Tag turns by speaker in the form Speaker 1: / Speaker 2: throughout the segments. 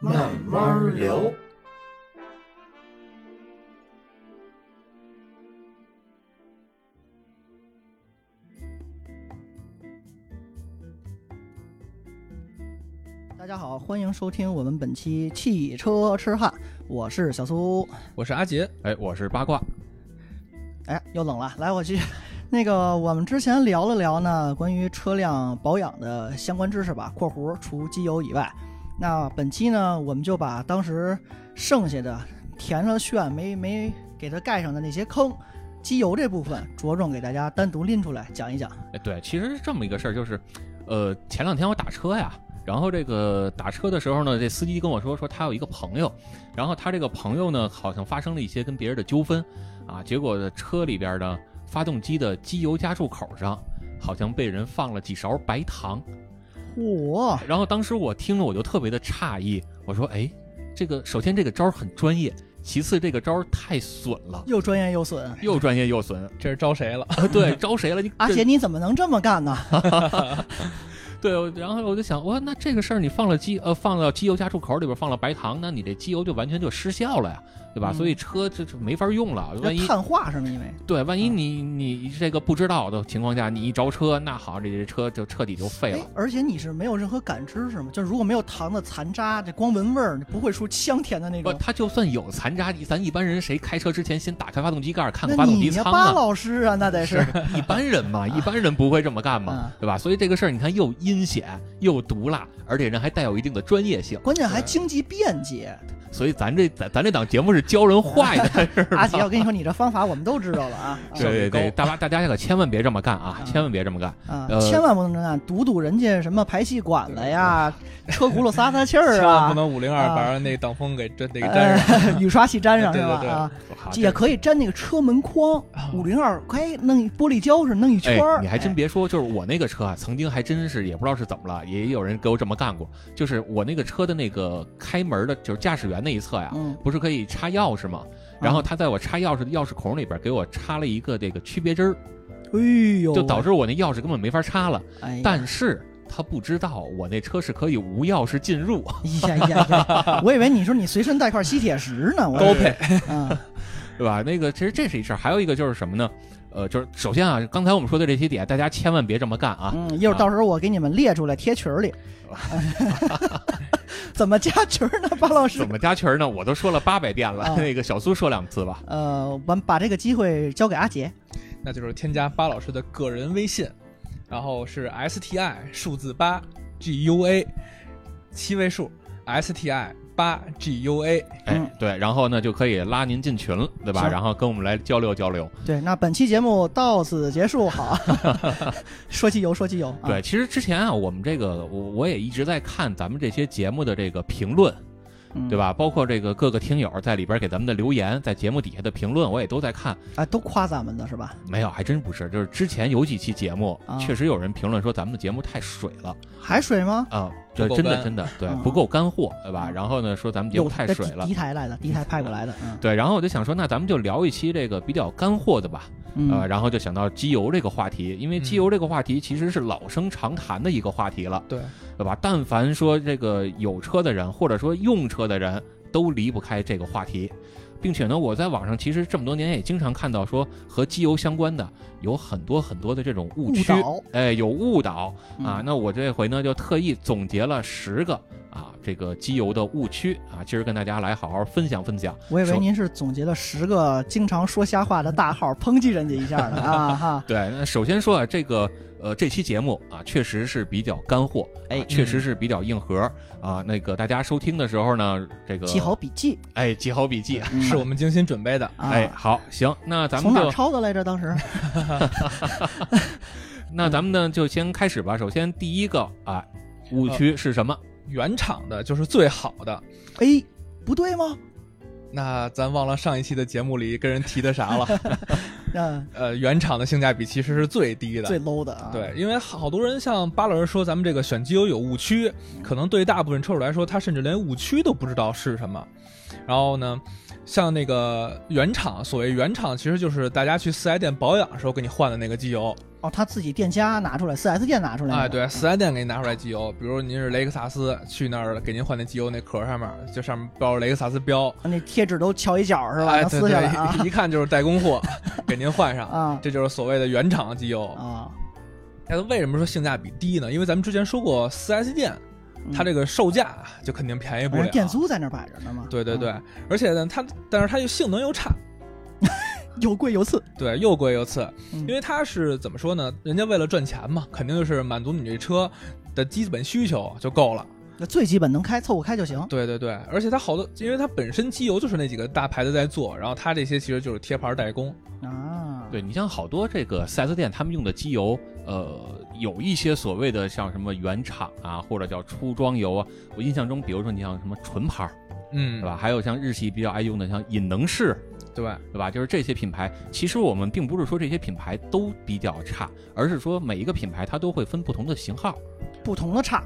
Speaker 1: 慢慢聊。大家好，欢迎收听我们本期汽车痴汉，我是小苏。
Speaker 2: 我是阿杰，哎，我是八卦，
Speaker 1: 哎，又冷了，来我去。 那个，我们之前聊了聊呢，关于车辆保养的相关知识吧（括弧除机油以外）。那本期呢，我们就把当时剩下的填了炫没没给它盖上的那些坑，机油这部分着重给大家单独拎出来讲一讲。
Speaker 2: 哎，对，其实是这么一个事儿，就是，呃，前两天我打车呀，然后这个打车的时候呢，这司机跟我说，说他有一个朋友，然后他这个朋友呢，好像发生了一些跟别人的纠纷，啊，结果的车里边呢，发动机的机油加注口上，好像被人放了几勺白糖，
Speaker 1: 嚯、
Speaker 2: 然后当时我听了，我就特别的诧异，我说，哎，这个首先这个招儿很专业，其次这个招儿太损了，
Speaker 1: 又专业又损。
Speaker 2: 又专业又损，
Speaker 3: 这是招谁了？
Speaker 2: 啊对，招谁了？你
Speaker 1: 阿
Speaker 2: 这
Speaker 1: 杰，你怎么能这么干呢？
Speaker 2: 对，我然后我就想，哇，那这个事儿你放了机呃放到机油加注口里边放了白糖，那你这机油就完全就失效了呀，对吧？
Speaker 1: 嗯
Speaker 2: 所以车这这没法用了。万一
Speaker 1: 要碳化是吗？因为
Speaker 2: 对，万一
Speaker 1: 嗯
Speaker 2: 你你这个不知道的情况下，你一着车，那好，这这车就彻底就废了
Speaker 1: 哎。，而且你是没有任何感知是吗？就是如果没有糖的残渣，这光闻味儿，你不会说香甜的那
Speaker 2: 不，
Speaker 1: 种。
Speaker 2: 它就算有残渣，咱一般人谁开车之前先打开发动机盖儿看看
Speaker 1: 那
Speaker 2: 发动
Speaker 1: 你
Speaker 2: 机
Speaker 1: 家
Speaker 2: 舱
Speaker 1: 巴
Speaker 2: 啊？
Speaker 1: 老师啊，那得是
Speaker 2: 一般人嘛，一般人不会这么干嘛
Speaker 1: 啊，
Speaker 2: 对吧？所以这个事儿你看又阴险又毒辣，而且人还带有一定的专业性。
Speaker 1: 关键还经济便捷。
Speaker 2: 所以咱这咱咱这档节目是教人坏 的， 是吧？
Speaker 1: 阿姐，我跟你说，你这方法我们都知道了 啊
Speaker 2: 对对对，大家大家可千万别这么干啊
Speaker 1: 啊！
Speaker 2: 千万别这么干，
Speaker 1: 啊，
Speaker 2: 呃
Speaker 1: 千万不能这样，堵堵人家什么排气管子呀，车轱辘撒撒气儿
Speaker 3: 千万不
Speaker 1: 啊，
Speaker 3: 能五零二
Speaker 1: 啊
Speaker 3: 把那挡风给真得给粘上。
Speaker 1: 呃，雨刷器粘上是
Speaker 3: 对对
Speaker 1: 吧？
Speaker 3: 对
Speaker 1: 啊，
Speaker 2: 好
Speaker 1: 也
Speaker 2: 这啊
Speaker 1: 可以粘那个车门框，五零二，哎，弄一玻璃胶是弄一圈
Speaker 2: 哎
Speaker 1: 儿，，
Speaker 2: 你还真
Speaker 1: 哎
Speaker 2: 别说，就是我那个车啊，曾经还真是也不知道是怎么了，也有人给我这么干过。就是我那个车的那个开门的，就是驾驶员那一侧呀，
Speaker 1: 嗯，啊
Speaker 2: 不是可以插钥匙吗？然后他在我插钥匙的钥匙孔里边给我插了一个这个区别针儿，
Speaker 1: 哎呦，
Speaker 2: 就导致我那钥匙根本没法插了。
Speaker 1: 哎呀
Speaker 2: 但是他不知道我那车是可以无钥匙进入，
Speaker 1: 哎呀呀哎呀！ 我以为你说你随身带块吸铁石呢，我高配啊，
Speaker 2: 对吧？那个其实这是一事儿，还有一个就是什么呢？呃，就是首先啊，刚才我们说的这些点，大家千万别这么干啊！
Speaker 1: 嗯，一会儿到时候我给你们列出来贴 群儿里。怎么加群儿呢，巴老师
Speaker 2: 怎？么加群儿呢？我都说了八百遍了，
Speaker 1: 啊
Speaker 2: 那个小苏说两次吧。
Speaker 1: 呃，我们把这个机会交给阿杰。
Speaker 3: 那就是添加巴老师的个人微信，然后是 S T I 数字八 G U A 七位数 S T I 八 G U A。
Speaker 2: 哎
Speaker 1: 嗯，
Speaker 2: 对，然后呢就可以拉您进群了，对吧？
Speaker 1: 行
Speaker 2: 然后跟我们来交流交流。
Speaker 1: 对，那本期节目到此结束， 好。说汽油，说汽油。啊
Speaker 2: 对，，其实之前啊，我们这个我我也一直在看咱们这些节目的这个评论，
Speaker 1: 嗯
Speaker 2: 对？吧？包括这个各个听友在里边给咱们的留言，在节目底下的评论，我也都在看。
Speaker 1: 啊，都夸咱们的是吧？
Speaker 2: 没有，还真不是，就是之前有几期节目，
Speaker 1: 啊
Speaker 2: 确实有人评论说咱们的节目太水了。
Speaker 1: 还水吗？
Speaker 2: 啊，这
Speaker 3: 不够
Speaker 2: 真的
Speaker 3: 干
Speaker 2: 真的对
Speaker 1: 嗯
Speaker 2: 不够干货，对吧？
Speaker 1: 嗯
Speaker 2: 然后呢，说咱们节
Speaker 1: 有
Speaker 2: 目太
Speaker 1: 这
Speaker 2: 水了
Speaker 1: 敌，台来的，敌台派过 来的。嗯
Speaker 2: 对。然后我就想说，那咱们就聊一期这个比较干货的吧，呃，
Speaker 1: 嗯，
Speaker 2: 然后就想到机油这个话题，因为机油这个话题其实是老生常谈的一个话题了，
Speaker 3: 对，
Speaker 2: 对吧？但凡说这个有车的人，或者说用车的人，都离不开这个话题。并且呢，我在网上其实这么多年也经常看到说和机油相关的有很多很多的这种误
Speaker 1: 误
Speaker 2: 区，
Speaker 1: 导
Speaker 2: 哎，有误导啊。
Speaker 1: 嗯
Speaker 2: 那我这回呢，就特意总结了十个啊，这个机油的误区啊，今儿跟大家来好好分享分享。
Speaker 1: 我以为
Speaker 2: 首
Speaker 1: 您是总结了十个经常说瞎话的大号，抨击人家一下的啊哈。
Speaker 2: 对，那首先说啊，这个呃，这期节目啊，确实是比较干货，
Speaker 1: 哎
Speaker 2: 啊确实是比较硬核啊。那个大家收听的时候呢，这个
Speaker 1: 记好，笔记，
Speaker 2: 哎，记好笔记。
Speaker 1: 嗯
Speaker 3: 是我们精心准备的。
Speaker 1: 啊
Speaker 2: 哎，好，行，那咱
Speaker 1: 从
Speaker 2: 们
Speaker 1: 哪
Speaker 2: 就
Speaker 1: 儿抄的来着？当时嗯
Speaker 2: 那咱们呢就先开始吧。首先第一个啊，误区是什么？
Speaker 3: 原厂的就是最好的。
Speaker 1: 哎，不对吗？
Speaker 3: 那咱忘了上一期的节目里跟人提的啥了？
Speaker 1: 嗯、
Speaker 3: 呃，原厂的性价比其实是最低的，
Speaker 1: 最 low 的啊。
Speaker 3: 对，因为好多人像巴老师说，咱们这个选机油有误区，
Speaker 1: 嗯
Speaker 3: 可能对于大部分车主来说，他甚至连误区都不知道是什么。然后呢，像那个原厂，所谓原厂其实就是大家去四 S 店保养的时候给你换的那个机油，
Speaker 1: 哦，他自己店家拿出来，4S 店拿出来。
Speaker 3: 哎，对，四 S 店给你拿出来机油，比如您是雷克萨斯，去那儿给您换那机油那壳上面就上面标着雷克萨斯标，
Speaker 1: 那贴纸都翘一角是吧？
Speaker 3: 哎，
Speaker 1: 能
Speaker 3: 对
Speaker 1: 撕下
Speaker 3: 对
Speaker 1: 来啊，
Speaker 3: 一一看就是代工 货，给您换上，
Speaker 1: 啊
Speaker 3: 这就是所谓的原厂机油。
Speaker 1: 啊！
Speaker 3: 那为什么说性价比低呢？因为咱们之前说过，四 S 店它这个售价啊就肯定便宜不
Speaker 1: 反嗯
Speaker 3: 了，
Speaker 1: 正店租在那儿摆着呢嘛。
Speaker 3: 对对对
Speaker 1: 啊，，
Speaker 3: 而且呢，它但是它又性能又差，
Speaker 1: 有贵有次。
Speaker 3: 对，又贵又次，
Speaker 1: 嗯
Speaker 3: 因为它是怎么说呢？人家为了赚钱嘛，肯定就是满足你这车的基本需求就够了。
Speaker 1: 那最基本能开，凑合开就行。
Speaker 3: 对对对，而且它好多，因为它本身机油就是那几个大牌子在做，然后它这些其实就是贴牌代工。
Speaker 1: 啊，
Speaker 2: 对你像好多这个 4S 店，他们用的机油，呃，有一些所谓的像什么原厂啊，或者叫出装油啊。我印象中，比如说你像什么纯牌儿，
Speaker 3: 嗯，
Speaker 2: 对吧？？还有像日系比较爱用的像引能式，
Speaker 3: 对，
Speaker 2: 对吧？就是这些品牌，其实我们并不是说这些品牌都比较差，而是说每一个品牌它都会分不同的型号。
Speaker 1: 不同的差。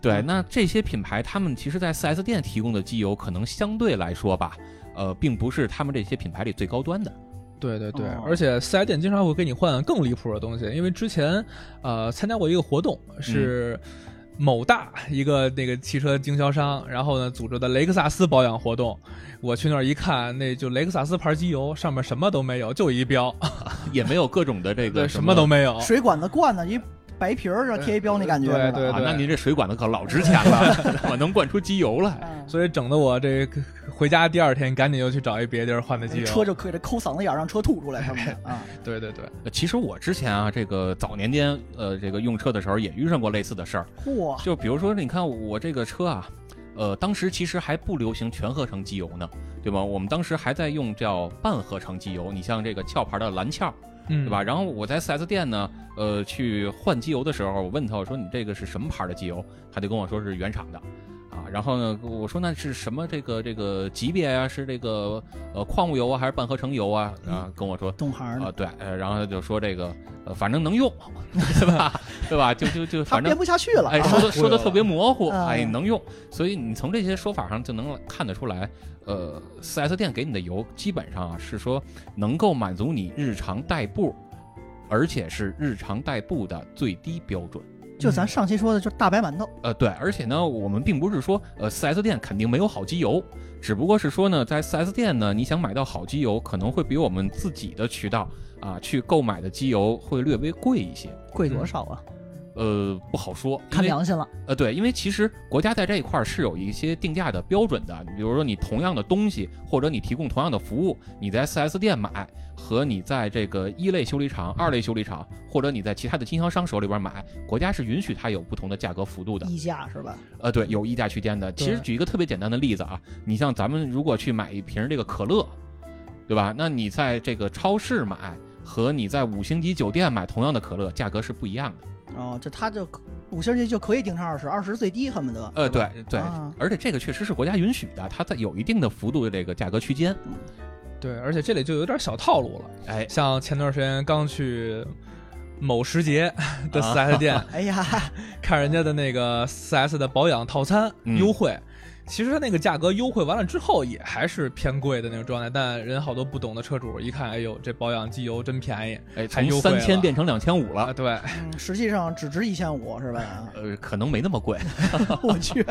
Speaker 2: 对，
Speaker 3: 嗯
Speaker 2: 那这些品牌他们其实，在 4S 店提供的机油，可能相对来说吧，呃，并不是他们这些品牌里最高端 的。
Speaker 3: 对对对，
Speaker 1: 哦
Speaker 3: 而且四 S 店经常会给你换更离谱的东西，因为之前呃参加过一个活动是。某大一个那个汽车经销商，然后呢组织的雷克萨斯保养活动，我去那儿一看，那就雷克萨斯牌机油上面什么都没有，就一标，
Speaker 2: 也没有各种的这个
Speaker 3: 对，什么都没有。
Speaker 1: 水管子灌的一白瓶儿上贴一标那感觉，
Speaker 3: 哦对
Speaker 1: 是吧
Speaker 3: 对
Speaker 2: 啊，那您这水管子可老值钱了， 我能灌出机油
Speaker 3: 哎
Speaker 2: 来。
Speaker 1: 啊
Speaker 3: 所以整的我这个回家第二天赶紧又去找一别地儿换的机油。
Speaker 1: 车就可以这抠嗓子眼儿让车吐出
Speaker 3: 哎
Speaker 1: 来什么的啊。
Speaker 3: 对对对，
Speaker 2: 呃其实我之前啊，这个早年间，呃，这个用车的时候也遇上过类似的事儿。
Speaker 1: 嚯，
Speaker 2: 就比如说，你看我这个车啊，呃，当时其实还不流行全合成机油呢，对吧？我们当时还在用叫半合成机油。你像这个壳牌的蓝壳，
Speaker 3: 嗯，
Speaker 2: 对吧？？然后我在 4S 店呢，呃，去换机油的时候，我问他，我说你这个是什么牌的机油？他就跟我说是原厂的，啊，然后呢，我说那是什么这个这个级别啊？是这个呃矿物油啊，还是半合成油啊？啊，跟我说。
Speaker 1: 懂行
Speaker 2: 啊、
Speaker 3: 哦
Speaker 1: 的，
Speaker 2: 对，呃，然后他就说这个，呃，反正能用， 对吧？对吧？就就就，
Speaker 1: 他
Speaker 2: 反正
Speaker 1: 编不下去了
Speaker 2: 哎，
Speaker 1: 啊。
Speaker 2: 说的说的特别模糊，
Speaker 1: 啊
Speaker 2: 哎，能用，所以你从这些说法上就能看得出来，呃4 S 店给你的油基本上啊是说能够满足你日常代步，而且是日常代步的最低标准。
Speaker 1: 就咱上期说的，就是大白馒头。
Speaker 2: 呃，对，而且呢，我们并不是说，呃，4S 店肯定没有好机油，只不过是说呢，在 4S 店呢，你想买到好机油，可能会比我们自己的渠道啊去购买的机油会略微贵一些，
Speaker 1: 贵
Speaker 3: 嗯
Speaker 1: 多少啊？
Speaker 2: 呃，不好说，因
Speaker 1: 看
Speaker 2: 为
Speaker 1: 良心了。
Speaker 2: 呃，对，因为其实国家在这一块儿是有一些定价的标准的，比如说你同样的东西，或者你提供同样的服务，你在 4S 店买和你在这个一类修理厂、二类修理厂，或者你在其他的经销商手里边买，国家是允许它有不同的价格幅度的。
Speaker 1: 溢价是吧？
Speaker 2: 呃，对，有溢价区间的。其实
Speaker 3: 对
Speaker 2: 举一个特别简单的例子啊，你像咱们如果去买一瓶这个可乐，对吧？那你在这个超市买和你在五星级酒店买同样的可乐，价格是不一样的。
Speaker 1: 哦，就他就五星级就可以定成二十，二十最低恨不得。
Speaker 2: 呃，对对
Speaker 1: 啊，
Speaker 2: 而且这个确实是国家允许的，它在有一定的幅度的这个价格区间。
Speaker 3: 对，而且这里就有点小套路了。
Speaker 2: 哎，
Speaker 3: 像前段时间刚去某时节的
Speaker 2: 啊
Speaker 3: 4S 店，
Speaker 1: 哎呀，
Speaker 3: 看人家的那个 4S 的保养套餐
Speaker 2: 嗯
Speaker 3: 优惠，其实它那个价格优惠完了之后也还是偏贵的那种状态，但人好多不懂的车主一看，哎呦，这保养机油真便宜
Speaker 2: 哎，
Speaker 3: 还
Speaker 2: 从
Speaker 3: 优惠
Speaker 2: 三
Speaker 3: 了
Speaker 2: 千变成两千五
Speaker 3: 啊！
Speaker 2: 了，
Speaker 3: 对，
Speaker 1: 嗯实际上只值一千五是吧？ 啊
Speaker 2: 呃，可能没那么贵。
Speaker 1: 我去，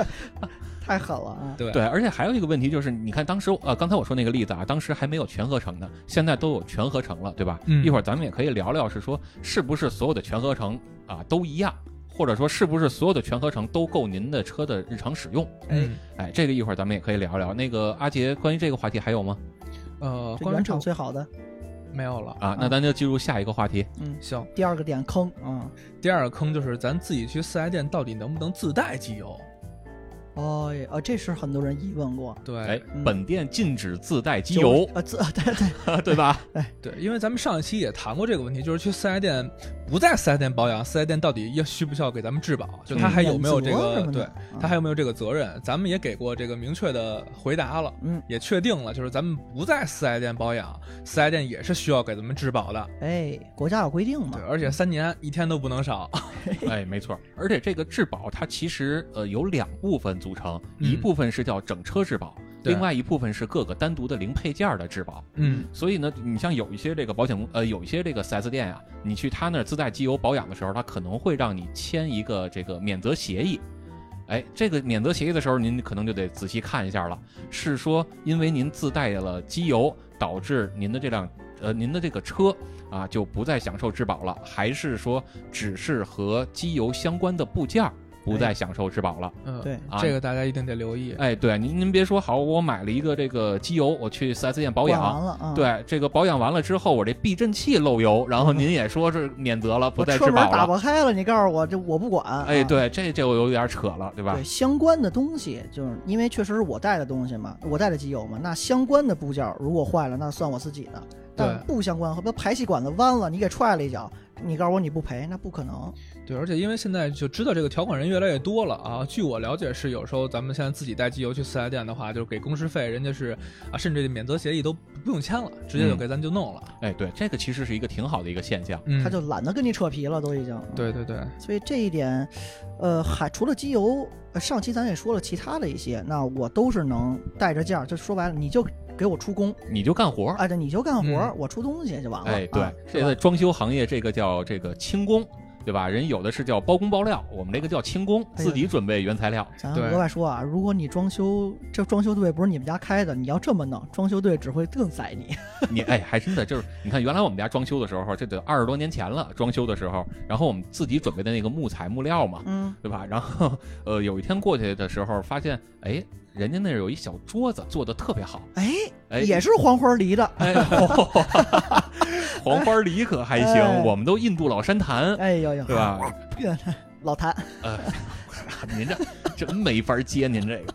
Speaker 1: 太狠了啊！
Speaker 3: 对
Speaker 2: 对，而且还有一个问题就是，你看当时呃，刚才我说那个例子啊，当时还没有全合成呢，现在都有全合成了，对吧？
Speaker 3: 嗯
Speaker 2: 一会儿咱们也可以聊聊，是说是不是所有的全合成啊都一样，或者说是不是所有的全合成都够您的车的日常使用？
Speaker 3: 哎，
Speaker 2: 哎，这个一会儿咱们也可以聊聊。那个阿杰，关于这个话题还有吗？
Speaker 3: 呃，
Speaker 1: 这
Speaker 3: 关于
Speaker 1: 原厂
Speaker 3: 这
Speaker 1: 最好的
Speaker 3: 没有了。
Speaker 2: 啊，那咱就进入下一个话题。
Speaker 3: 行，
Speaker 1: 第二个点坑啊，
Speaker 3: 第二个坑就是咱自己去四 S 店到底能不能自带机油？
Speaker 1: 哦，也呃，这是很多人疑问过。
Speaker 2: 哎
Speaker 3: 对，
Speaker 1: 嗯，
Speaker 2: 本店禁止自带机油，
Speaker 1: 啊，自 对对，
Speaker 2: 对吧？
Speaker 3: 对，因为咱们上一期也谈过这个问题，就是去四 S 店不在四 S 店保养，四 S 店到底要需不需要给咱们质保？就
Speaker 1: 嗯
Speaker 3: 他还有没有这
Speaker 1: 免责
Speaker 3: 个
Speaker 1: 什么的
Speaker 3: 对
Speaker 1: 啊，
Speaker 3: 他还有没有这个责任？咱们也给过这个明确的回答了，
Speaker 1: 嗯，
Speaker 3: 也确定了，就是咱们不在四 S 店保养，四 S 店也是需要给咱们质保的。
Speaker 1: 哎，国家有规定嘛
Speaker 3: 对，，而且三年一天都不能少。
Speaker 2: 哎，没错。而且这个质保它其实呃有两部分组成，
Speaker 3: 嗯
Speaker 2: 一部分是叫整车质保，
Speaker 3: 对
Speaker 2: 另外一部分是各个单独的零配件儿的质保。
Speaker 3: 嗯，
Speaker 2: 所以呢，你像有一些这个保险公呃，有一些这个 4S 店啊，你去他那儿自带机油保养的时候，他可能会让你签一个这个免责协议。哎，这个免责协议的时候，您可能就得仔细看一下了，是说因为您自带了机油，导致您的这辆呃您的这个车啊就不再享受质保了，还是说只是和机油相关的部件儿不再享受质保了？
Speaker 3: 嗯
Speaker 1: 对
Speaker 2: 啊
Speaker 3: 这个大家一定得留意。
Speaker 2: 哎，对，您您别说，好，我买了一个这个机油，我去 4S 店保
Speaker 1: 管
Speaker 2: 养，
Speaker 1: 完了啊，，
Speaker 2: 对，这个保养完了之后，我这避震器漏油，然后您也说是免责了，不
Speaker 1: 我
Speaker 2: 再
Speaker 1: 车
Speaker 2: 质
Speaker 1: 门打
Speaker 2: 保了。
Speaker 1: 不开了，你告诉我这我不管。
Speaker 2: 哎，
Speaker 1: 啊
Speaker 2: 对，这就有点扯了，对吧
Speaker 1: 对？相关的东西，就是因为确实是我带的东西嘛，我带的机油嘛，那相关的部件儿如果坏了，那算我自己的。但
Speaker 3: 对
Speaker 1: 不相关，和那排气管子弯了，你给踹了一脚，你告诉我你不赔，那不可能。
Speaker 3: 对，而且因为现在就知道这个条款人越来越多了啊。据我了解是，有时候咱们现在自己带机油去四 S 店的话，就是给工时费，人家是啊，甚至免责协议都不用签了，直
Speaker 1: 嗯
Speaker 3: 接就给咱就弄了。
Speaker 2: 哎，对，这个其实是一个挺好的一个现象。
Speaker 3: 嗯，
Speaker 1: 他就懒得跟你扯皮了，都已经。，
Speaker 3: 对对对，
Speaker 1: 所以这一点，呃，还除了机油，呃上期咱也说了其他的一些，那我都是能带着件儿，就说白了，你就给我出工，
Speaker 2: 你就干活儿，
Speaker 1: 哎，对，你就干活儿，
Speaker 3: 嗯
Speaker 1: 我出东西就完了。
Speaker 2: 哎，对
Speaker 1: 啊，
Speaker 2: 这在装修行业，这个叫这个轻工，对吧？人有的是叫包工包料，我们这个叫轻工，
Speaker 1: 哎
Speaker 2: 自己准备原材料。
Speaker 1: 咱
Speaker 3: 对
Speaker 1: 额外说啊，如果你装修这装修队不是你们家开的，你要这么弄，装修队只会更宰你。
Speaker 2: 你哎，还真的就是，你看原来我们家装修的时候，这得二十多年前了，装修的时候，然后我们自己准备的那个木材木料嘛，
Speaker 1: 嗯，
Speaker 2: 对吧？ 然后呃，有一天过去的时候，发现哎，人家那儿有一小桌子做的特别好，
Speaker 1: 哎，
Speaker 2: 哎，
Speaker 1: 也是黄花梨的。
Speaker 2: 哎， 黄花梨可还行，
Speaker 1: 哎
Speaker 2: 我们都印度老山檀，
Speaker 1: 哎呦呦，
Speaker 2: 对 吧？
Speaker 1: 老谭，
Speaker 2: 呃，您这真没法接您这个。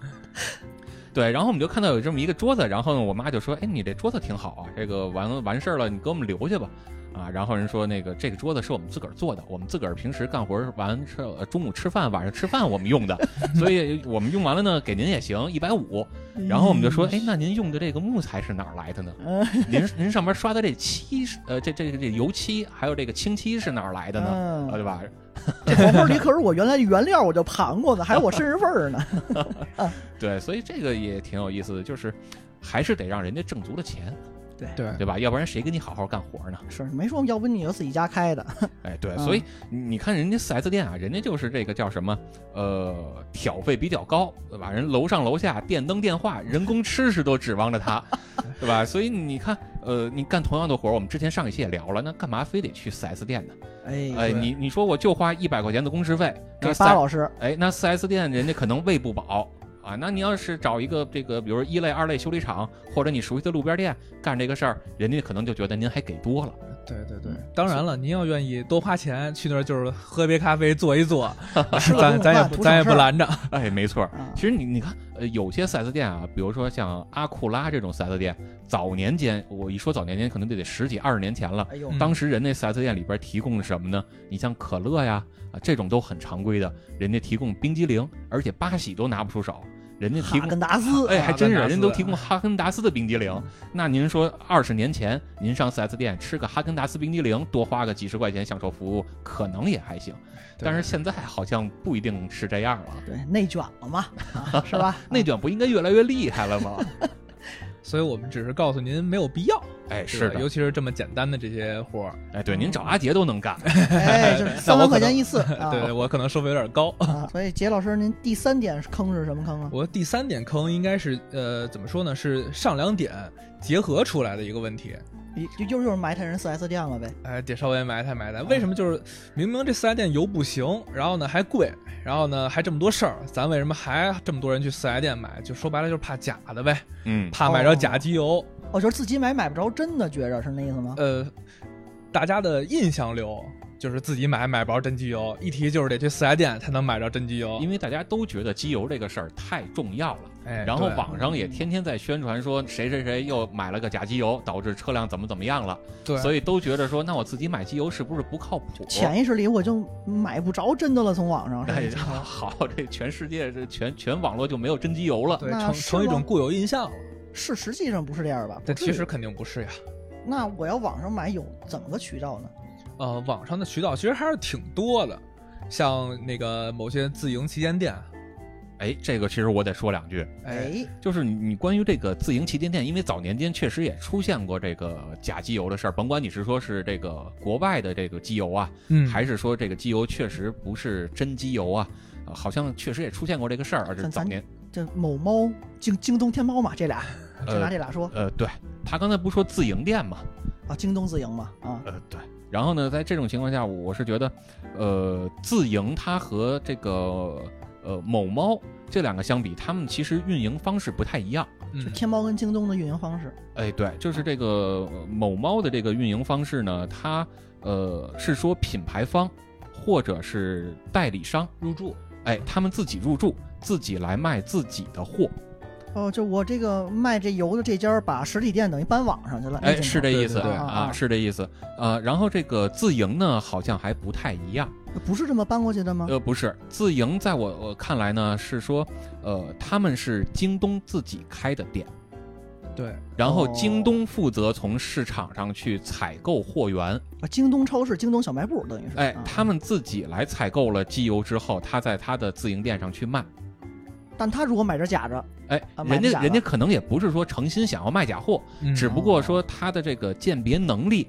Speaker 2: 对，然后我们就看到有这么一个桌子，然后呢，我妈就说：“哎，你这桌子挺好啊，这个完完事儿了，你给我们留下吧。”啊，然后人说那个这个桌子是我们自个儿做的，我们自个儿平时干活儿完事儿呃中午吃饭，晚上吃饭我们用的， 所以我们用完了呢，给您也行，一百五。然后我们就说，哎，那您用的这个木材是哪儿来的呢？
Speaker 1: 嗯
Speaker 2: 您您上面刷的这漆是，呃，这这这油漆还有这个清漆是哪儿来的呢？啊，
Speaker 1: 嗯，
Speaker 2: 对吧？
Speaker 1: 这黄花梨可是我原来原料我就盘过的，还有我身份儿呢。
Speaker 2: 对，所以这个也挺有意思的，就是还是得让人家挣足了钱，
Speaker 1: 哎
Speaker 3: 对
Speaker 2: 对吧？要不然谁给你好好干活呢？
Speaker 1: 是没说，要不你就自己家开的。
Speaker 2: 哎，对，
Speaker 1: 嗯
Speaker 2: 所以你你看人家四 S 店啊，人家就是这个叫什么，呃，挑费比较高，对吧？人楼上楼下电灯电话、人工吃食都指望着他，对吧？所以你看，呃，你干同样的活儿，我们之前上一期也聊了，那干嘛非得去四 S 店呢？
Speaker 1: 哎，
Speaker 2: 哎，
Speaker 3: 对
Speaker 2: 你你说我就花一百块钱的工时费，那
Speaker 1: 给
Speaker 2: 四
Speaker 1: 巴老师，
Speaker 2: 哎，那四 S 店人家可能喂不饱啊，那你要是找一个这个，比如说一类、二类修理厂，或者你熟悉的路边店干这个事儿，人家可能就觉得您还给多了。
Speaker 3: 对对对，嗯当然了，您要愿意多花钱去那儿，就是喝杯咖啡，坐一坐，
Speaker 1: 吃个
Speaker 3: 咱
Speaker 1: 中午
Speaker 3: 咱也
Speaker 1: 饭，
Speaker 3: 不
Speaker 1: 图
Speaker 3: 咱也
Speaker 1: 省
Speaker 3: 不
Speaker 1: 事儿。
Speaker 3: 拦着。
Speaker 2: 哎，没错儿。
Speaker 1: 啊
Speaker 2: 其实你你看，呃，有些 4S 店啊，比如说像阿库拉这种 4S 店，早年间我一说早年间，可能就得十几二十年前了。
Speaker 1: 哎呦，
Speaker 2: 当时人那 4S 店里边提供的什么呢？你像可乐呀啊这种都很常规的，人家提供冰激凌，而且八喜都拿不出手，人家提
Speaker 1: 哈
Speaker 2: 供
Speaker 1: 根达 斯，
Speaker 2: 哎，还真是，
Speaker 3: 哈根达斯
Speaker 2: 人家都提供哈根达斯的冰激凌。那您说，二十年前您上 4S 店吃个哈根达斯冰激凌，多花个几十块钱享受服务，可能也还行。但是现在好像不一定是这样了。？
Speaker 3: 啊
Speaker 1: 对，内卷了嘛，啊是吧
Speaker 2: 内卷不应该越来越厉害了 吗？
Speaker 3: 所以我们只是告诉您没有必要，
Speaker 2: 哎，
Speaker 3: 对
Speaker 2: 是
Speaker 3: 吧尤
Speaker 2: 的，
Speaker 3: 其是这么简单的这些活儿。
Speaker 2: 哎，对，您找阿杰都能 干。
Speaker 1: 哎，就是三
Speaker 3: 那我
Speaker 1: 万
Speaker 3: 可
Speaker 1: 块
Speaker 3: 能
Speaker 1: 钱一次啊。
Speaker 3: 对，我可能收费有点高。
Speaker 1: 啊，所以杰老师，您第三点坑是什么坑啊？
Speaker 3: 我第三点坑应该是呃，怎么说呢？是上两点结合出来的一个问题。
Speaker 1: 你就就是就是埋汰人四 S 店了呗。
Speaker 3: 哎，得稍微埋汰埋汰。为什么就是明明这四 S 店油不行，然后呢还贵，然后呢还这么多事儿，咱为什么还这么多人去四 S 店买？就说白了就是怕假的呗，
Speaker 2: 嗯，
Speaker 3: 怕买着假机油。
Speaker 2: 呃
Speaker 3: 呃
Speaker 1: 哦，就是自己买买不着真的，觉着是那意思吗？
Speaker 3: 呃，大家的印象流就是自己买买不着真机油，一提就是得去四 S 店才能买着真机油
Speaker 2: 因。为大家都觉得机油这个事儿太重要了。
Speaker 3: 哎，
Speaker 2: 然后
Speaker 3: 对
Speaker 2: 网上也天天在宣传说谁谁谁又买了个假机油，导致车辆怎么怎么样了，
Speaker 3: 对，
Speaker 2: 所以都觉得说那我自己买机油是不是不靠谱？
Speaker 1: 潜意识里我就买不着真的了，从网上
Speaker 2: 哎
Speaker 1: 是，吧
Speaker 2: 好，这全世界这全全网络就没有真机油了。
Speaker 3: 对
Speaker 1: 那
Speaker 3: 成
Speaker 1: 是
Speaker 3: 成一
Speaker 1: 吗
Speaker 3: 种固有印象了。
Speaker 1: 是实际上不是这样吧？
Speaker 3: 但
Speaker 1: 不至
Speaker 3: 其
Speaker 1: 于
Speaker 3: 实，肯定不是呀。
Speaker 1: 那我要网上买有怎么个渠道呢？
Speaker 3: 呃，网上的渠道其实还是挺多的，像那个某些自营旗舰店，
Speaker 2: 哎，这个其实我得说两句，
Speaker 3: 哎，
Speaker 1: 哎，
Speaker 2: 就是你你关于这个自营旗舰店，因为早年间确实也出现过这个假机油的事儿，甭管你是说是这个国外的这个机油啊，
Speaker 3: 嗯
Speaker 2: 还是说这个机油确实不是真机油啊，呃好像确实也出现过这个事儿，而且
Speaker 1: 咱
Speaker 2: 早年
Speaker 1: 这某猫、京京东、天猫嘛，这俩就拿
Speaker 2: 呃
Speaker 1: 这俩说
Speaker 2: 呃，对他刚才不说自营店吗？
Speaker 1: 啊，京东自营嘛啊，
Speaker 2: 呃，对。然后呢，在这种情况下，我是觉得，呃，自营它和这个呃某猫这两个相比，他们其实运营方式不太一样。
Speaker 3: 嗯
Speaker 1: 就天猫跟京东的运营方式，
Speaker 2: 哎，对，就是这个呃某猫的这个运营方式呢，它呃是说品牌方或者是代理商入驻，哎，他们自己入驻，自己来卖自己的货，
Speaker 1: 哦，就我这个卖这油的这家儿把实体店等于搬网上去了，
Speaker 2: 哎，是这
Speaker 3: 对
Speaker 2: 意
Speaker 3: 对
Speaker 2: 思
Speaker 3: 对
Speaker 2: 啊
Speaker 1: 啊，
Speaker 2: 是这意思。呃，然后这个自营呢，好像还不太一样。
Speaker 1: 不是这么搬过去的吗？
Speaker 2: 呃，不是，自营在我我看来呢，是说，呃，他们是京东自己开的店，
Speaker 3: 对，
Speaker 2: 然后
Speaker 1: 哦
Speaker 2: 京东负责从市场上去采购货源，
Speaker 1: 啊，京东超市、京东小卖部等于是，
Speaker 2: 哎
Speaker 1: 啊，
Speaker 2: 他们自己来采购了机油之后，他在他的自营店上去卖，
Speaker 1: 但他如果买这假的，
Speaker 2: 哎
Speaker 1: 啊，买
Speaker 2: 人
Speaker 1: 假
Speaker 2: 家
Speaker 1: 的
Speaker 2: 人家可能也不是说诚心想要卖假货，
Speaker 3: 嗯
Speaker 2: 只
Speaker 1: 哦
Speaker 2: 不过说他的这个鉴别能力，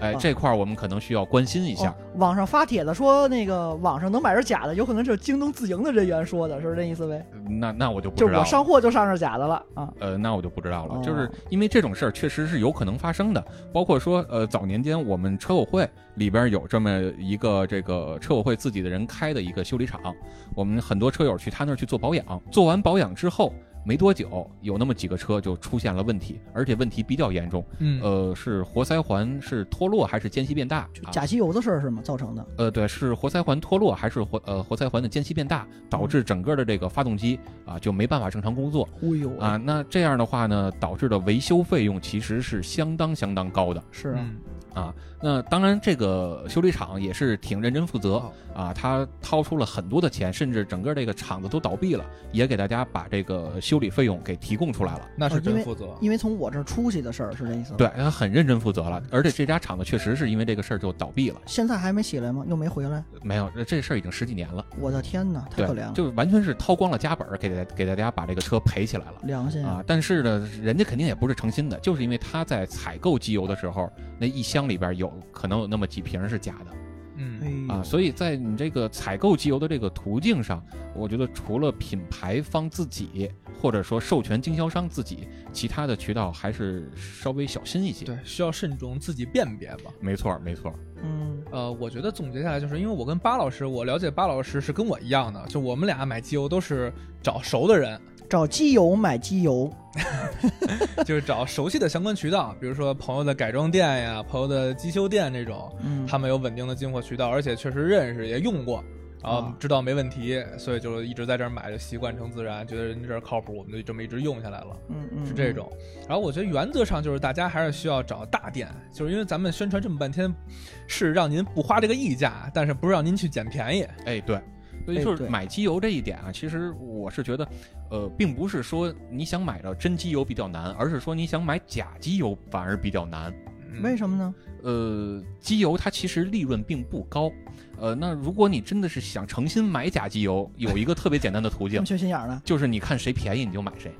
Speaker 2: 哎，
Speaker 1: 啊
Speaker 2: 这块儿我们可能需要关心一下
Speaker 1: 哦。网上发帖子说那个网上能买着假的，有可能就是京东自营的人员说的，是不是这意思呗？
Speaker 2: 那那我就不
Speaker 1: 哦就
Speaker 2: 知道
Speaker 1: 我
Speaker 2: 了。
Speaker 1: 上货就上着假的了啊。
Speaker 2: 呃，那我就不知道了，
Speaker 1: 哦
Speaker 2: 就是因为这种事儿确实是有可能发生的，包括说，呃，早年间我们车友会里边有这么一个这个车友会自己的人开的一个修理厂，我们很多车友去他那儿去做保养，做完保养之后没多久，有那么几个车就出现了问题，而且问题比较严重，
Speaker 3: 嗯
Speaker 2: 呃，是活塞环是脱落还是间隙变大？啊
Speaker 1: 假机油的事儿是吗？造成的
Speaker 2: 呃，对，是活塞环脱落还是活呃活塞环的间隙变大，导致整个的这个发动机啊就没办法正常工作。
Speaker 1: 忽悠
Speaker 2: 啊，，那这样的话呢，导致的维修费用其实是相当相当高的
Speaker 1: 是啊，
Speaker 3: 嗯
Speaker 2: 啊。那当然，这个修理厂也是挺认真负责
Speaker 3: 哦
Speaker 2: 啊，他掏出了很多的钱，甚至整个这个厂子都倒闭了，也给大家把这个修理费用给提供出来了。
Speaker 3: 那
Speaker 1: 哦
Speaker 3: 是
Speaker 1: 因为
Speaker 3: 真负责，
Speaker 1: 因为从我这儿出去的事儿是这意思吗？
Speaker 2: 对，他很认真负责了，而且这家厂子确实是因为这个事儿就倒闭了，
Speaker 1: 现在还没起来吗？又没回来？
Speaker 2: 没有，这事儿已经十几年了，
Speaker 1: 我的天哪，太
Speaker 2: 对
Speaker 1: 可怜了，，
Speaker 2: 就完全是掏光了家本儿给大给大家把这个车赔起来了。
Speaker 1: 良心
Speaker 2: 啊！，但是呢，人家肯定也不是诚心的，就是因为他在采购机油的时候，那一箱里边有可能有那么几瓶是假的
Speaker 1: 哎
Speaker 3: 嗯，
Speaker 1: 呦
Speaker 2: 啊，所以在你这个采购机油的这个途径上，我觉得除了品牌方自己，或者说授权经销商自己，其他的渠道还是稍微小心一些。，
Speaker 3: 对，需要慎重自己辨别吧。
Speaker 2: 没错儿，没错儿。
Speaker 1: 嗯，
Speaker 3: 呃，我觉得总结下来就是，因为我跟巴老师，我了解巴老师是跟我一样的，就我们俩买机油都是找熟的人，
Speaker 1: 找机油买机油，
Speaker 3: 就是找熟悉的相关渠道，比如说朋友的改装店呀、朋友的机修店这种，
Speaker 1: 嗯，
Speaker 3: 他们有稳定的进货渠道，而且确实认识也用过，然后
Speaker 1: 啊
Speaker 3: 知道没问题，所以就一直在这儿买，就习惯成自然，觉得人家这儿靠谱，我们就这么一直用下来了。
Speaker 1: 嗯嗯
Speaker 3: 是这种。然后我觉得原则上就是大家还是需要找大店，就是因为咱们宣传这么半天，是让您不花这个溢价，但是不是让您去捡便宜。
Speaker 2: 哎，对。所以
Speaker 1: 哎
Speaker 2: 就是
Speaker 1: 对
Speaker 2: 买机油这一点啊，其实我是觉得，呃，并不是说你想买到真机油比较难，而是说你想买假机油反而比较难。
Speaker 1: 嗯为什么呢？
Speaker 2: 呃，机油它其实利润并不高。呃，那如果你真的是想诚心买假机油，有一个特别简单的途
Speaker 1: 这
Speaker 2: 径
Speaker 1: 么，缺心眼儿呢？
Speaker 2: 就是你看谁便宜你就买谁。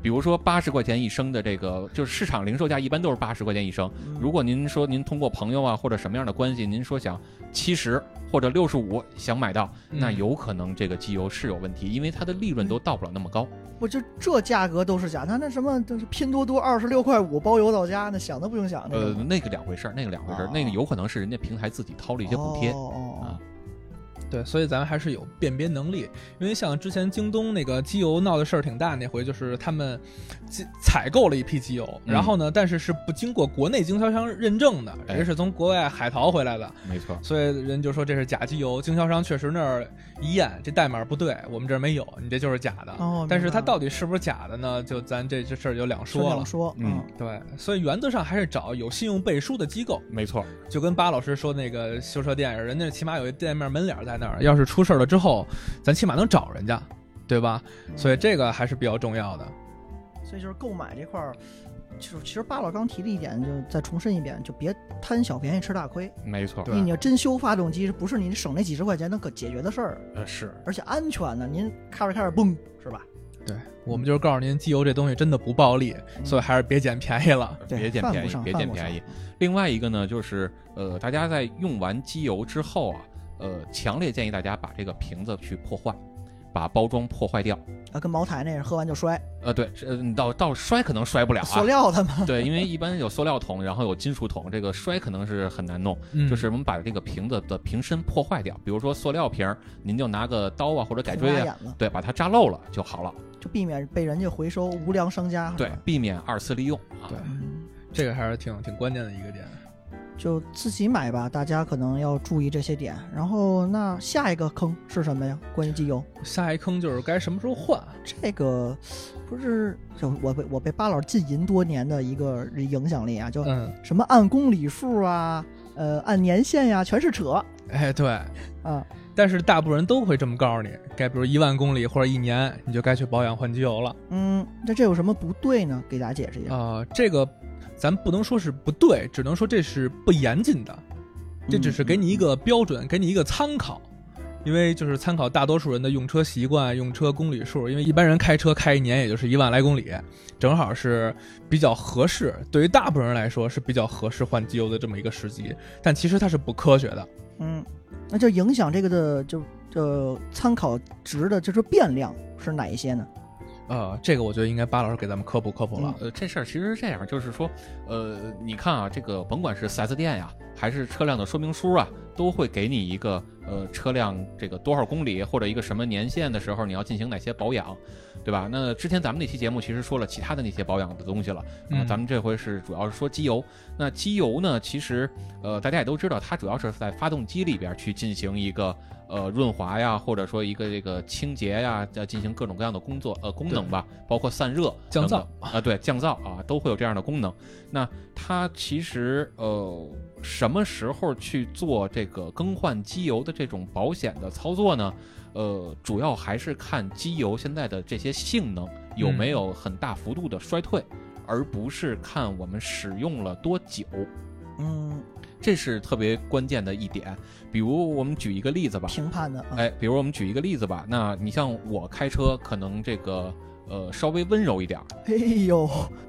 Speaker 2: 比如说八十块钱一升的这个，就是市场零售价一般都是八十块钱一升。
Speaker 1: 嗯
Speaker 2: 如果您说您通过朋友啊或者什么样的关系，您说想七十或者六十五想买到，
Speaker 3: 嗯
Speaker 2: 那有可能这个机油是有问题，因为它的利润都到不了那么高。
Speaker 1: 我就这价格都是假，那那什么就是拼多多二十六块五包邮到家，那想都不用想。那
Speaker 2: 呃
Speaker 1: 种，
Speaker 2: 那个两回事儿，那个两回事儿，那个有可能是人家平台自己掏了一些补贴。
Speaker 1: 哦哦哦
Speaker 2: 啊
Speaker 3: 对，所以咱们还是有辨别能力。因为像之前京东那个机油闹的事儿挺大，那回就是他们机采购了一批机油，
Speaker 2: 嗯
Speaker 3: 然后呢，但是是不经过国内经销商认证的，
Speaker 2: 哎
Speaker 3: 人是从国外海淘回来的，
Speaker 2: 没错，
Speaker 3: 所以人就说这是假机油。经销商确实那儿一验，这代码不对，我们这儿没有，你这就是假的。
Speaker 1: 哦
Speaker 3: 但是它
Speaker 1: 明白了
Speaker 3: 到底是不是假的呢？就咱这这事儿就两
Speaker 1: 是
Speaker 3: 说
Speaker 1: 两
Speaker 3: 了。
Speaker 1: 说，
Speaker 2: 嗯
Speaker 3: 对，所以原则上还是找有信用背书的机构，
Speaker 2: 没错，
Speaker 3: 就跟巴老师说那个修车店似的，人家起码有一店面门脸在那儿，要是出事儿了之后，咱起码能找人家，对吧？所以这个还是比较重要的。
Speaker 1: 嗯所以就是购买这块儿，就是其实巴老刚提了一点，就再重申一遍，就别贪小便宜吃大亏。
Speaker 2: 没错，
Speaker 3: 对
Speaker 1: 因为你要真修发动机，不是你省那几十块钱能可解决的事儿，
Speaker 2: 呃是，
Speaker 1: 而且安全呢。您开着开着嘣，是吧？
Speaker 3: 对，嗯我们就是告诉您，机油这东西真的不暴利，所以还是别捡便宜了。
Speaker 1: 对
Speaker 2: 呃别捡
Speaker 1: 犯
Speaker 2: 便
Speaker 1: 不
Speaker 2: 宜
Speaker 1: 上，
Speaker 2: 别
Speaker 1: 犯
Speaker 2: 捡
Speaker 1: 不
Speaker 2: 便宜
Speaker 1: 上。
Speaker 2: 另外一个呢，就是呃，大家在用完机油之后啊，呃，强烈建议大家把这个瓶子去破坏，把包装破坏掉。
Speaker 1: 啊，跟茅台那是喝完就摔，
Speaker 2: 呃，对，是呃你到到摔可能摔不了啊
Speaker 1: 塑，料的嘛。
Speaker 2: 对，因为一般有塑料桶，然后有金属桶，这个摔可能是很难弄。
Speaker 3: 嗯
Speaker 2: 就是我们把这个瓶子的瓶身破坏掉，比如说塑料瓶儿，您就拿个刀啊或者改
Speaker 1: 捅
Speaker 2: 锥
Speaker 1: 瞎
Speaker 2: 啊，
Speaker 1: 眼了，
Speaker 2: 对，把它扎漏了就好了，
Speaker 1: 就避免被人家回收，无良商家。是
Speaker 2: 对
Speaker 1: 吧，
Speaker 2: 避免二次利用啊。
Speaker 3: 对
Speaker 1: 嗯，
Speaker 3: 这个还是挺挺关键的一个点。
Speaker 1: 就自己买吧，大家可能要注意这些点。然后，那下一个坑是什么呀？关于机油，
Speaker 3: 下一坑就是该什么时候换，
Speaker 1: 这个不是就我被我被巴老禁淫多年的一个影响力啊，就
Speaker 3: 嗯，
Speaker 1: 什么按公里数啊，呃，按年限呀、全是扯
Speaker 3: 哎，对，
Speaker 1: 啊。
Speaker 3: 但是大部分人都会这么告诉你，该比如一万公里或者一年，你就该去保养换机油了。
Speaker 1: 嗯，那这有什么不对呢？给大家解释一下。
Speaker 3: 啊、这个咱不能说是不对，只能说这是不严谨的，嗯这只是给你一个标准，给你一个参考。因为就是参考大多数人的用车习惯、用车公里数，因为一般人开车开一年也就是一万来公里，正好是比较合适，对于大部分人来说是比较合适换机油的这么一个时机。但其实它是不科学的，
Speaker 1: 嗯，那就影响这个的就就参考值的，就是变量是哪一些呢？
Speaker 3: 呃，这个我觉得应该巴老师给咱们科普科普了。
Speaker 2: 呃，这事儿其实是这样，就是说，呃，你看啊，这个甭管是 4S 店呀、还是车辆的说明书啊，都会给你一个呃车辆这个多少公里或者一个什么年限的时候，你要进行哪些保养，对吧？那之前咱们那期节目其实说了其他的那些保养的东西了，啊，
Speaker 3: 嗯
Speaker 2: 咱们这回是主要是说机油。那机油呢，其实呃大家也都知道，它主要是在发动机里边去进行一个呃润滑呀，或者说一个这个清洁呀，呃进行各种各样的工作呃功能吧，包括散热、
Speaker 3: 降噪
Speaker 2: 等等啊、对降噪啊都会有这样的功能。那它其实呃什么时候去做这个更换机油的这种保险的操作呢？呃，主要还是看机油现在的这些性
Speaker 3: 嗯
Speaker 2: 能有没有很大幅度的衰退，而不是看我们使用了多久，
Speaker 1: 嗯，
Speaker 2: 这是特别关键的一点。比如我们举一个例子吧，
Speaker 1: 评判的啊，
Speaker 2: 哎，比如我们举一个例子吧，那你像我开车，可能这个呃稍微温柔一点儿，
Speaker 1: 哎呦，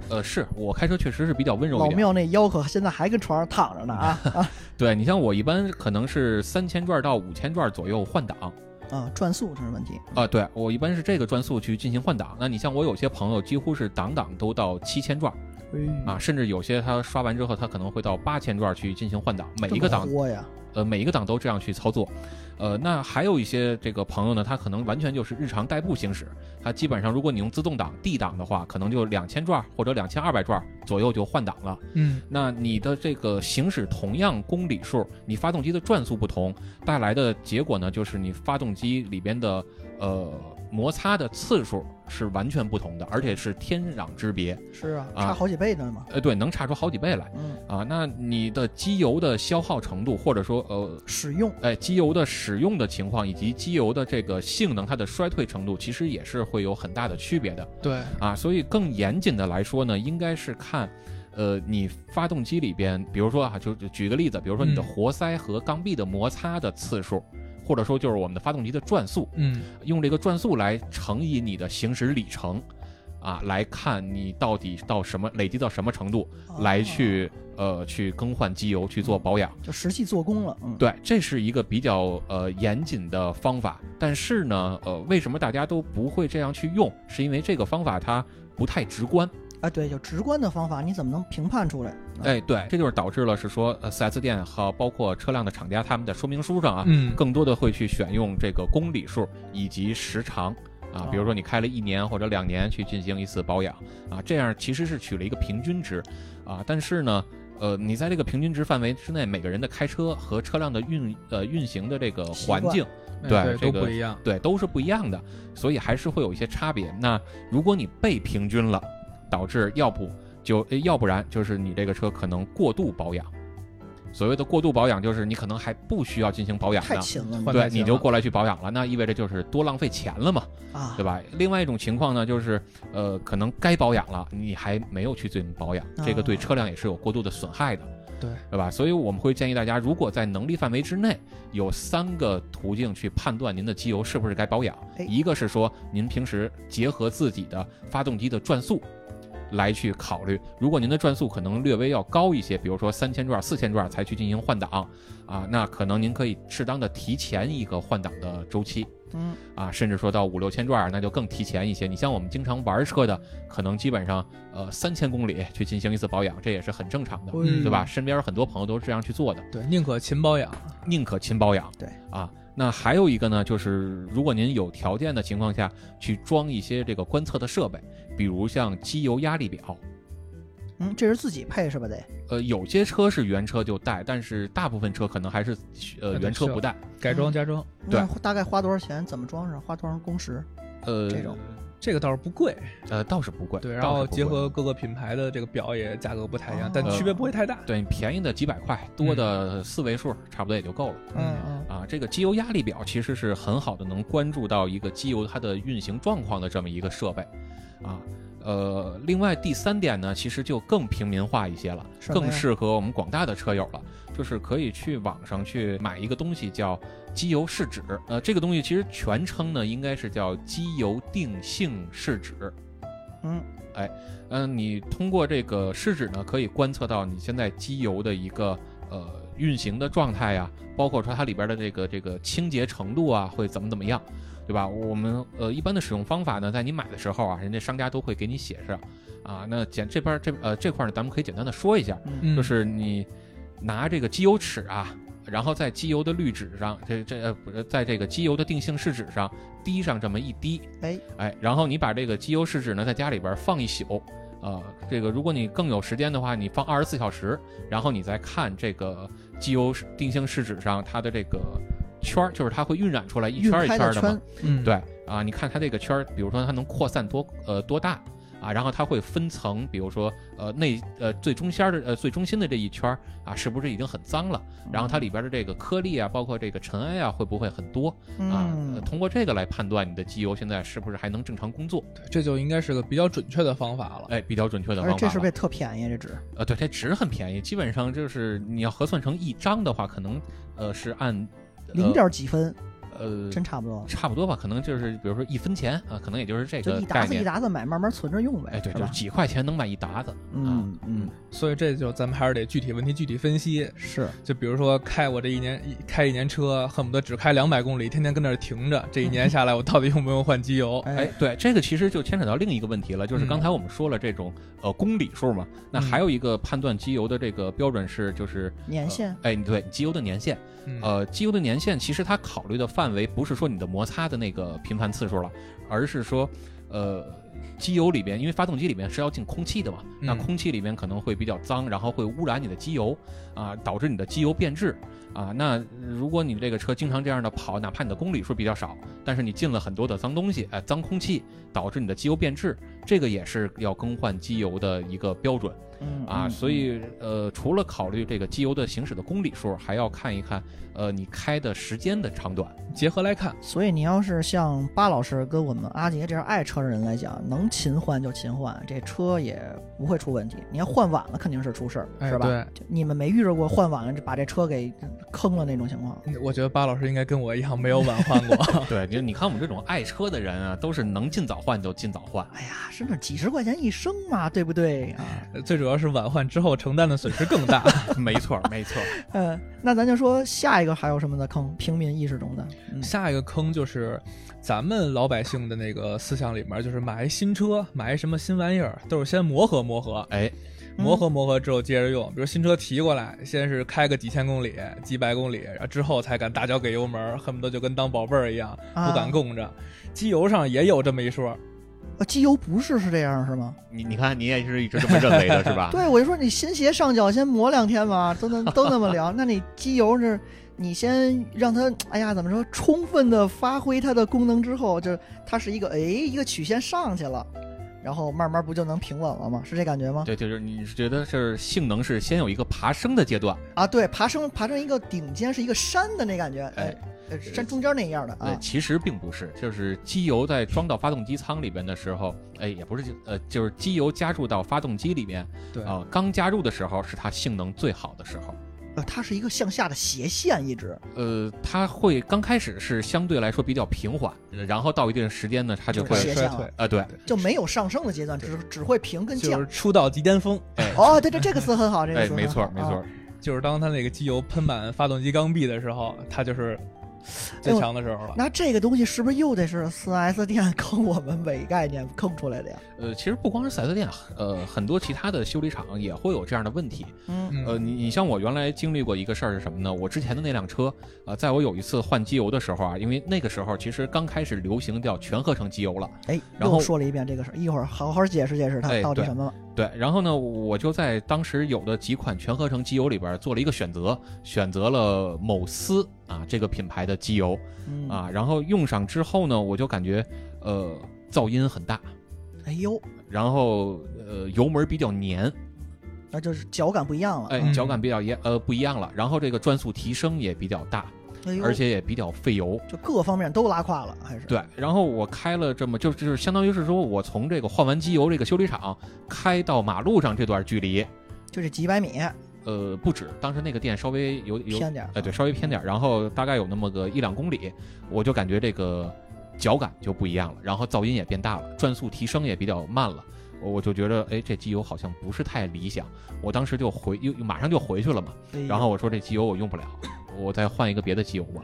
Speaker 2: 呃，是我开车确实是比较温柔一
Speaker 1: 老
Speaker 2: 点儿，
Speaker 1: 庙那腰可现在还跟床上躺着 呢啊啊
Speaker 2: 对你像我一般可能是三千转到五千转左右换挡啊、
Speaker 1: 啊！转速这是问题，
Speaker 2: 对我一般是这个转速去进行换挡。那你像我有些朋友几乎是档档都到七千转
Speaker 1: 哎
Speaker 2: 啊，甚至有些他刷完之后他可能会到八千转去进行换挡，每一个
Speaker 1: 这么
Speaker 2: 档
Speaker 1: 豁呀，
Speaker 2: 呃每一个档都这样去操作。呃，那还有一些这个朋友呢，他可能完全就是日常代步行驶，他基本上如果你用自动挡 D 档的话，可能就两千转或者两千二百转左右就换挡了。
Speaker 3: 嗯，
Speaker 2: 那你的这个行驶同样公里数，你发动机的转速不同，带来的结果呢，就是你发动机里边的呃摩擦的次数是完全不同的，而且是天壤之别。
Speaker 1: 是啊，
Speaker 2: 啊
Speaker 1: 差好几倍呢嘛。
Speaker 2: 呃，对，能差出好几倍来
Speaker 1: 嗯，
Speaker 2: 啊。那你的机油的消耗程度，或者说呃。
Speaker 1: 使用
Speaker 2: 哎，机油的使用的情况以及机油的这个性能，它的衰退程度其实也是会有很大的区别的。
Speaker 3: 对，
Speaker 2: 啊，所以更严谨的来说呢，应该是看，呃，你发动机里边，比如说啊，就就举个例子，比如说你的
Speaker 3: 嗯
Speaker 2: 活塞和缸壁的摩擦的次数，或者说就是我们的发动机的转速，
Speaker 3: 嗯，
Speaker 2: 用这个转速来乘以你的行驶里程，啊，来看你到底到什么累积到什么程度，
Speaker 1: 哦
Speaker 2: 来去呃去更换机油去做保养。
Speaker 1: 就实际做工了。嗯，
Speaker 2: 对，这是一个比较呃严谨的方法，但是呢，呃，为什么大家都不会这样去用？是因为这个方法它不太直观，
Speaker 1: 哎，对，有直观的方法，你怎么能评判出来？啊，
Speaker 2: 哎，对，这就是导致了是说，呃，4S 店和包括车辆的厂家他们的说明书上啊，
Speaker 3: 嗯
Speaker 2: 更多的会去选用这个公里数以及时长啊
Speaker 1: 哦，
Speaker 2: 比如说你开了一年或者两年去进行一次保养啊，这样其实是取了一个平均值啊，但是呢。呃，你在这个平均值范围之内，每个人的开车和车辆的运呃运行的这个
Speaker 1: 习
Speaker 2: 环
Speaker 1: 惯
Speaker 2: 境，
Speaker 3: 哎
Speaker 2: 对这
Speaker 3: 对，
Speaker 2: 个
Speaker 3: 都不一样。
Speaker 2: 对，都是不一样的，所以还是会有一些差别。那如果你被平均了，导致要不就呃要不然就是你这个车可能过度保养。所谓的过度保养，就是你可能还不需要进行保养
Speaker 1: 啊太
Speaker 2: 呢，
Speaker 1: 勤了
Speaker 3: 换
Speaker 1: 你
Speaker 2: 对，
Speaker 3: 太勤
Speaker 2: 你就
Speaker 3: 了
Speaker 2: 过来去保养了，那意味着就是多浪费钱了嘛，
Speaker 1: 啊
Speaker 2: 对，吧？另外一种情况呢，就是呃，可能该保养了，你还没有去进行保养，
Speaker 1: 啊
Speaker 2: 这个对车辆也是有过度的损害的。
Speaker 3: 对，
Speaker 2: 对吧？所以我们会建议大家，如果在能力范围之内，有三个途径去判断您的机油是不是该保养。
Speaker 1: 哎
Speaker 2: 一个是说您平时结合自己的发动机的转速来去考虑，如果您的转速可能略微要高一些，比如说三千转、四千转才去进行换挡啊，那可能您可以适当的提前一个换挡的周期。
Speaker 1: 嗯，
Speaker 2: 啊，甚至说到五六千转儿，那就更提前一些。你像我们经常玩车的，可能基本上呃三千公里去进行一次保养，这也是很正常的，
Speaker 3: 嗯
Speaker 2: 对吧？身边有很多朋友都是这样去做的，
Speaker 3: 对，宁可勤保养。
Speaker 2: 宁可勤保养。
Speaker 1: 对
Speaker 2: 啊，那还有一个呢，就是如果您有条件的情况下，去装一些这个观测的设备，比如像机油压力表。
Speaker 1: 嗯，这是自己配是吧？得，
Speaker 2: 呃，有些车是原车就带，但是大部分车可能还是
Speaker 3: 那
Speaker 2: 呃
Speaker 3: 得
Speaker 2: 原车
Speaker 3: 设
Speaker 2: 不带。
Speaker 3: 改装加装，
Speaker 2: 对
Speaker 1: 那大概花多少钱？怎么装上？花多少工时？
Speaker 2: 呃，
Speaker 1: 这种
Speaker 3: 这个倒是不贵，
Speaker 2: 呃倒是不贵，
Speaker 3: 对，然
Speaker 2: 倒是
Speaker 3: 后
Speaker 2: 不
Speaker 3: 结
Speaker 2: 贵啊
Speaker 3: 合各个品牌的这个表也价格不太一样
Speaker 1: 哦，
Speaker 3: 但区别不会太大。
Speaker 2: 对便宜的几百块，多的四位数，差不多也就够了。
Speaker 3: 嗯
Speaker 1: 嗯
Speaker 2: 啊，这个机油压力表其实是很好的，能关注到一个机油它的运行状况的这么一个设备，啊，呃，另外第三点呢，其实就更平民化一些了，
Speaker 1: 什么呀
Speaker 2: 更适合我们广大的车友了，就是可以去网上去买一个东西叫机油试纸，呃，这个东西其实全称呢应该是叫机油定性试纸，
Speaker 1: 嗯，
Speaker 2: 嗯，你通过这个试纸呢，可以观测到你现在机油的一个呃运行的状态呀、包括说它里边的这个这个清洁程度啊，会怎么怎么样，对吧？我们呃一般的使用方法呢，在你买的时候啊，人家商家都会给你写上啊。那简这边这呃这块呢，咱们可以简单的说一下，
Speaker 3: 嗯，
Speaker 2: 就是你拿这个机油尺啊，然后在机油的滤纸上，这这呃不是在这个机油的定性试纸上滴上这么一滴，
Speaker 1: 哎
Speaker 2: 哎，然后你把这个机油试纸呢在家里边放一宿。呃，这个如果你更有时间的话，你放二十四小时，然后你再看这个机油定性试纸上它的这个圈儿，就是它会晕染出来一
Speaker 1: 晕
Speaker 2: 圈儿一
Speaker 1: 开
Speaker 2: 圈儿的嘛
Speaker 1: 圈。，
Speaker 3: 嗯，
Speaker 2: 对啊，你看它这个圈儿，比如说它能扩散多呃多大啊，然后它会分层，比如说呃内呃最中间儿的呃最中心的这一圈儿啊，是不是已经很脏了？然后
Speaker 1: 嗯
Speaker 2: 它里边的这个颗粒啊，包括这个尘埃啊，会不会很多啊、呃
Speaker 1: 嗯，
Speaker 2: 通过这个来判断你的机油现在是不是还能正常工作？
Speaker 3: 对，这就应该是个比较准确的方法了。
Speaker 2: 哎，比较准确的
Speaker 1: 而
Speaker 2: 方
Speaker 1: 且
Speaker 2: 法
Speaker 1: 这是不是
Speaker 2: 了
Speaker 1: 也特便宜？啊这纸
Speaker 2: 呃，对，这值很便宜，基本上就是你要核算成一张的话，可能呃是按呃
Speaker 1: 零点几分，
Speaker 2: 呃。
Speaker 1: 真差不多。
Speaker 2: 差不多吧，可能就是比如说一分钱啊，可能也就是这
Speaker 1: 就
Speaker 2: 个
Speaker 1: 一
Speaker 2: 概
Speaker 1: 沓子
Speaker 2: 念
Speaker 1: 一。沓子买，慢慢存着用呗，
Speaker 2: 哎，对，就
Speaker 1: 是
Speaker 2: 是啊
Speaker 1: 吧？
Speaker 2: 几块钱能买一沓子。
Speaker 1: 嗯嗯，
Speaker 3: 所以这就咱们还是得具体问题具体分析。
Speaker 1: 是，
Speaker 3: 就比如说开我这一年一开一年车，恨不得只开两百公里，天天跟那儿停着，这一年下来我到底用不用换机油？
Speaker 2: 哎
Speaker 1: 哎，，嗯
Speaker 2: 对，这个其实就牵扯到另一个问题了，就是刚才我们说了这种呃公里数嘛，那还有一个判断机油的这个标准是就是
Speaker 1: 年限，
Speaker 2: 哎，对，机油的年限。
Speaker 3: 嗯，
Speaker 2: 呃，机油的年限其实它考虑的范围不是说你的摩擦的那个频繁次数了，而是说呃。机油里边，因为发动机里面是要进空气的嘛，那
Speaker 3: 嗯
Speaker 2: 空气里面可能会比较脏，然后会污染你的机油，啊，导致你的机油变质，啊，那如果你这个车经常这样的跑，哪怕你的公里数比较少，但是你进了很多的脏东西，哎，脏空气导致你的机油变质，这个也是要更换机油的一个标准。
Speaker 1: 嗯
Speaker 2: 啊，
Speaker 1: 嗯
Speaker 2: 所以呃，除了考虑这个机油的行驶的公里数，还要看一看呃你开的时间的长短。
Speaker 3: 结合来看，
Speaker 1: 所以你要是像巴老师跟我们阿杰这样爱车的人来讲，能勤换就勤换，这车也不会出问题。你要换晚了，肯定是出事儿，
Speaker 3: 哎
Speaker 1: 是吧？
Speaker 3: 对
Speaker 1: 就你们没遇着过换晚了把这车给坑了那种情况。
Speaker 3: 我觉得巴老师应该跟我一样没有晚换 过。
Speaker 2: 对，就你看我们这种爱车的人啊，都是能尽早换就尽早换。
Speaker 1: 哎呀，真的几十块钱一升嘛，对不对
Speaker 3: 哎
Speaker 1: 啊？
Speaker 3: 最主要是晚换之后承担的损失更大。
Speaker 2: 没错，没错。
Speaker 1: 嗯、那咱就说下一个还有什么的坑？平民意识中的，嗯
Speaker 3: 下一个坑就是咱们老百姓的那个思想里面，就是买新车买什么新玩意儿，都是先磨合磨合，
Speaker 2: 哎，
Speaker 3: 磨合磨合之后接着用。比如新车提过来，先是开个几千公里、几百公里，然后之后才敢大脚给油门，恨不得就跟当宝贝儿一样，
Speaker 1: 啊
Speaker 3: 不敢供着。机油上也有这么一说，
Speaker 1: 啊，机油不是是这样是吗？
Speaker 2: 你你看你也是一直这么认为的是吧？
Speaker 1: 对，啊我就说你新鞋上脚先磨两天嘛，都能都那么 聊。那你机油是，你先让它，哎呀，怎么说，充分的发挥它的功能之后，就它是一个哎一个曲线上去了，然后慢慢不就能平稳了吗？是这感觉吗？
Speaker 2: 对，就是你是觉得是性能是先有一个爬升的阶段，
Speaker 1: 啊，对，爬升爬成一个顶尖是一个山的那感觉，哎
Speaker 2: 哎，
Speaker 1: 呃山中间那一样的
Speaker 2: 呃，
Speaker 1: 啊，
Speaker 2: 其实并不是，就是机油在装到发动机舱里边的时候，哎，也不是机，呃，就是机油加入到发动机里面，
Speaker 3: 对
Speaker 2: 啊、刚加入的时候是它性能最好的时候，
Speaker 1: 呃，它是一个向下的斜线一直，
Speaker 2: 呃，它会刚开始是相对来说比较平缓，呃然后到一定时间呢，它就
Speaker 1: 就是
Speaker 2: 会，
Speaker 1: 斜
Speaker 3: 衰
Speaker 1: 向
Speaker 3: 退
Speaker 1: 了，
Speaker 2: 呃，对，
Speaker 1: 就没有上升的阶段，只只会平跟
Speaker 3: 就
Speaker 1: 降
Speaker 3: 是。出到极巅峰。
Speaker 2: 哎，
Speaker 1: 哦，对对，这个词很好，这个
Speaker 2: 哎，
Speaker 1: 词
Speaker 2: 没错没
Speaker 1: 很好
Speaker 2: 错
Speaker 1: 啊，
Speaker 3: 就是当它那个机油喷满发动机缸壁的时候，它就是最强的时候了。
Speaker 1: 那这个东西是不是又得是 4S 店坑我们伪概念坑出来的呀？
Speaker 2: 呃，其实不光是四 S 店，呃，很多其他的修理厂也会有这样的问题，
Speaker 1: 嗯
Speaker 3: 嗯
Speaker 2: 呃，你你像我原来经历过一个事儿是什么呢？我之前的那辆车，呃，在我有一次换机油的时候啊，因为那个时候其实刚开始流行叫全合成机油了，
Speaker 1: 哎，
Speaker 2: 然后
Speaker 1: 又说了一遍这个事儿，一会儿好好解释解释它
Speaker 2: 哎
Speaker 1: 到底
Speaker 2: 对
Speaker 1: 什么了。
Speaker 2: 对。然后呢，我就在当时有的几款全合成机油里边做了一个选择，选择了某司啊这个品牌的机油
Speaker 1: 嗯，
Speaker 2: 啊，然后用上之后呢，我就感觉呃噪音很大，
Speaker 1: 哎呦，
Speaker 2: 然后呃油门比较粘，
Speaker 1: 那就是脚感不一样了。
Speaker 2: 哎
Speaker 3: 嗯
Speaker 2: 脚感比较一呃不一样了，然后这个转速提升也比较大，
Speaker 1: 哎呦，
Speaker 2: 而且也比较费油。
Speaker 1: 就各方面都拉胯了，还是
Speaker 2: 对，然后我开了这么就就是相当于是说我从这个换完机油这个修理厂开到马路上这段距离，
Speaker 1: 就这几百米
Speaker 2: 呃，不止，当时那个店稍微有有
Speaker 1: 偏点儿啊
Speaker 2: 哎对，稍微偏点儿，然后大概有那么个一两公里，我就感觉这个脚感就不一样了，然后噪音也变大了，转速提升也比较慢了。我我就觉得，哎，这机油好像不是太理想。我当时就回，又又马上就回去了嘛。
Speaker 1: 哎呦
Speaker 2: 然后我说这机油我用不了，我再换一个别的机油吧。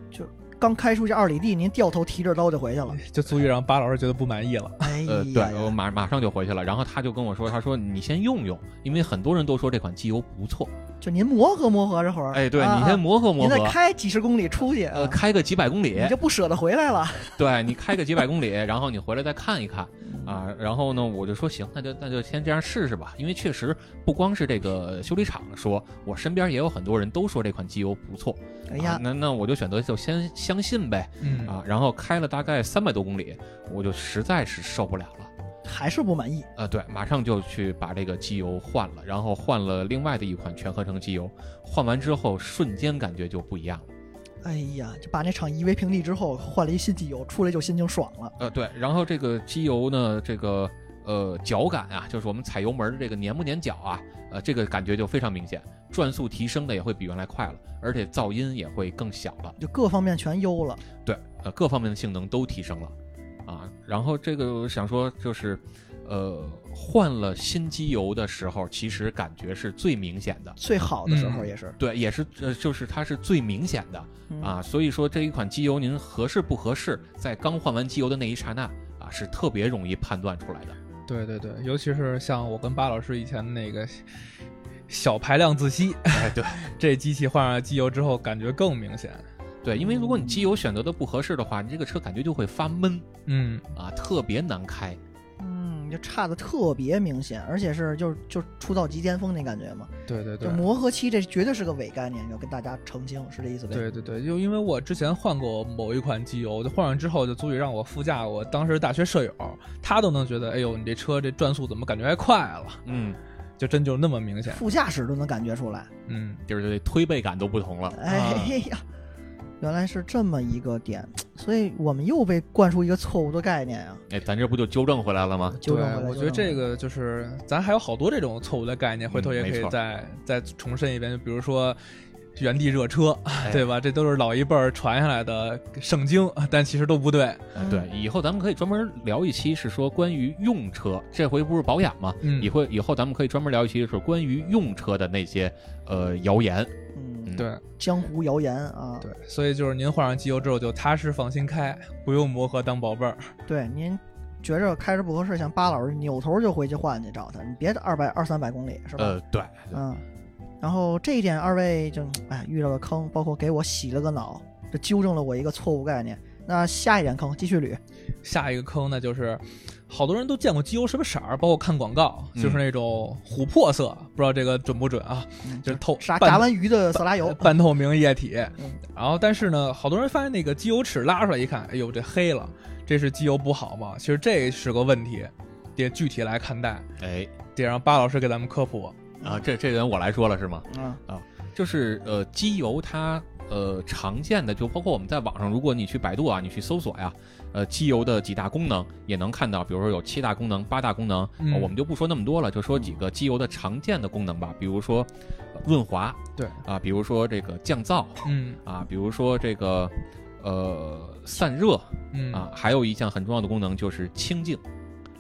Speaker 1: 刚开出去二里地，您掉头提着刀就回去了。
Speaker 3: 就足以让巴老师觉得不满意了。
Speaker 1: 哎呀
Speaker 2: 呃，
Speaker 1: 呀，
Speaker 2: 对，我马马上就回去了。然后他就跟我说，他说你先用用，因为很多人都说这款机油不错。
Speaker 1: 就您磨合磨合这会儿，
Speaker 2: 哎，对
Speaker 1: 啊
Speaker 2: 你先磨合磨
Speaker 1: 您再
Speaker 2: 合，
Speaker 1: 开啊几十公里出去，
Speaker 2: 呃，
Speaker 1: 啊
Speaker 2: 开个几百公里
Speaker 1: 你，就不舍得回来了。
Speaker 2: 对你开个几百公里，然后你回来再看一看
Speaker 1: 嗯
Speaker 2: 啊。然后呢，我就说行，那就那就先这样试试吧，因为确实不光是这个修理厂说，我身边也有很多人都说这款机油不错。
Speaker 1: 哎
Speaker 2: 啊
Speaker 1: 呀，
Speaker 2: 那那我就选择就先相信呗
Speaker 3: 嗯
Speaker 2: 啊。然后开了大概三百多公里，我就实在是受不了了。
Speaker 1: 还是不满意。
Speaker 2: 呃，对，马上就去把这个机油换了，然后换了另外的一款全合成机油，换完之后瞬间感觉就不一样了。
Speaker 1: 哎呀，就把那场夷为平地之后，换了一新机油，出来就心情爽了。
Speaker 2: 呃，对，然后这个机油呢，这个呃脚感啊，就是我们踩油门的这个粘不粘脚啊，呃，这个感觉就非常明显，转速提升的也会比原来快了，而且噪音也会更小了。
Speaker 1: 就各方面全优了。
Speaker 2: 对，呃，各方面的性能都提升了，啊，然后这个我想说就是，呃，换了新机油的时候，其实感觉是最明显的。
Speaker 1: 最好的时候
Speaker 3: 嗯
Speaker 1: 也是、
Speaker 2: 对，也是，呃，就是它是最明显的
Speaker 1: 嗯，
Speaker 2: 啊，所以说这一款机油您合适不合适，在刚换完机油的那一刹那啊，是特别容易判断出来的。
Speaker 3: 对对对，尤其是像我跟巴老师以前那个小排量自吸，
Speaker 2: 哎，对
Speaker 3: 这机器换上机油之后，感觉更明显。
Speaker 2: 对，因为如果你机油选择的不合适的话，你这个车感觉就会发闷
Speaker 3: 嗯，
Speaker 2: 啊，特别难开。
Speaker 1: 嗯，就差的特别明显，而且是就是就是出到极巅峰那感觉嘛。
Speaker 3: 对对
Speaker 1: 就
Speaker 3: 对。
Speaker 1: 磨合期，这绝对是个伪概念，要跟大家澄清，是这意思呗？
Speaker 3: 对对对，就因为我之前换过某一款机油，就换上之后就足以让我副驾我当时大学舍友，他都能觉得，哎呦，你这车这转速怎么感觉还快了？
Speaker 2: 嗯，
Speaker 3: 就真就那么明显。
Speaker 1: 副驾驶都能感觉出来。
Speaker 3: 嗯，
Speaker 2: 就是这推背感都不同了。
Speaker 3: 啊
Speaker 1: 哎呀，原来是这么一个点，所以我们又被灌输一个错误的概念啊！
Speaker 2: 哎，咱这不就纠正回来了吗？
Speaker 1: 纠
Speaker 3: 对
Speaker 1: 正回来，，
Speaker 3: 我觉
Speaker 1: 纠
Speaker 3: 得
Speaker 1: 正
Speaker 3: 这
Speaker 1: 回来
Speaker 3: 个就是咱还有好多这种错误的概念，回头也可
Speaker 2: 嗯没
Speaker 3: 以
Speaker 2: 错
Speaker 3: 再、再重申一遍，比如说。原地热车，
Speaker 2: 哎
Speaker 3: 对吧？这都是老一辈儿传下来的圣经，但其实都不对。
Speaker 2: 哎对，以后咱们可以专门聊一期，是说关于用车，这回不是保养吗？
Speaker 3: 嗯
Speaker 2: 以后以后咱们可以专门聊一期，就是关于用车的那些呃谣言。
Speaker 1: 嗯
Speaker 2: 嗯，
Speaker 3: 对
Speaker 1: 江湖谣言啊，
Speaker 3: 对，所以就是您换上机油之后就踏实放心开，不用磨合当宝贝儿。
Speaker 1: 对，您觉着开着不合适，像巴老师扭头就回去换去找他，你别二百二三百公里是吧？
Speaker 2: 呃，对，
Speaker 1: 嗯，然后这一点二位就哎遇到了坑，包括给我洗了个脑，这纠正了我一个错误概念。那下一点坑继续捋，
Speaker 3: 下一个坑呢，就是好多人都见过机油什么色儿，包括看广告，
Speaker 2: 嗯
Speaker 3: 就是那种琥珀色，不知道这个准不准啊？
Speaker 1: 嗯
Speaker 3: 就是透
Speaker 1: 炸
Speaker 3: 半
Speaker 1: 炸完鱼的色拉油，
Speaker 3: 半透明液体。
Speaker 1: 嗯
Speaker 3: 然后，但是呢，好多人发现那个机油尺拉出来一看，哎呦，这黑了，这是机油不好吗？其实这是个问题，得具体来看待，
Speaker 2: 哎，
Speaker 3: 得让巴老师给咱们科普。
Speaker 2: 啊，这这人我来说了是吗？
Speaker 1: 嗯
Speaker 2: 就是呃，机油它呃常见的，就包括我们在网上，如果你去百度啊，你去搜索呀、呃，机油的几大功能也能看到，比如说有七大功能、八大功能，呃
Speaker 3: 嗯
Speaker 2: 我们就不说那么多了，就说几个机油的常见的功能吧，比如说呃润滑，
Speaker 3: 对
Speaker 2: 啊，比如说这个降噪
Speaker 3: 嗯
Speaker 2: 啊，比如说这个呃散热
Speaker 3: 嗯
Speaker 2: 啊，还有一项很重要的功能就是清净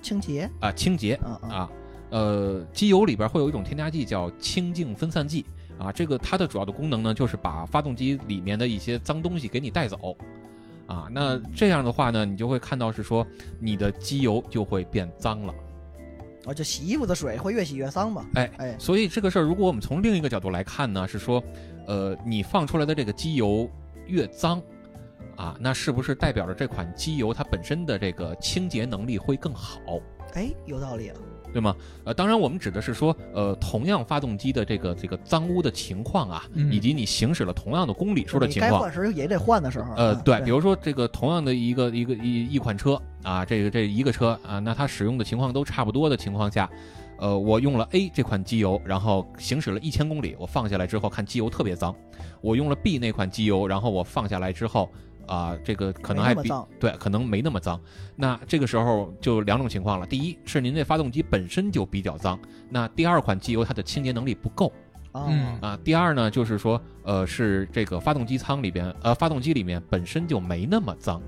Speaker 1: 清洁，
Speaker 2: 啊，清洁
Speaker 1: 嗯嗯
Speaker 2: 啊，呃，机油里边会有一种添加剂叫清净分散剂啊，这个它的主要的功能呢，就是把发动机里面的一些脏东西给你带走啊。那这样的话呢，你就会看到是说你的机油就会变脏了。
Speaker 1: 哦，就洗衣服的水会越洗越脏嘛，
Speaker 2: 哎
Speaker 1: 哎，
Speaker 2: 所以这个事儿，如果我们从另一个角度来看呢，是说，呃，你放出来的这个机油越脏。啊，那是不是代表着这款机油它本身的这个清洁能力会更好？
Speaker 1: 哎，有道理啊，
Speaker 2: 对吗？呃，当然，我们指的是说，呃，同样发动机的这个这个脏污的情况啊，
Speaker 3: 嗯
Speaker 2: 以及你行驶了同样的公里数的
Speaker 1: 你
Speaker 2: 情
Speaker 1: 该
Speaker 2: 况
Speaker 1: 换。时也得换的时候，
Speaker 2: 呃，
Speaker 1: 嗯
Speaker 2: 对，比如说这个同样的一个一个一一款车啊，这个这一个车啊，那它使用的情况都差不多的情况下，呃，我用了 A 这款机油，然后行驶了一千公里，我放下来之后看机油特别脏，我用了 B 那款机油，然后我放下来之后啊、这个可能还
Speaker 1: 没那么
Speaker 2: 比
Speaker 1: 脏
Speaker 2: 对可能没那么脏。那这个时候就两种情况了，第一是您这发动机本身就比较脏，那第二款机油它的清洁能力不够。
Speaker 1: 啊，
Speaker 3: 嗯
Speaker 2: 啊，第二呢，就是说，呃，是这个发动机舱里边，呃，发动机里面本身就没那么脏，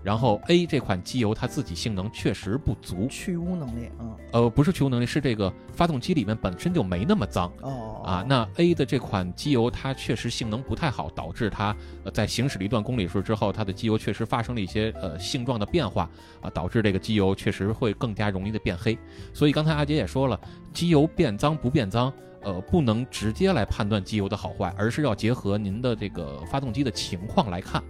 Speaker 2: 然后 A 这款机油它自己性能确实不足，
Speaker 1: 去污能力，嗯
Speaker 2: 呃，不是去污能力，是这个发动机里面本身就没那么脏
Speaker 1: 哦
Speaker 2: 啊。那 A 的这款机油它确实性能不太好，导致它呃在行驶了一段公里数之后，它的机油确实发生了一些呃性状的变化啊，导致这个机油确实会更加容易的变黑。所以刚才阿杰也说了，机油变脏不变脏，呃，不能直接来判断机油的好坏，而是要结合您的这个发动机的情况来看。
Speaker 1: 嗯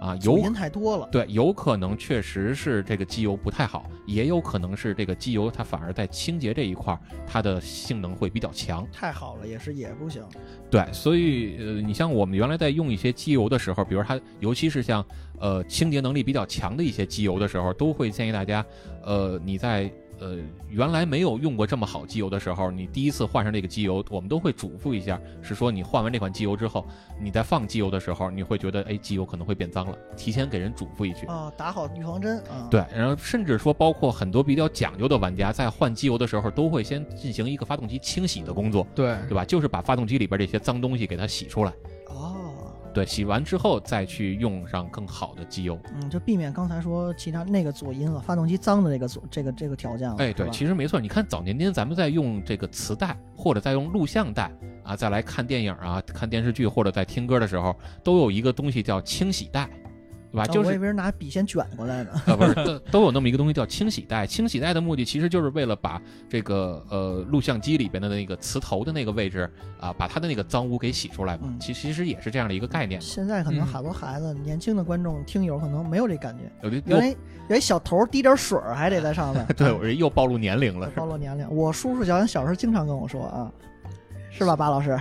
Speaker 2: 啊
Speaker 1: 阻
Speaker 2: 有
Speaker 1: 因太多了，
Speaker 2: 对，有可能确实是这个机油不太好，也有可能是这个机油它反而在清洁这一块儿它的性能会比较强。
Speaker 1: 太好了也是也不行，
Speaker 2: 对，所以呃，你像我们原来在用一些机油的时候，比如它，尤其是像呃清洁能力比较强的一些机油的时候，都会建议大家，呃，你在呃原来没有用过这么好机油的时候，你第一次换上这个机油，我们都会嘱咐一下，是说你换完这款机油之后，你在放机油的时候，你会觉得哎机油可能会变脏了，提前给人嘱咐一句。
Speaker 1: 啊，打好预防针啊，
Speaker 2: 对，然后甚至说，包括很多比较讲究的玩家，在换机油的时候，都会先进行一个发动机清洗的工作，
Speaker 3: 对，
Speaker 2: 对吧？就是把发动机里边这些脏东西给它洗出来，
Speaker 1: 哦。
Speaker 2: 对，洗完之后再去用上更好的机油。
Speaker 1: 嗯，就避免刚才说其他那个左音了，发动机脏的那个左这个这个条件了。
Speaker 2: 哎，
Speaker 1: 是
Speaker 2: 对，
Speaker 1: 吧
Speaker 2: 其实没错。你看早年间咱们在用这个磁带或者在用录像带啊，再来看电影啊、看电视剧或者在听歌的时候，都有一个东西叫清洗带，对吧？
Speaker 1: 啊
Speaker 2: 就
Speaker 1: 我以
Speaker 2: 是
Speaker 1: 为是拿笔先卷过 来呢。
Speaker 2: 呃，不是，都都有那么一个东西叫清洗带。清洗带的目的其实就是为了把这个呃录像机里边的那个磁头的那个位置啊，把它的那个脏污给洗出来嘛
Speaker 1: 嗯。
Speaker 2: 其其实也是这样的一个概念嘛。
Speaker 1: 现在可能
Speaker 3: 嗯
Speaker 1: 好多孩子、年轻的观众、听友可能没有这感觉，
Speaker 2: 有的，
Speaker 1: 原来有一小头滴点水儿还得在上面
Speaker 2: 对，我这又暴露年龄了， 是吧
Speaker 1: 暴露年龄。我叔叔小小时候经常跟我说啊，是吧，巴老师？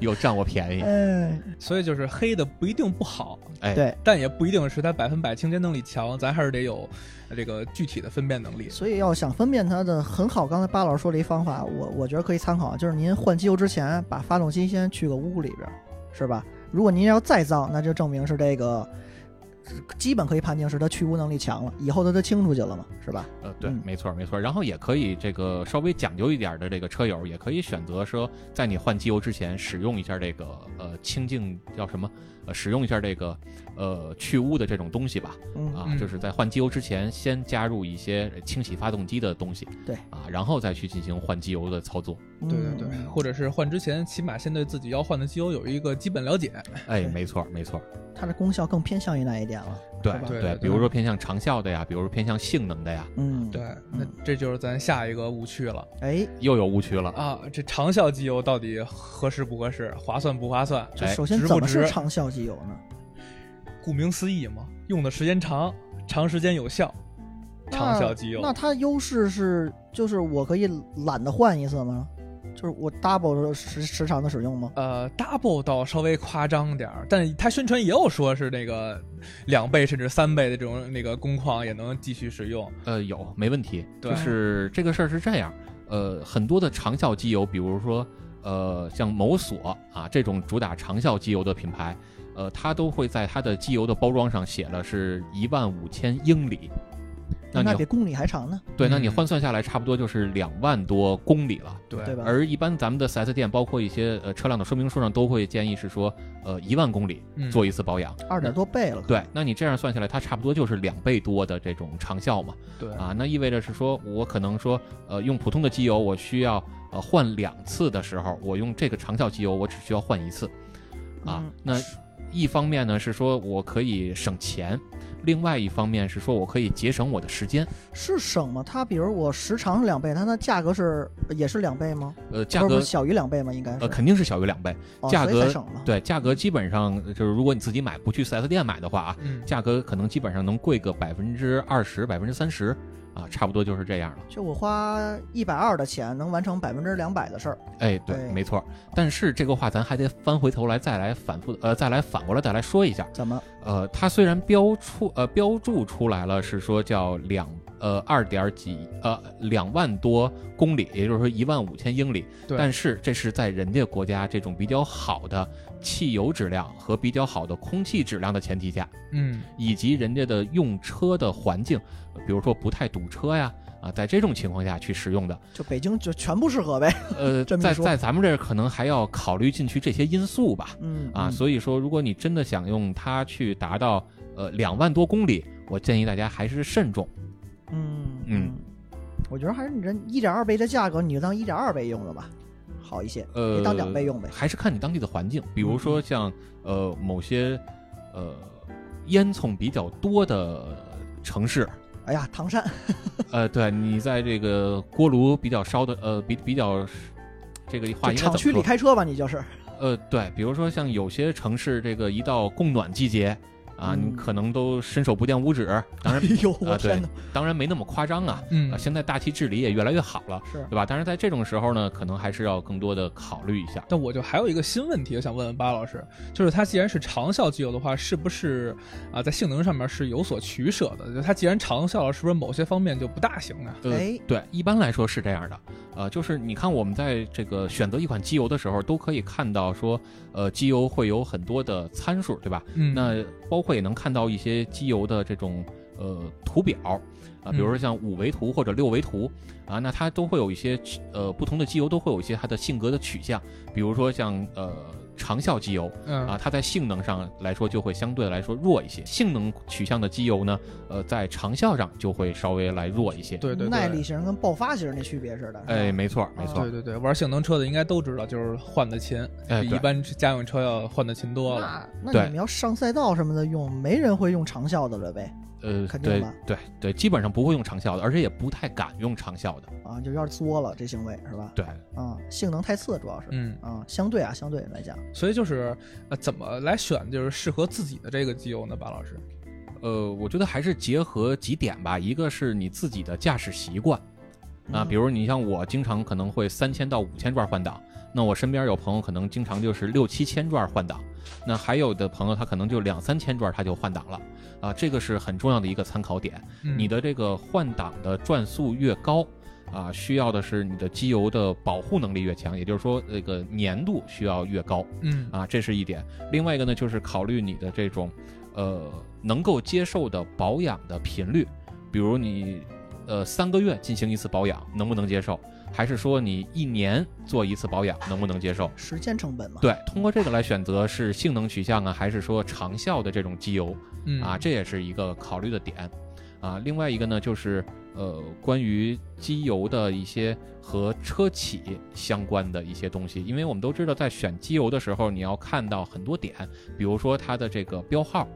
Speaker 2: 又占我便宜。
Speaker 1: 哎，
Speaker 3: 所以就是黑的不一定不好，
Speaker 2: 哎，
Speaker 1: 对
Speaker 3: 但也不一定是它百分百清洁能力强，咱还是得有呃这个具体的分辨能力。
Speaker 1: 所以要想分辨它的很好，刚才巴老师说了一方法，我我觉得可以参考，就是您换机油之前把发动机先去个屋里边儿，是吧？如果您要再脏，那就证明是这个，基本可以判定是它去污能力强了，以后它就清出去了嘛，是吧？
Speaker 2: 呃，对
Speaker 1: 嗯，
Speaker 2: 没错，没错。然后也可以这个稍微讲究一点的这个车友，也可以选择说，在你换机油之前使用一下这个呃清净叫什么？呃，使用一下这个呃去污的这种东西吧。
Speaker 1: 嗯，
Speaker 2: 啊，
Speaker 3: 嗯
Speaker 2: 就是在换机油之前，先加入一些清洗发动机的东西。
Speaker 1: 对
Speaker 2: 啊，然后再去进行换机油的操作。
Speaker 1: 对
Speaker 3: 对对
Speaker 1: 嗯
Speaker 3: 对，或者是换之前，起码先对自己要换的机油有一个基本了解。
Speaker 2: 哎，没错，没错。
Speaker 1: 它的功效更偏向于哪一点了？
Speaker 2: 对
Speaker 1: 是吧
Speaker 3: 对
Speaker 2: 对，比如说偏向长效的呀，比如说偏向性能的呀，
Speaker 1: 嗯，
Speaker 3: 对，那这就是咱下一个误区了
Speaker 1: 哎，
Speaker 2: 又有误区了。
Speaker 3: 啊！这长效机油到底合适不合适，划算不划算？
Speaker 1: 这
Speaker 2: 哎
Speaker 1: 首先
Speaker 3: 值
Speaker 1: 怎
Speaker 3: 不
Speaker 1: 么是
Speaker 3: 值
Speaker 1: 长效机油呢？
Speaker 3: 顾名思义嘛，用的时间长，长时间有效，长效机油。
Speaker 1: 那它优势是就是我可以懒得换一次吗？就是我 double 时时长的使用吗？
Speaker 3: 呃，double 倒稍微夸张点儿，但它宣传也有说是那个两倍甚至三倍的这种那个工况也能继续使用。
Speaker 2: 呃，有没问题，
Speaker 3: 对
Speaker 2: 就是这个事儿是这样，呃，很多的长效机油，比如说呃像某所啊这种主打长效机油的品牌，呃，它都会在它的机油的包装上写了是一万五千英里，那
Speaker 1: 那
Speaker 2: 你
Speaker 1: 比公里还长呢，
Speaker 2: 对，那你
Speaker 3: 嗯
Speaker 2: 换算下来差不多就是两万多公里了。
Speaker 3: 对
Speaker 1: 对吧？
Speaker 2: 而一般咱们的 4S 店，包括一些呃车辆的说明书上，都会建议是说，呃，一万公里
Speaker 3: 嗯
Speaker 2: 做一次保养。
Speaker 1: 二点多倍了，
Speaker 2: 对，那你这样算下来，它差不多就是两倍多的这种长效嘛。
Speaker 3: 对
Speaker 2: 啊，那意味着是说我可能说，呃，用普通的机油我需要呃换两次的时候，我用这个长效机油我只需要换一次，啊
Speaker 1: 嗯，
Speaker 2: 那一方面呢是说我可以省钱，另外一方面是说我可以节省我的时间，
Speaker 1: 是省吗？它比如我时长是两倍，它的价格是也是两倍吗？
Speaker 2: 呃，价
Speaker 1: 不是
Speaker 2: 格
Speaker 1: 不是小于两倍吗？应该是，
Speaker 2: 呃肯定是小于两倍，
Speaker 1: 哦
Speaker 2: 价
Speaker 1: 所以才
Speaker 2: 格
Speaker 1: 省了。
Speaker 2: 对，价格基本上呃就是如果你自己买不去 4S 店买的话啊，
Speaker 3: 嗯，
Speaker 2: 价格可能基本上能贵个百分之二十、百分之三十啊，差不多就是这样了。
Speaker 1: 就我花一百二的钱能完成百分之两百的事儿，
Speaker 2: 哎，对，
Speaker 1: 对
Speaker 2: 没错儿。但是这个话咱还得翻回头来再来反复呃，再来反过来再来说一下。
Speaker 1: 怎么？
Speaker 2: 呃，它虽然标出呃标注出来了是说叫两呃二点几呃两万多公里，也就是说一万五千英里，
Speaker 3: 对
Speaker 2: 但是这是在人家国家这种比较好的汽油质量和比较好的空气质量的前提下，
Speaker 3: 嗯，
Speaker 2: 以及人家的用车的环境，呃比如说不太堵车呀。啊，在这种情况下去使用的，
Speaker 1: 就北京就全不适合呗。
Speaker 2: 呃，
Speaker 1: 这么
Speaker 2: 在
Speaker 1: 说
Speaker 2: 在咱们这儿可能还要考虑进去这些因素吧。
Speaker 1: 嗯
Speaker 2: 啊，所以说，如果你真的想用它去达到呃两万多公里，我建议大家还是慎重。
Speaker 1: 嗯
Speaker 2: 嗯，
Speaker 1: 我觉得还是你这一点二倍的价格，你就当一点二倍用了吧，好一些，
Speaker 2: 呃，
Speaker 1: 别当两倍用呗。嗯
Speaker 2: 还是看你当地的环境，比如说像呃某些呃烟囱比较多的城 市，
Speaker 1: 哎呀，唐山，
Speaker 2: 呃，对你在这个锅炉比较烧的，呃，比比较这个话应该
Speaker 1: 就厂
Speaker 2: 怎
Speaker 1: 区
Speaker 2: 么说？
Speaker 1: 里开车吧，你就是。
Speaker 2: 呃，对，比如说像有些城市，这个一到供暖季节啊，
Speaker 1: 嗯
Speaker 2: 你可能都伸手不见五指，当
Speaker 1: 哎
Speaker 2: 然
Speaker 1: 呦，
Speaker 2: 啊
Speaker 1: 我天哪！
Speaker 2: 当然没那么夸张啊。
Speaker 3: 嗯
Speaker 2: 啊，现在大气治理也越来越好了，
Speaker 1: 是
Speaker 2: 对吧？但是在这种时候呢，可能还是要更多的考虑一下。
Speaker 3: 但我就还有一个新问题，我想问问巴老师，就是它既然是长效机油的话，是不是啊、在性能上面是有所取舍的？就它既然长效了，是不是某些方面就不大行啊呢？
Speaker 2: 呃
Speaker 1: 哎，
Speaker 2: 对，一般来说是这样的，呃，就是你看我们在这个选择一款机油的时候，都可以看到说，呃，机油会有很多的参数，对吧？
Speaker 3: 嗯，
Speaker 2: 那包括也能看到一些机油的这种呃图表啊，比如
Speaker 3: 嗯
Speaker 2: 说像五维图或者六维图啊，那它都会有一些呃不同的机油都会有一些它的性格的取向，比如说像呃长效机油
Speaker 3: 嗯
Speaker 2: 啊，它在性能上来说就会相对来说弱一些，性能取向的机油呢，呃在长效上就会稍微来弱一些。
Speaker 3: 对对对，
Speaker 1: 耐力型跟爆发型那区别似的。是吧
Speaker 2: 哎，，没错儿，没
Speaker 1: 啊
Speaker 2: 错儿
Speaker 3: 对，对对，玩性能车的应该都知道，就是换的勤，
Speaker 2: 哎
Speaker 3: 比
Speaker 2: 对
Speaker 3: 一般家用车要换的勤多了。
Speaker 1: 那那
Speaker 2: 对
Speaker 1: 你们要上赛道什么的用，没人会用长效的了呗？
Speaker 2: 呃，
Speaker 1: 肯定
Speaker 2: 对
Speaker 1: 吧
Speaker 2: 对对，基本上不会用长效的，而且也不太敢用长效的。
Speaker 1: 啊，就有点作了，这行为是吧？
Speaker 2: 对，
Speaker 1: 啊，性能太次，主要是。
Speaker 3: 嗯，
Speaker 1: 啊，相对啊，相对来讲，
Speaker 3: 所以就是呃，怎么来选就是适合自己的这个机油呢？巴老师，
Speaker 2: 呃，我觉得还是结合几点吧，一个是你自己的驾驶习惯啊，
Speaker 1: 嗯
Speaker 2: 比如你像我经常可能会三千到五千转换挡，那我身边有朋友可能经常就是六七千转换挡，那还有的朋友他可能就两三千转他就换挡了啊，这个是很重要的一个参考点。
Speaker 3: 嗯
Speaker 2: 你的这个换挡的转速越高。啊，需要的是你的机油的保护能力越强，也就是说，这个粘度需要越高。
Speaker 3: 嗯
Speaker 2: 啊，这是一点。另外一个呢，就是考虑你的这种，呃，能够接受的保养的频率，比如你，呃，三个月进行一次保养能不能接受，还是说你一年做一次保养能不能接受？
Speaker 1: 时间成本嘛。
Speaker 2: 对，通过这个来选择是性能取向啊，还是说长效的这种机油
Speaker 3: 嗯
Speaker 2: 啊啊，这也是一个考虑的点。啊，另外一个呢，就是呃关于机油的一些和车企相关的一些东西，因为我们都知道，在选机油的时候，你要看到很多点，比如说它的这个标号，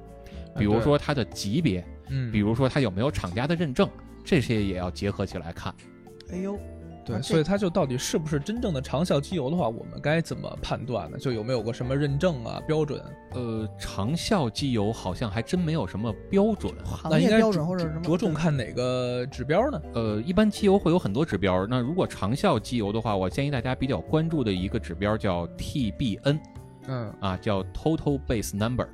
Speaker 2: 比如说它的级别，
Speaker 3: 嗯，
Speaker 2: 比如说它有没有厂家的认证，这些也要结合起来看。
Speaker 1: 哎呦，
Speaker 3: 对，
Speaker 1: 啊
Speaker 3: 所以
Speaker 1: 这
Speaker 3: 它就到底是不是真正的长效机油的话，我们该怎么判断呢？就有没有过什么认证啊标准？
Speaker 2: 呃，长效机油好像还真没有什么标准。啊
Speaker 3: 那
Speaker 1: 行
Speaker 3: 应
Speaker 1: 业
Speaker 3: 该
Speaker 1: 标
Speaker 3: 着
Speaker 1: 准或者什么
Speaker 3: 着重看哪个指标呢？
Speaker 2: 呃，一般机油会有很多指标，那如果长效机油的话，我建议大家比较关注的一个指标叫 TBN
Speaker 3: 嗯
Speaker 2: 啊，叫 Total Base Number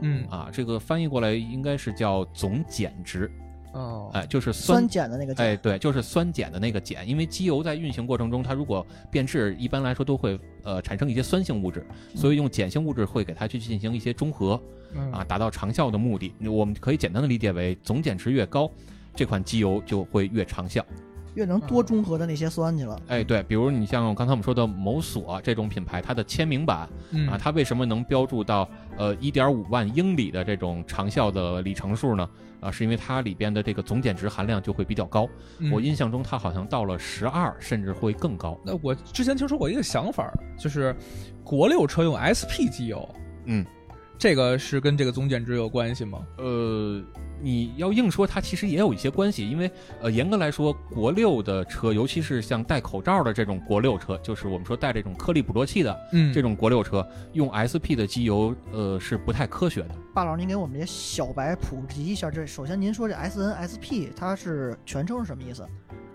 Speaker 3: 嗯
Speaker 2: 啊，这个翻译过来应该是叫总碱值，
Speaker 3: 哦
Speaker 2: 哎，就是
Speaker 1: 酸碱的那个碱，
Speaker 2: 哎，对，就是酸碱的那个碱，因为机油在运行过程中，它如果变质，一般来说都会呃产生一些酸性物质，所以用碱性物质会给它去进行一些中和
Speaker 3: 嗯
Speaker 2: 啊，达到长效的目的。我们可以简单的理解为，总碱值越高，这款机油就会越长效。
Speaker 1: 越能多中和的那些酸去了。
Speaker 2: 哎，对，比如你像刚才我们说的某索这种品牌，它的签名版
Speaker 3: 嗯
Speaker 2: 啊，它为什么能标注到呃一点五万英里的这种长效的里程数呢？啊，是因为它里边的这个总碱值含量就会比较高。
Speaker 3: 嗯
Speaker 2: 我印象中它好像到了十二，甚至会更高。
Speaker 3: 那我之前听说过一个想法儿，就是国六车用 SP 机油，
Speaker 2: 嗯，
Speaker 3: 这个是跟这个总碱值有关系吗？
Speaker 2: 呃，你要硬说它其实也有一些关系，因为呃严格来说，国六的车，尤其是像戴口罩的这种国六车，就是我们说带这种颗粒捕捉器的
Speaker 3: 嗯
Speaker 2: 这种国六车，用 SP 的机油呃是不太科学的。
Speaker 1: 霸老师，您给我们这些小白普及一下，这首先您说这 S N S P 它是全称是什么意思？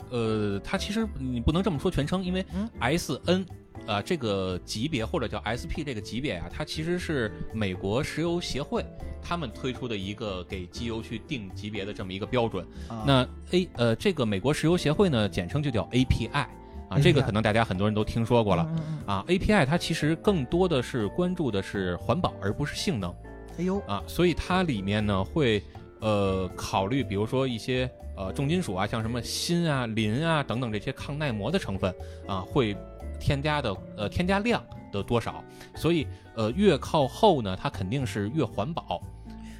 Speaker 2: 呃，它其实你不能这么说全称，因为
Speaker 1: 嗯
Speaker 2: S N 啊、呃这个级别或者叫 S P 这个级别啊，它其实是美国石油协会他们推出的一个给机油去定级别的这么一个标准。
Speaker 1: 啊
Speaker 2: 那 A 呃，这个美国石油协会呢，简称就叫 A P I 啊，这个可能大家很多人都听说过了。
Speaker 1: 嗯嗯
Speaker 2: 啊，API 它其实更多的是关注的是环保，而不是性能。
Speaker 1: 嗯哎呦，
Speaker 2: 啊，所以它里面呢会呃考虑，比如说一些呃重金属啊，像什么锌啊、磷啊等等这些抗耐磨的成分啊，会添加的呃添加量的多少。所以呃越靠后呢，它肯定是越环保。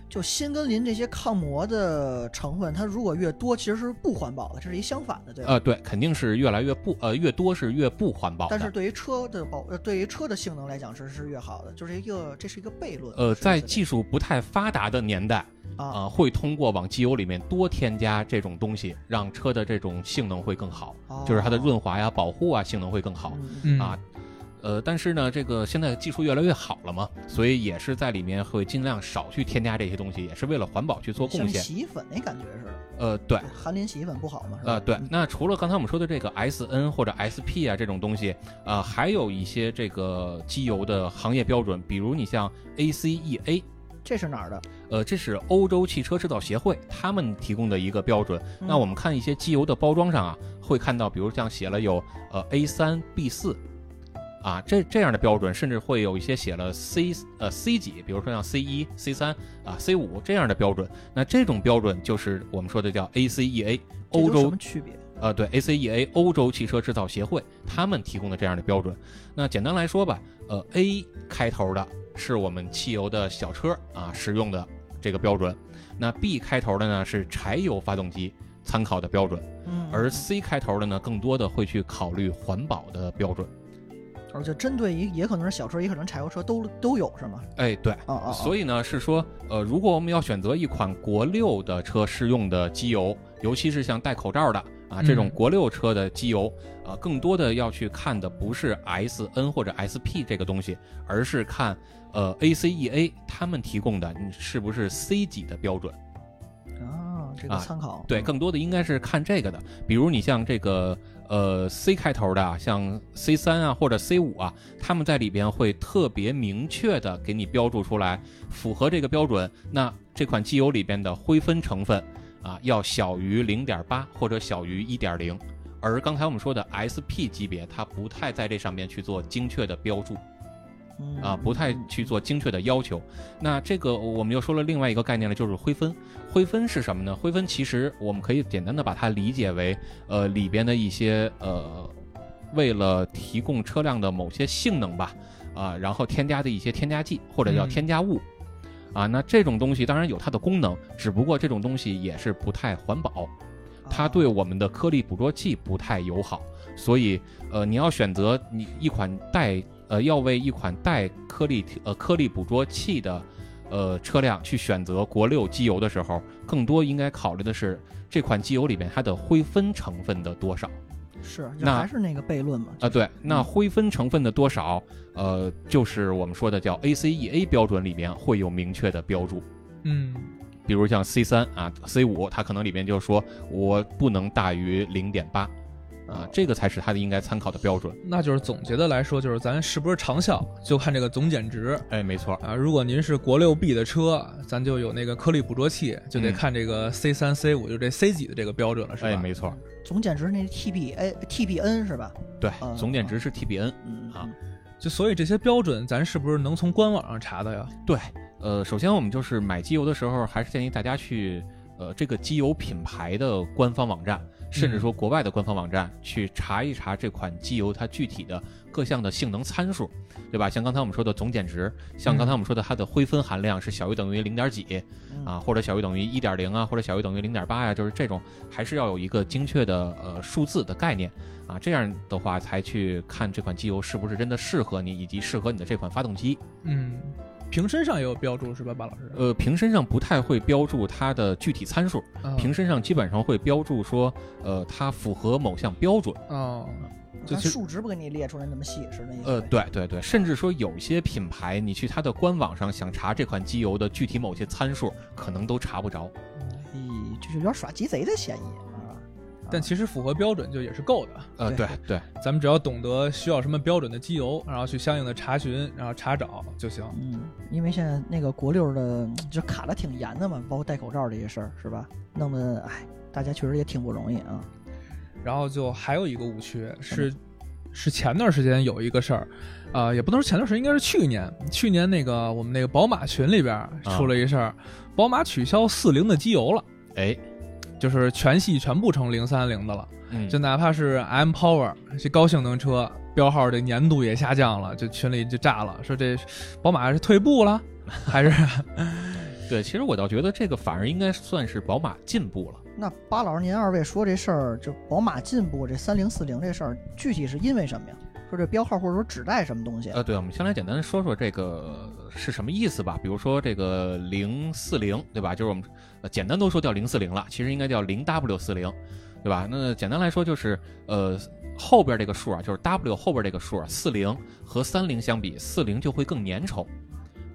Speaker 1: 就锌跟磷这些抗磨的成分，它如果越多，其实是不环保的，这是一相反的，对吧？
Speaker 2: 呃，对，肯定是越来越不呃越多是越不环保的。
Speaker 1: 但是对于车的保，呃，对于车的性能来讲是是越好的，就是一个这是一个悖论。
Speaker 2: 呃，
Speaker 1: 是不
Speaker 2: 在
Speaker 1: 是
Speaker 2: 技术不太发达的年代
Speaker 1: 啊，
Speaker 2: 啊、会通过往机油里面多添加这种东西，让车的这种性能会更好，
Speaker 1: 哦
Speaker 2: 就是它的润滑呀、保护啊，性能会更好。
Speaker 1: 嗯
Speaker 3: 嗯
Speaker 2: 啊，呃，但是呢，这个现在技术越来越好了嘛，所以也是在里面会尽量少去添加这些东西，也是为了环保去做
Speaker 1: 像
Speaker 2: 贡献。
Speaker 1: 洗衣粉那感觉似的，
Speaker 2: 呃，对，
Speaker 1: 含磷洗衣粉不好嘛？是吧嗯
Speaker 2: 呃，对。那除了刚才我们说的这个 S N 或者 S P 啊这种东西，呃，还有一些这个机油的行业标准，比如你像 A C E A。
Speaker 1: 这是哪儿的？
Speaker 2: 呃，这是欧洲汽车制造协会他们提供的一个标准。
Speaker 1: 嗯
Speaker 2: 那我们看一些机油的包装上啊，会看到，比如像写了有呃 A 三 B 四啊这这样的标准，甚至会有一些写了 C 呃 C 几，比如说像 C 一、C 三啊 C 五这样的标准。那这种标准就是我们说的叫 ACEA
Speaker 1: 嗯这
Speaker 2: 欧
Speaker 1: 都什
Speaker 2: 洲
Speaker 1: 么区别？
Speaker 2: 呃，对，ACEA 欧洲汽车制造协会他们提供的这样的标准。那简单来说吧，呃，A 开头的是我们汽油的小车啊使用的这个标准，那 B 开头的呢是柴油发动机参考的标准，
Speaker 1: 嗯，
Speaker 2: 而 C 开头的呢更多的会去考虑环保的标准。
Speaker 1: 而且针对于也可能是小车，也可能是柴油车，都都有是吗？
Speaker 2: 哎，对，
Speaker 1: 哦哦，
Speaker 2: 所
Speaker 1: 以
Speaker 2: 以呢，是说，呃，如果我们要选择一款国六的车适用的机油，尤其是像戴口罩的啊这种
Speaker 3: 嗯
Speaker 2: 国六车的机油，呃，更多的要去看的不是 S N 或者 S P 这个东西，而是看呃 A C E A 他们提供的你是不是 C 级的标准。
Speaker 1: 啊，这个
Speaker 2: 啊
Speaker 1: 参考
Speaker 2: 对，更多的应该是看这个的，比如你像这个呃 C 开头的啊，像 C 三啊或者 C 五啊，他们在里边会特别明确的给你标注出来，符合这个标准，那这款机油里边的灰分成分啊要小于零点八或者小于一点零，而刚才我们说的 SP 级别，它不太在这上面去做精确的标注。
Speaker 1: 嗯
Speaker 2: 啊，不太去做精确的要求。那这个我们又说了另外一个概念了，就是灰分。灰分是什么呢？灰分其实我们可以简单的把它理解为，呃，里边的一些呃，为了提供车辆的某些性能吧，啊，然后添加的一些添加剂或者叫
Speaker 3: 嗯
Speaker 2: 添加物。啊，那这种东西当然有它的功能，只不过这种东西也是不太环保，它对我们的颗粒捕捉器不太友好，所以呃，你要选择你一款带呃要为一款带颗粒呃颗粒捕捉器的呃车辆去选择国六机油的时候，更多应该考虑的是这款机油里面它的灰分成分的多少啊、
Speaker 1: 是，就
Speaker 2: 那呃
Speaker 1: 还是那个悖论嘛？
Speaker 2: 对，那灰分成分的多少，呃，就是我们说的叫 ACEA 标准里面会有明确的标注。
Speaker 3: 嗯
Speaker 2: 比如像 C 三啊、C 五，它可能里面就说我不能大于零点八，啊，这个才是它的应该参考的标准。
Speaker 3: 那就是总结的来说，就是咱是不是长效，就看这个总减值。
Speaker 2: 哎，没错，
Speaker 3: 啊，如果您是国六 B 的车，咱就有那个颗粒捕捉器，就得
Speaker 2: 嗯
Speaker 3: 看这个 C 三、C 五，就这 C 几的这个标准了，是吧？
Speaker 2: 哎，没错，
Speaker 1: 总减值那 TBA、TBN 是吧？
Speaker 2: 对
Speaker 1: 嗯，
Speaker 2: 总减值是 TBN。
Speaker 1: 嗯
Speaker 2: 啊，
Speaker 3: 就所以这些标准，咱是不是能从官网上查的呀？
Speaker 2: 对，呃，首先我们就是买机油的时候，还是建议大家去呃这个机油品牌的官方网站，甚
Speaker 1: 嗯
Speaker 2: 至说国外的官方网站去查一查这款机油它具体的各项的性能参数，对吧？像刚才我们说的总减值，像刚才我们说的它的灰分含量是小于等于零点几，
Speaker 1: 嗯
Speaker 2: 啊，或者小于等于一点零啊，或者小于等于零点八呀，就是这种，还是要有一个精确的呃数字的概念啊，这样的话才去看这款机油是不是真的适合你，以及适合你的这款发动机。
Speaker 3: 嗯，瓶身上也有标注是吧，巴老师？
Speaker 2: 呃，瓶身上不太会标注它的具体参数，
Speaker 3: 啊
Speaker 2: 瓶身上基本上会标注说，呃，它符合某项标准。
Speaker 3: 哦，
Speaker 2: 啊
Speaker 3: 就
Speaker 1: 咱
Speaker 3: 其实
Speaker 1: 嗯数值不给你列出来那么细，是那意思？
Speaker 2: 呃，，对对对，甚至说有些品牌，你去它的官网上想查这款机油的具体某些参数，可能都查不着。
Speaker 1: 咦，这就有点耍鸡贼的嫌疑，啊是吧？
Speaker 3: 但其实符合标准就也是够的。
Speaker 2: 呃，对
Speaker 1: 对
Speaker 2: 对，
Speaker 3: 咱们只要懂得需要什么标准的机油，然后去相应的查询，然后查找就行。
Speaker 1: 嗯，因为现在那个国六的就卡的挺严的嘛，包括戴口罩这些事儿，是吧？弄得哎，大家确实也挺不容易啊。
Speaker 3: 然后就还有一个误区
Speaker 2: 嗯
Speaker 3: 是，是前段时间有一个事儿，呃，也不能说前段时间，应该是去年，去年那个我们那个宝马群里边儿
Speaker 2: 啊
Speaker 3: 出了一事儿，宝马取消四零的机油了，
Speaker 2: 哎，
Speaker 3: 就是全系全部成零三零的了，
Speaker 2: 嗯，
Speaker 3: 就哪怕是 M Power 这高性能车。标号这粘度也下降了，就群里就炸了，说这宝马是退 步了，还是
Speaker 2: 对，其实我倒觉得这个反而应该算是宝马进步了。
Speaker 1: 那巴老师，您二位说这事儿，就宝马进步这三零四零这事儿，具体是因为什么呀？说这标号或者说指代什么东西？
Speaker 2: 呃，对，我们先来简单说说这个呃是什么意思吧。比如说这个零四零，对吧？就是我们、呃简单都说叫零四零了，其实应该叫零 W 四零，对吧？那简单来说就是呃后边这个数啊，就是 W 后边这个数啊，四零和三零相比，四零就会更粘稠，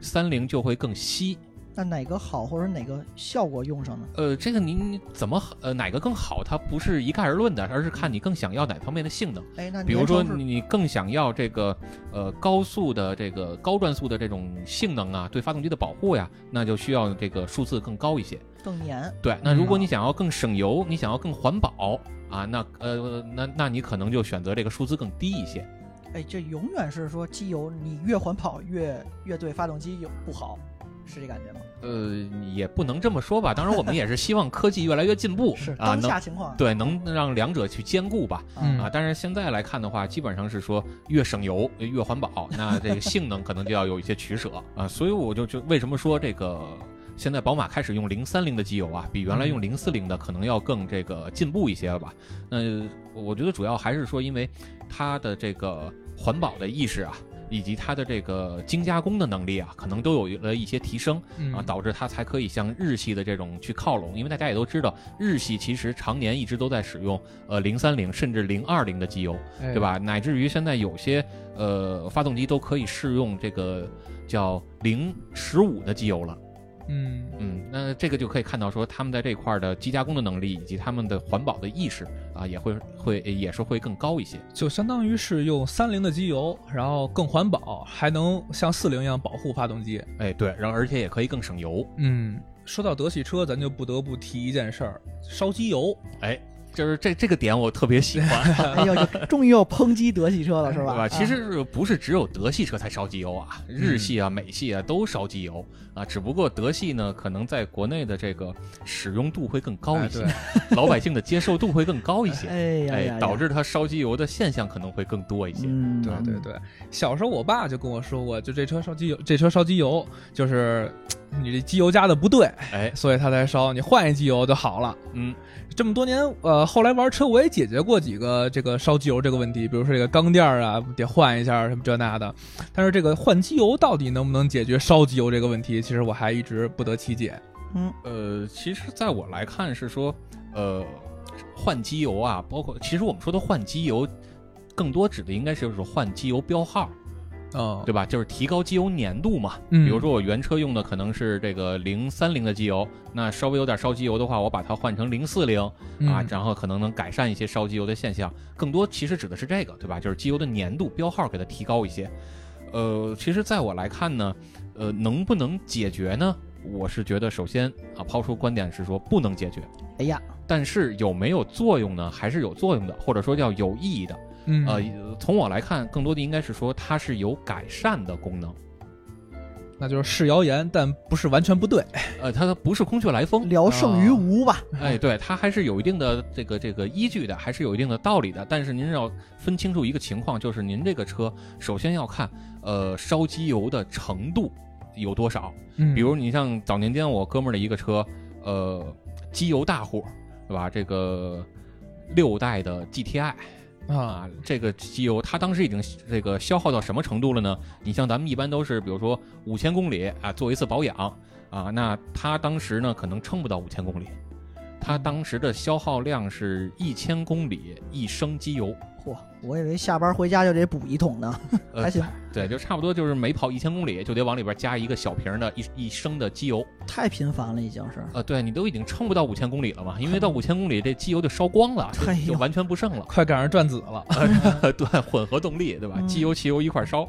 Speaker 2: 三零就会更稀。
Speaker 1: 那哪个好或者哪个效果用上呢？
Speaker 2: 呃，这个您怎么呃哪个更好，它不是一概而论的，而是看你更想要哪方面的性能。
Speaker 1: 哎，那
Speaker 2: 比如说
Speaker 1: 年终是
Speaker 2: 你你更想要这个呃高速的这个高转速的这种性能啊，对发动机的保护呀，那就需要这个数字更高一些。
Speaker 1: 更粘，
Speaker 2: 对，那
Speaker 1: 嗯
Speaker 2: 如果你想要更省油，你想要更环保啊，那呃那那你可能就选择这个数字更低一些。
Speaker 1: 哎，这永远是说机油你越环保越越对发动机有不好，是这感觉吗？
Speaker 2: 呃，也不能这么说吧，当然我们也是希望科技越来越进步
Speaker 1: 是
Speaker 2: 啊，
Speaker 1: 当
Speaker 2: 能
Speaker 1: 下情况。
Speaker 2: 对能让两者去兼顾吧。
Speaker 3: 嗯
Speaker 2: 啊，但是现在来看的话，基本上是说越省油越环保，那这个性能可能就要有一些取舍啊。所以我就就为什么说这个现在宝马开始用零三零的机油啊，比原来用零四零的可能要更这个进步一些了吧？那我觉得主要还是说，因为它的这个环保的意识啊。以及它的这个精加工的能力啊，可能都有了一些提升啊，
Speaker 3: 嗯
Speaker 2: 导致它才可以向日系的这种去靠拢。因为大家也都知道，日系其实常年一直都在使用呃零三零甚至零二零的机油，
Speaker 3: 哎
Speaker 2: 对？吧？乃至于现在有些呃发动机都可以试用这个叫零十五的机油了。
Speaker 3: 哎嗯，
Speaker 2: 嗯，那这个就可以看到说他们在这一块儿的机加工的能力以及他们的环保的意识啊，也会会也是会更高一些。
Speaker 3: 就相当于是用三菱的机油，然后更环保，还能像四菱一样保护发动机。
Speaker 2: 哎，对，然后而且也可以更省油。
Speaker 3: 嗯，说到德系车，咱就不得不提一件事儿：烧机油。
Speaker 2: 哎，就是这这个点我特别喜欢，
Speaker 1: 哎呦，终于又抨击德系车了，是
Speaker 2: 对
Speaker 1: 吧？嗯
Speaker 2: 吧？哎其
Speaker 1: 啊
Speaker 2: 实不是只有德系车才烧机油啊，日系啊、美系啊都烧机油啊，只不过德系呢，可能在国内的这个使用度会更高一些， 老百姓的接受度会更高一些。
Speaker 1: 哎呀呀
Speaker 2: 哎，
Speaker 1: 呀，
Speaker 2: 导致它烧机油的现象可能会更多一些。
Speaker 1: 嗯，
Speaker 3: 对对对，小时候我爸就跟我说过，就这车烧机油，这车烧机油，就是你这机油加的不对，
Speaker 2: 哎，
Speaker 3: 所以它才烧。你换一机油就好了。
Speaker 2: 嗯，
Speaker 3: 这么多年，呃，后来玩车我也解决过几个这个烧机油这个问题，比如说这个缸垫儿啊，得换一下什么这那的。但是这个换机油到底能不能解决烧机油这个问题，其实我还一直不得其解。
Speaker 2: 呃，其实在我来看是说，呃，换机油啊，包括其实我们说的换机油，更多指的应该是就是换机油标号，
Speaker 3: 嗯，
Speaker 2: 对吧？就是提高机油粘度嘛。
Speaker 3: 嗯
Speaker 2: 比如说我原车用的可能是这个零三零的机油，那稍微有点烧机油的话，我把它换成零四零啊，
Speaker 3: 嗯
Speaker 2: 然后可能能改善一些烧机油的现象。更多其实指的是这个，对吧？就是机油的粘度标号给它提高一些。呃，其实在我来看呢，呃，能不能解决呢？我是觉得，首先啊，抛出观点是说不能解决，
Speaker 1: 哎呀，
Speaker 2: 但是有没有作用呢？还是有作用的，或者说叫有意义的。
Speaker 3: 嗯
Speaker 2: 呃，从我来看，更多的应该是说它是有改善的功能，
Speaker 3: 那就是是谣言，但不是完全不对。
Speaker 2: 呃，它不是空穴来风，
Speaker 1: 聊胜于无吧。
Speaker 2: 哎，对，它还是有一定的这个这个依据的，还是有一定的道理的。但是您要分清楚一个情况，就是您这个车首先要看，呃，烧机油的程度有多少。
Speaker 3: 嗯
Speaker 2: 比如你像早年间我哥们儿的一个车，呃，机油大户，对吧？这个六代的 GTI
Speaker 3: 啊，
Speaker 2: 啊，这个机油它当时已经这个消耗到什么程度了呢？你像咱们一般都是，比如说五千公里啊，做一次保养啊，那它当时呢可能撑不到五千公里，
Speaker 1: 嗯
Speaker 2: 它当时的消耗量是一千公里一升机油，
Speaker 1: 嚯，我以为下班回家就得补一桶呢，
Speaker 2: 呃
Speaker 1: 还行，
Speaker 2: 对，就差不多就是每跑一千公里就得往里边加一个小瓶儿的一一升的机油。
Speaker 1: 太频繁了，已经是。
Speaker 2: 呃，对你都已经撑不到五千公里了嘛，因 为到五千公里这机油就烧光了，
Speaker 1: 哎
Speaker 2: 就
Speaker 1: 呦
Speaker 2: 就完全不剩了。
Speaker 3: 快赶上转子了。
Speaker 2: 对，混合动力，对吧？
Speaker 1: 嗯
Speaker 2: 机油、汽油一块儿烧。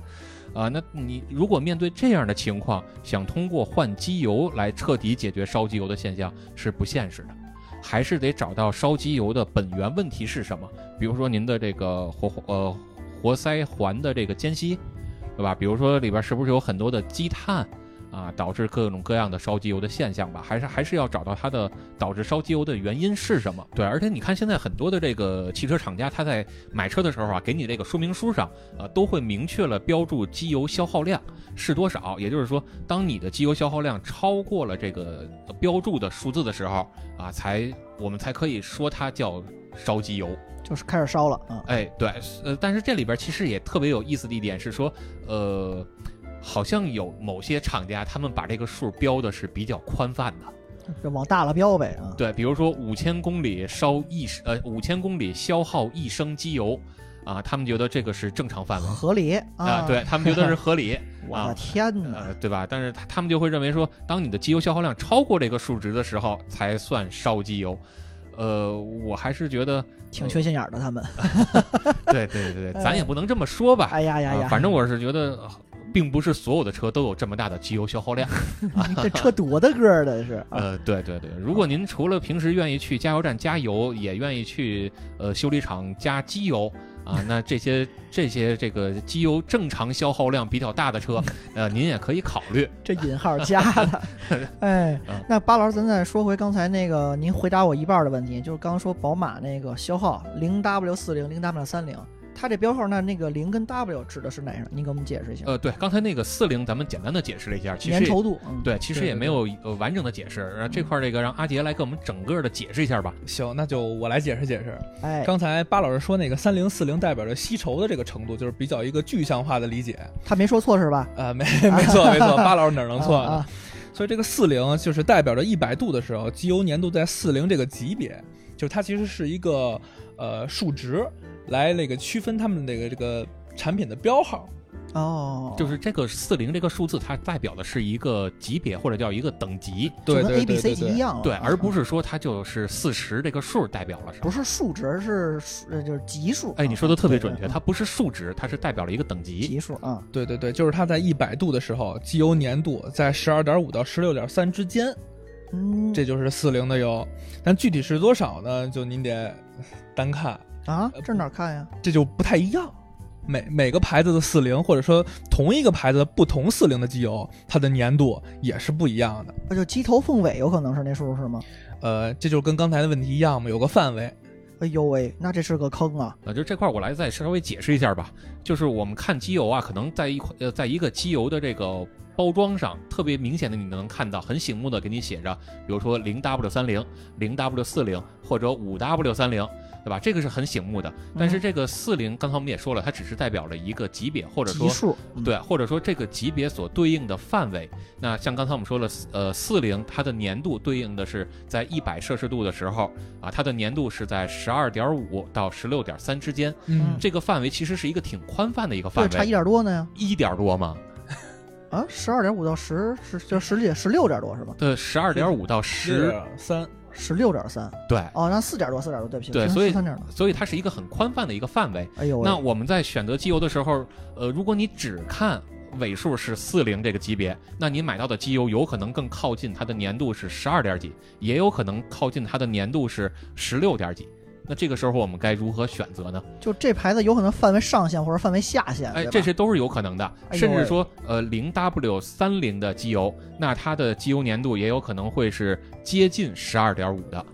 Speaker 2: 啊、那你如果面对这样的情况，想通过换机油来彻底解决烧机油的现象是不现实的，还是得找到烧机油的本源问题是什么？比如说您的这个活呃活塞环的这个间隙，对吧？比如说里边是不是有很多的积碳啊，导致各种各样的烧机油的现象吧？还是还是要找到它的导致烧机油的原因是什么？对，而且你看现在很多的这个汽车厂家，它在买车的时候啊，给你这个说明书上，呃，都会明确了标注机油消耗量是多少。也就是说，当你的机油消耗量超过了这个呃标注的数字的时候，啊，才我们才可以说它叫烧机油。
Speaker 1: 就是开始烧了啊！
Speaker 2: 哎，对，呃，但是这里边其实也特别有意思的一点是说，呃，好像有某些厂家他们把这个数标的是比较宽泛的。
Speaker 1: 这往大了标呗啊！
Speaker 2: 对，比如说五千公里烧一呃五千公里消耗一升机油，啊，他们觉得这个是正常范围。
Speaker 1: 合理
Speaker 2: 啊，对，他们觉得是合 理
Speaker 1: 我的
Speaker 2: 啊，
Speaker 1: 天哪！
Speaker 2: 呃，对吧？但是他他们就会认为说，当你的机油消耗量超过这个数值的时候，才算烧机油。呃，我还是觉 得，
Speaker 1: 挺缺心眼儿的他们。
Speaker 2: 对对对对，咱也不能这么说吧。
Speaker 1: 嗯哎呀呀
Speaker 2: 啊
Speaker 1: 呀！
Speaker 2: 反正我是觉得，呃并不是所有的车都有这么大的机油消耗 量。
Speaker 1: 这车多大个儿的是啊！
Speaker 2: 呃，对对对，如果您除了平时愿意去加油站加油，也愿意去呃修理厂加机油啊，那这些这些这个机油正常消耗量比较大的 车，呃，您也可以考虑。
Speaker 1: 这引号加 的，哎
Speaker 2: 嗯，
Speaker 1: 那巴老师，咱再说回刚才那个，您回答我一半儿的问题，就是刚刚说宝马那个消耗零 W 四零零 W 三零，它这标号那那个零跟 W 指的是哪样？您给我们解释一下。
Speaker 2: 呃，对，刚才那个四零咱们简单的解释了一下，其
Speaker 1: 粘
Speaker 2: 实也
Speaker 1: 稠度，嗯，
Speaker 2: 对，其实
Speaker 3: 对
Speaker 2: 也
Speaker 3: 对
Speaker 2: 没有呃完整的解释。然后这块儿这个让阿杰来给我们整个的解释一下吧。
Speaker 3: 行，那就我来解释解释。
Speaker 1: 哎，
Speaker 3: 刚才巴老师说那个三零四零代表着吸稠的这个程度，就是比较一个具象化的理解。
Speaker 1: 他没说错是吧？
Speaker 3: 呃，没没错没错，巴老师哪儿能错
Speaker 1: 啊啊？
Speaker 3: 所以这个四零就是代表着一百度的时候，机油粘度在四零这个级别，就是它其实是一个呃数值来那个区分他们那个这个产品的标号。
Speaker 1: 哦，
Speaker 2: 就是这个四零这个数字，它代表的是一个级别或者叫一个等级，
Speaker 1: 就
Speaker 3: 对
Speaker 1: 跟
Speaker 3: 对
Speaker 1: A B
Speaker 3: 对
Speaker 1: C
Speaker 3: 对
Speaker 1: 级一
Speaker 3: 对。
Speaker 1: 样了，
Speaker 2: 对，而不
Speaker 1: 是
Speaker 2: 是说它就是四十这个数代表了什么
Speaker 1: 嗯不。是数值，是数呃就是级数。
Speaker 2: 哎，你说的特别准确，
Speaker 1: 啊
Speaker 2: 它不是数值，它是代表了一个等级。
Speaker 1: 级数啊，
Speaker 3: 对对对，就是它在一百度的时候，机油粘度在十二点五到十六点三之间，
Speaker 1: 嗯，
Speaker 3: 这就是四零的油。但具体是多少呢？就您得单看，
Speaker 1: 啊
Speaker 2: 呃
Speaker 1: 这哪儿看呀？
Speaker 3: 这就不太一样。每每个牌子的四零，或者说同一个牌子的不同四零的机油，它的粘度也是不一样的。
Speaker 1: 呃就鸡头凤尾有可能是那数是吗？
Speaker 3: 呃，这就跟刚才的问题一样嘛，有个范围。
Speaker 1: 哎呦喂，那这是个坑啊！
Speaker 2: 呃，就这块儿我来再稍微解释一下吧。就是我们看机油啊，可能在一款呃，在一个机油的这个包装上特别明显的，你能看到很醒目的给你写着，比如说零 W 三零、零 W 四零或者五 W 三零，对吧？这个是很醒目的。但是这个四零，刚才我们也说了，它只是代表了一个级别，或者
Speaker 1: 级
Speaker 2: 说
Speaker 1: 数，嗯
Speaker 2: 对，或者说这个级别所对应的范围。那像刚才我们说了，呃，四零它的年度对应的是在一百摄氏度的时候啊，它的年度是在十二点五到十六点三之间，
Speaker 3: 嗯，
Speaker 2: 这个范围其实是一个挺宽泛的一个
Speaker 1: 对，
Speaker 2: 范
Speaker 1: 差一
Speaker 2: 围，
Speaker 1: 点多呢
Speaker 2: 一点多嘛，
Speaker 1: 啊，十二点五到十是就十几十六点多是吧？
Speaker 2: 对，呃十二点五到十，
Speaker 3: 三，
Speaker 1: 十六点三
Speaker 2: 对，
Speaker 1: 哦，那四点多四点多，对不起，
Speaker 2: 对所以
Speaker 1: 三点多，
Speaker 2: 所以它是一个很宽泛的一个范围。
Speaker 1: 哎呦喂，
Speaker 2: 那我们在选择机油的时候，呃，如果你只看尾数是四零这个级别，那你买到的机油有可能更靠近它的粘度是十二点几，也有可能靠近它的粘度是十六点几。那这个时候我们该如何选择呢？
Speaker 1: 就这牌子有可能范围上限或者范围下限，
Speaker 2: 哎，
Speaker 1: 对吧
Speaker 2: 这些都是有可能的，
Speaker 1: 哎呦
Speaker 2: 甚
Speaker 1: 喂
Speaker 2: 至说，呃，零 W 三零的机油，那它的机油粘度也有可能会是接近十二点五的，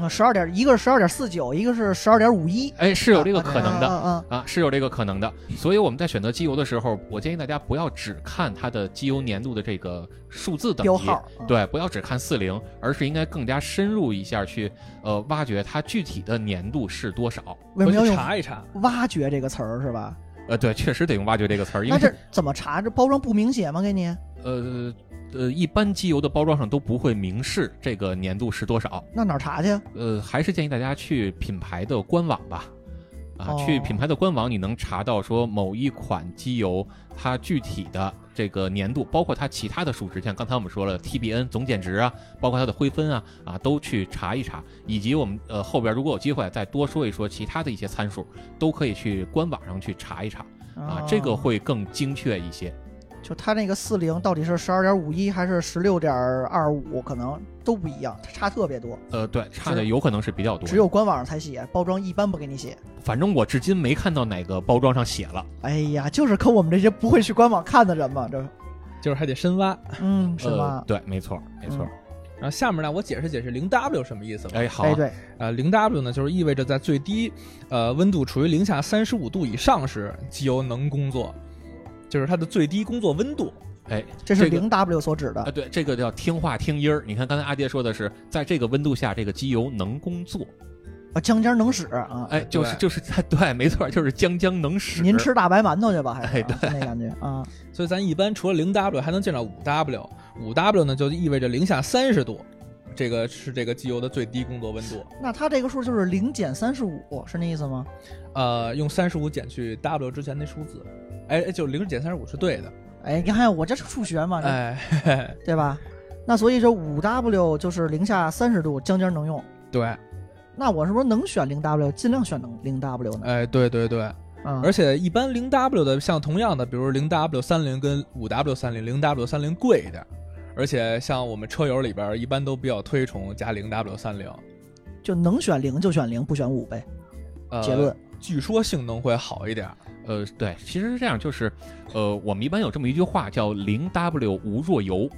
Speaker 1: 啊，十二点一个是十二点四九，一个是十二点五一，
Speaker 2: 哎，是有这个可能的。
Speaker 1: 啊啊，
Speaker 2: 啊，是有这个可能的。所以我们在选择机油的时候，我建议大家不要只看它的机油粘度的这个数字等
Speaker 1: 标
Speaker 2: 级，
Speaker 1: 号，啊，
Speaker 2: 对，不要只看四零，而是应该更加深入一下去，呃，挖掘它具体的粘度是多少。
Speaker 1: 为什么要
Speaker 3: 回去
Speaker 1: 用
Speaker 3: 查一查？
Speaker 1: 挖掘这个词儿是吧？
Speaker 2: 呃，对，确实得用“挖掘”这个词儿，因
Speaker 1: 那
Speaker 2: 为
Speaker 1: 这怎么查？这包装不明显吗？给你？
Speaker 2: 呃呃，一般机油的包装上都不会明示这个粘度是多少。
Speaker 1: 那哪儿查去？
Speaker 2: 呃，还是建议大家去品牌的官网吧。啊，
Speaker 1: 哦
Speaker 2: 去品牌的官网，你能查到说某一款机油它具体的这个粘度，包括它其他的数值，像刚才我们说了 TBN 总减值啊，包括它的灰分啊啊，都去查一查，以及我们呃后边如果有机会再多说一说其他的一些参数，都可以去官网上去查一查啊，这个
Speaker 1: 哦
Speaker 2: 会更精确一些。
Speaker 1: 就它那个四零到底是十二点五一还是十六点二五，可能都不一样，它差特别多。
Speaker 2: 呃，对，差
Speaker 1: 只
Speaker 2: 的有可能是比较多的，
Speaker 1: 只有官网上才写，包装一般不给你写。
Speaker 2: 反正我至今没看到哪个包装上写了。
Speaker 1: 哎呀，就是坑我们这些不会去官网看的人嘛， 这
Speaker 3: 就是还得深挖。
Speaker 1: 嗯是嗯
Speaker 2: 呃
Speaker 1: 吧，？
Speaker 2: 对，没错，没错。
Speaker 3: 然后下面呢，我解释解释零 W 什么意思吧。
Speaker 2: 哎，好啊、
Speaker 1: 哎对，
Speaker 3: 呃，零 W 呢，就是意味着在最低，呃，温度处于零下三十五度以上时，机油能工作，就是它的最低工作温度。
Speaker 2: 哎，
Speaker 1: 这是
Speaker 2: 这个
Speaker 1: 零 W 所指的
Speaker 2: 啊，。对，这个叫听话听音儿。你看刚才阿爹说的是，在这个温度下，这个机油能工作。
Speaker 1: 啊，将将能使啊！
Speaker 2: 哎，就是就是，对，没错，就是将将能使。
Speaker 1: 您吃大白馒头去吧，还是
Speaker 2: 哎
Speaker 1: 啊就那感觉 啊？
Speaker 3: 所以咱一般除了零 W 还能见到五 W，五 W 呢就意味着零下三十度，这个是这个机油的最低工作温度。
Speaker 1: 那它这个数就是零减三十五，是那意思吗？
Speaker 3: 呃，用三十五减去 W 之前那数字，哎，哎就零减三十五是对的。
Speaker 1: 哎，你看我这是数学嘛，这
Speaker 3: 哎，嘿嘿
Speaker 1: 对吧？那所以这五 W 就是零下三十度，将将能用。
Speaker 3: 对，
Speaker 1: 那我是不是能选零 W，尽量选能零 W 呢？
Speaker 3: 哎，对对对。
Speaker 2: 呃
Speaker 1: 啊，
Speaker 3: 而且一般零 W 的，像同样的，比如零 W 三零跟五 W 三零，零 W 三零贵一点，而且像我们车友里边一般都比较推崇加零 W 三零。
Speaker 1: 就能选零就选零，不选五呗。
Speaker 3: 呃，
Speaker 1: 结论，
Speaker 3: 据说性能会好一点。
Speaker 2: 呃，对，其实是这样，就是，呃，我们一般有这么一句话叫“零 W 无弱油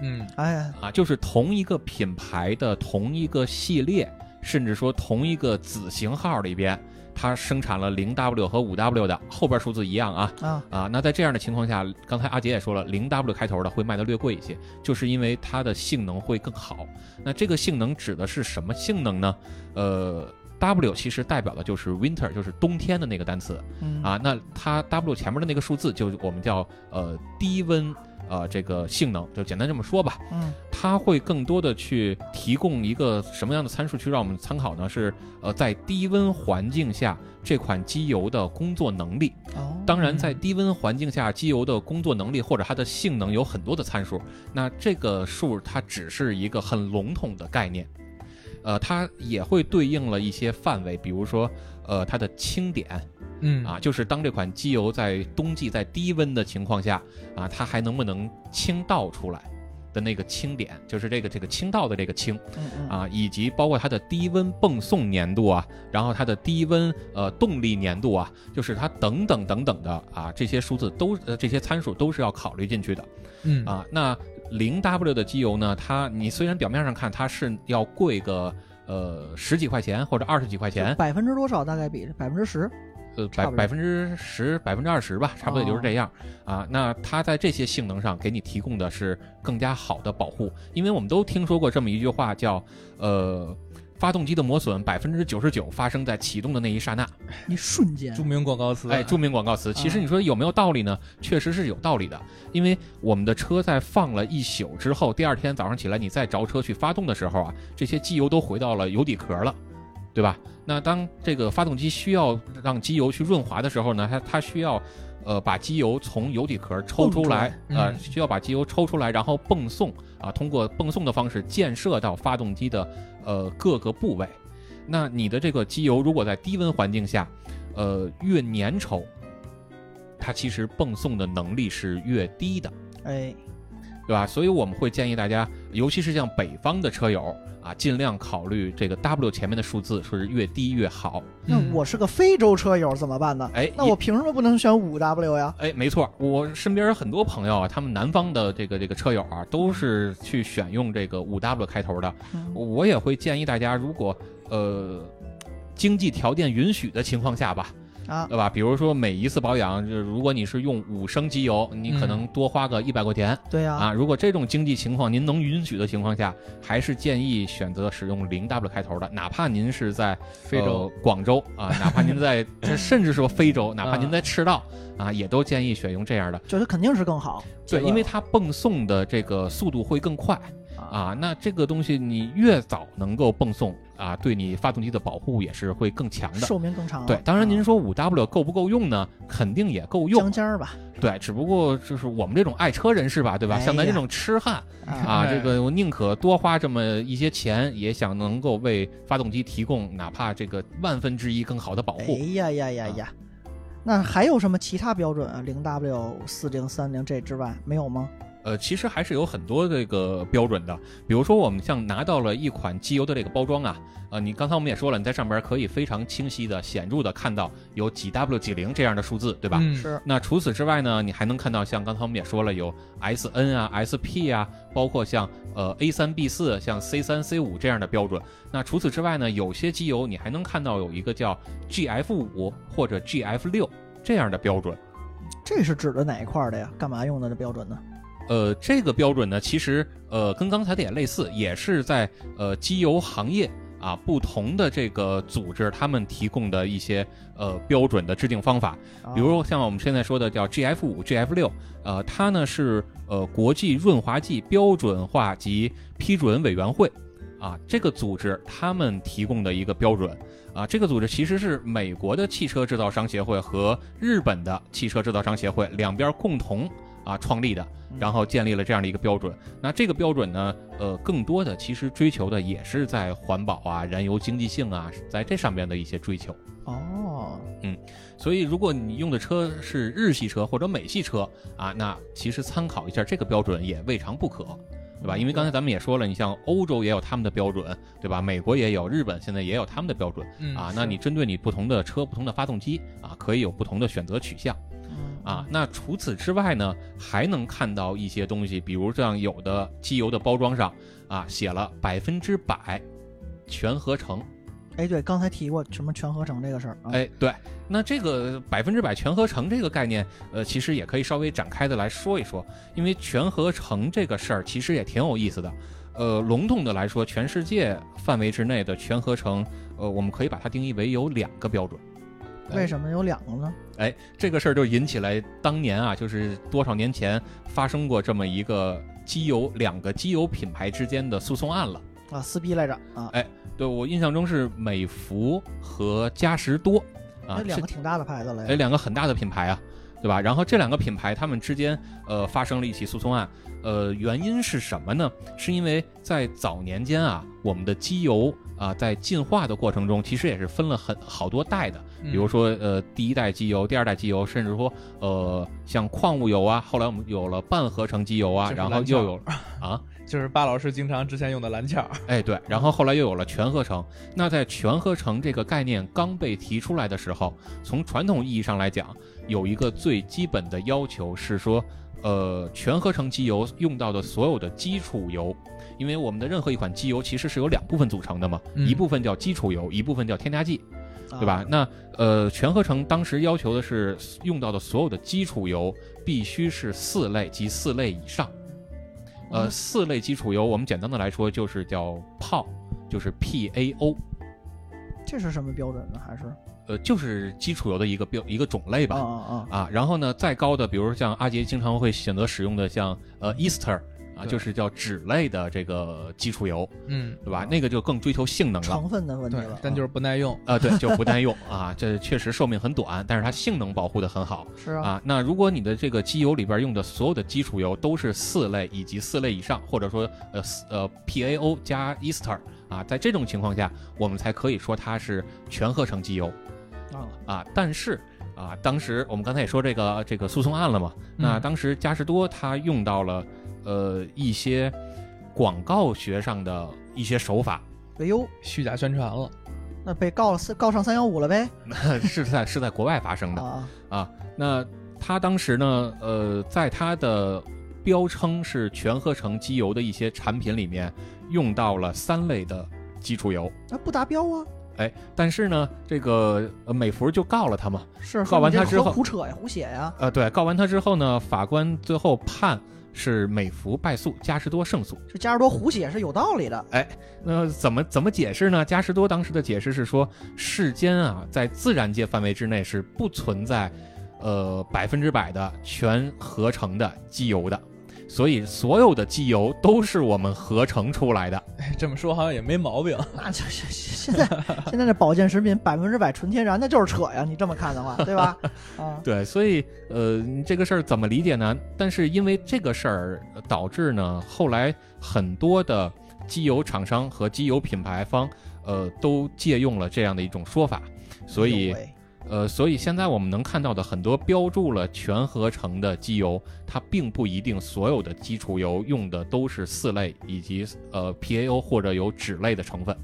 Speaker 3: 嗯，
Speaker 1: 哎”，
Speaker 2: 啊，就是同一个品牌的同一个系列，甚至说同一个子型号里边，它生产了零 W 和五 W 的，后边数字一样啊，
Speaker 1: 啊，
Speaker 2: 啊，那在这样的情况下，刚才阿杰也说了，零 W 开头的会卖的略贵一些，就是因为它的性能会更好。那这个性能指的是什么性能呢？呃，W 其实代表的就是 winter，就是冬天的那个单词
Speaker 1: 嗯，
Speaker 2: 啊。那它 W 前面的那个数字，就我们叫呃低温呃这个性能，就简单这么说吧。
Speaker 1: 嗯，
Speaker 2: 它会更多的去提供一个什么样的参数去让我们参考呢？是呃在低温环境下这款机油的工作能力。
Speaker 1: 哦，
Speaker 2: 当然，在低温环境下，机油的工作能力或者它的性能有很多的参数。那这个数它只是一个很笼统的概念，呃，它也会对应了一些范围，比如说，呃，它的轻点
Speaker 3: 嗯
Speaker 2: 啊，就是当这款机油在冬季在低温的情况下啊，它还能不能倾倒出来的那个轻点，就是这个这个倾倒的这个倾。
Speaker 1: 嗯嗯，
Speaker 2: 啊，以及包括它的低温泵送粘度啊，然后它的低温呃动力粘度啊，就是它等等等等的啊，这些数字都呃这些参数都是要考虑进去的
Speaker 3: 嗯，
Speaker 2: 啊。那零 W 的机油呢，它你虽然表面上看它是要贵个呃十几块钱或者二十几块钱，
Speaker 1: 百分之多少大概比百分之十？
Speaker 2: 呃百
Speaker 1: 差不多哦
Speaker 2: 百分之十、百分之二十吧，差不多也就是这样、啊。那它在这些性能上给你提供的是更加好的保护，因为我们都听说过这么一句话叫呃。发动机的磨损百分之九十九发生在启动的那一刹那，
Speaker 1: 一瞬间
Speaker 3: 著名广告词，啊
Speaker 2: 哎，著名广告词。其实你说有没有道理呢？确实是有道理的，因为我们的车在放了一宿之后，第二天早上起来你再着车去发动的时候啊，这些机油都回到了油底壳了，对吧？那当这个发动机需要让机油去润滑的时候呢，它它需要。呃，把机油从油底壳抽出来，
Speaker 3: 蹦出来
Speaker 2: 呃，
Speaker 3: 嗯
Speaker 2: 需要把机油抽出来，然后泵送啊，通过泵送的方式溅射到发动机的呃各个部位。那你的这个机油如果在低温环境下，呃越粘稠，它其实泵送的能力是越低的，
Speaker 1: 哎，
Speaker 2: 对吧？所以我们会建议大家，尤其是像北方的车友啊，尽量考虑这个 W 前面的数字是越低越好。
Speaker 1: 那
Speaker 3: 嗯
Speaker 1: 我是个非洲车友怎么办呢？
Speaker 2: 哎，
Speaker 1: 那我凭什么不能选五 W 呀？
Speaker 2: 哎，没错，我身边有很多朋友啊，他们南方的这个这个车友啊，都是去选用这个五 W 开头的。我也会建议大家，如果呃经济条件允许的情况下吧，
Speaker 1: 啊，
Speaker 2: 对吧？比如说每一次保养，就是如果你是用五升机油，你可
Speaker 3: 嗯
Speaker 2: 能多花个一百块钱、
Speaker 1: 对呀，
Speaker 2: 啊。如果这种经济情况您能允许的情况下，还是建议选择使用零 W 开头的，哪怕您是在
Speaker 3: 非
Speaker 2: 呃
Speaker 3: 洲、
Speaker 2: 广州啊，哪怕您 在甚至说非洲，哪怕您在赤道啊，也都建议选用这样的。
Speaker 1: 就是肯定是更好。
Speaker 2: 对，
Speaker 1: 结果
Speaker 2: 因为它泵送的这个速度会更快啊。那这个东西你越早能够泵送啊，对你发动机的保护也是会更强的。
Speaker 1: 寿命更长。
Speaker 2: 对，当然您
Speaker 1: 啊
Speaker 2: 说五 W 够不够用呢？肯定也够用
Speaker 1: 将，尖儿吧，
Speaker 2: 对，只不过就是我们这种爱车人士吧，对吧？
Speaker 1: 哎呀
Speaker 2: 像咱这种痴汉
Speaker 1: 啊，
Speaker 2: 啊，
Speaker 3: 哎
Speaker 2: 这个我宁可多花这么一些钱，也想能够为发动机提供哪怕这个万分之一更好的保
Speaker 1: 哎
Speaker 2: 护。啊
Speaker 1: 呀呀呀呀！那还有什么其他标准啊？零 W 四零三零这之外没有吗？
Speaker 2: 呃，其实还是有很多这个标准的，比如说我们像拿到了一款机油的这个包装啊，呃，你刚才我们也说了，你在上边可以非常清晰的、显著的看到有几 W 几零这样的数字，对吧？
Speaker 3: 嗯
Speaker 1: 是
Speaker 2: 那除此之外呢，你还能看到像刚才我们也说了，有 S N 啊、S P 啊，包括像呃 A 三 B 四、像 C 三 C 五这样的标准。那除此之外呢，有些机油你还能看到有一个叫 G F 五或者 G F 六这样的标准。
Speaker 1: 这是指的哪一块儿的呀？干嘛用的这标准呢？
Speaker 2: 呃，这个标准呢，其实呃跟刚才的也类似，也是在呃机油行业啊不同的这个组织他们提供的一些呃标准的制定方法。
Speaker 1: 啊
Speaker 2: 比如像我们现在说的叫 GF 五、GF 六，呃，它呢是呃国际润滑剂标准化及批准委员会啊这个组织他们提供的一个标准啊，这个组织其实是美国的汽车制造商协会和日本的汽车制造商协会两边共同啊创立的，然后建立了这样的一个标准。那这个标准呢，呃，更多的其实追求的也是在环保啊、燃油经济性啊，在这上面的一些追求。啊
Speaker 1: 哦，
Speaker 2: 所以，如果你用的车是日系车或者美系车啊，那其实参考一下这个标准也未尝不可，对吧？因为刚才咱们也说了，你像欧洲也有他们的标准，对吧？美国也有，日本现在也有他们的标准
Speaker 3: 嗯
Speaker 2: 啊。那你针对你不同的车、不同的发动机啊，可以有不同的选择取向
Speaker 1: 嗯
Speaker 2: 啊。那除此之外呢，还能看到一些东西，比如像有的机油的包装上啊写了百分之百全合成。
Speaker 1: 哎，对，刚才提过什么全合成这个事儿啊？，
Speaker 2: 哎，对，那这个百分之百全合成这个概念，呃，其实也可以稍微展开的来说一说，因为全合成这个事儿其实也挺有意思的。呃，笼统的来说，全世界范围之内的全合成，呃，我们可以把它定义为有两个标准。
Speaker 1: 为什么有两个呢？
Speaker 2: 哎，这个事儿就引起来当年啊，就是多少年前发生过这么一个机油两个机油品牌之间的诉讼案了。
Speaker 1: 啊，撕逼来着啊，
Speaker 2: 哎对我印象中是美孚和嘉实多啊，
Speaker 1: 那两
Speaker 2: 这
Speaker 1: 个挺大的牌子了
Speaker 2: 哎，
Speaker 1: 呀。
Speaker 2: 两个很大的品牌啊，对吧？然后这两个品牌他们之间呃发生了一起诉讼案，呃，原因是什么呢？是因为在早年间啊，我们的机油啊在进化的过程中，其实也是分了很好多代的，
Speaker 3: 嗯
Speaker 2: 比如说呃第一代机油、第二代机油，甚至说呃像矿物油啊，后来我们有了半合成机油啊，
Speaker 3: 就是
Speaker 2: 然后
Speaker 3: 蓝
Speaker 2: 又
Speaker 3: 壳
Speaker 2: 有啊，
Speaker 3: 就是巴老师经常之前用的蓝壳，
Speaker 2: 哎，对，然后后来又有了全合成。那在全合成这个概念刚被提出来的时候，从传统意义上来讲，有一个最基本的要求是说，呃，全合成机油用到的所有的基础油，因为我们的任何一款机油其实是由两部分组成的嘛，
Speaker 3: 嗯
Speaker 2: 一部分叫基础油，一部分叫添加剂。
Speaker 1: 啊
Speaker 2: 对吧？那呃，全合成当时要求的是用到的所有的基础油必须是四类及四类以上。呃，四类基础油，我们简单的来说就是叫泡，就是 PAO，
Speaker 1: 这是什么标准呢？还是
Speaker 2: 呃，就是基础油的一个标一个种类吧。
Speaker 1: 啊啊
Speaker 2: 啊，然后呢，再高的，比如像阿杰经常会选择使用的像，呃 Easter 啊，
Speaker 4: 对
Speaker 2: 就是叫脂类的这个基础油，
Speaker 3: 嗯，
Speaker 2: 对吧？那个就更追求性能
Speaker 1: 啊，
Speaker 2: 了。
Speaker 1: 成分的问题
Speaker 3: 对
Speaker 1: 了，，
Speaker 3: 但就是不耐用。
Speaker 2: 啊，对，就不耐用啊，这确实寿命很短，但是它性能保护的很好
Speaker 1: 是啊，
Speaker 2: 啊。那如果你的这个机油里边用的所有的基础油都是四类以及四类以上，或者说呃四呃 PAO 加 Easter 啊，在这种情况下，我们才可以说它是全合成机油。
Speaker 1: 啊
Speaker 2: 啊，但是啊，当时我们刚才也说这个这个诉讼案了嘛，那当时嘉实多他用到了呃一些广告学上的一些手法，
Speaker 1: 哎呦，
Speaker 3: 虚假宣传了，
Speaker 1: 那被告了四告上三幺五了呗？
Speaker 2: 是在是在国外发生的
Speaker 1: 啊，
Speaker 2: 啊。那他当时呢，呃，在他的标称是全合成机油的一些产品里面用到了三类的基础油，
Speaker 1: 那不达标啊，
Speaker 2: 哎，但是呢，这个呃美孚就告了他嘛，
Speaker 1: 是
Speaker 2: 告完他之后
Speaker 1: 说你这何胡扯呀，胡写呀，
Speaker 2: 呃，对，告完他之后呢，法官最后判是美孚败诉，嘉实多胜诉。
Speaker 1: 这加尔多胡写是有道理的，
Speaker 2: 那怎么怎么解释呢？嘉实多当时的解释是说，世间啊，在自然界范围之内是不存在，呃，百分之百的全合成的机油的，所以所有的机油都是我们合成出来的。
Speaker 3: 哎这么说好像也没毛病。
Speaker 1: 那这这 现 在现在这保健食品百分之百纯天然，那就是扯呀！你这么看的话，对吧？啊，
Speaker 2: 对，所以呃，你这个事儿怎么理解呢？但是因为这个事儿呃导致呢，后来很多的机油厂商和机油品牌方，呃，都借用了这样的一种说法，所以
Speaker 1: 有哎为
Speaker 2: 呃，所以现在我们能看到的很多标注了全合成的机油，它并不一定所有的基础油用的都是四类以及呃 PAO 或者有酯类的 成分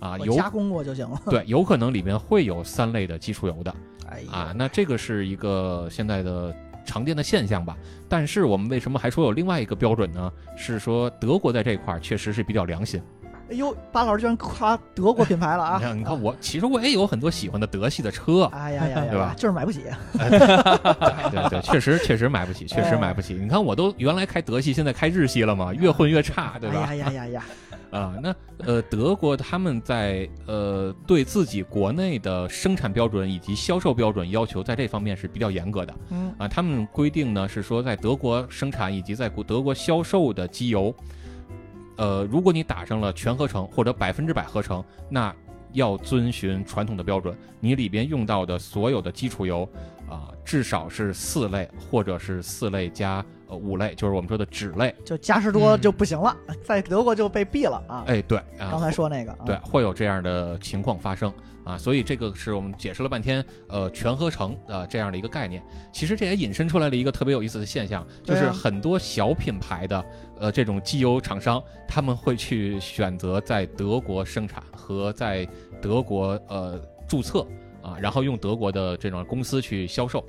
Speaker 2: 啊，
Speaker 1: 我
Speaker 2: 有
Speaker 1: 加工过就行了。
Speaker 2: 对，有可能里面会有三类的基础油的。
Speaker 1: 哎呀，
Speaker 2: 啊，那这个是一个现在的常见的现象吧。但是我们为什么还说有另外一个标准呢？是说德国在这块儿确实是比较良心。
Speaker 1: 哎呦，巴老师居然夸德国品牌了
Speaker 2: 你
Speaker 1: 啊！
Speaker 2: 看，你看我其实我也有很多喜欢的德系的车，啊
Speaker 1: 哎呀呀呀
Speaker 2: 对吧
Speaker 1: 呀，就是买不起，
Speaker 2: 对 对对，确实确实买不起，确
Speaker 1: 嗯
Speaker 2: 实买不起。你看我都原来开德系，现在开日系了嘛，越混越差，对
Speaker 1: 哎
Speaker 2: 吧
Speaker 1: 呀？呀呀 呀，
Speaker 2: 啊，那呃，德国他们在呃对自己国内的生产标准以及销售标准要求，在这方面是比较严格的。
Speaker 1: 嗯，
Speaker 2: 啊，他们规定呢是说，在德国生产以及在国德国销售的机油，呃，如果你打上了全合成或者百分之百合成，那要遵循传统的标准，你里边用到的所有的基础油啊、至少是四类或者是四类加呃五类，就是我们说的酯类。
Speaker 1: 就嘉实多
Speaker 3: 嗯
Speaker 1: 就不行了， 在德国就被毙了啊！
Speaker 2: 哎，对啊，
Speaker 1: 刚才说那个，啊
Speaker 2: 对，会有这样的情况发生啊，所以这个是我们解释了半天，呃，全合成呃这样的一个概念，其实这也引申出来了一个特别有意思的现象，就
Speaker 1: 对
Speaker 2: 是
Speaker 1: 啊
Speaker 2: 很多小品牌的呃这种机油厂商，他们会去选择在德国生产和在德国呃注册啊，然后用德国的这种公司去销售。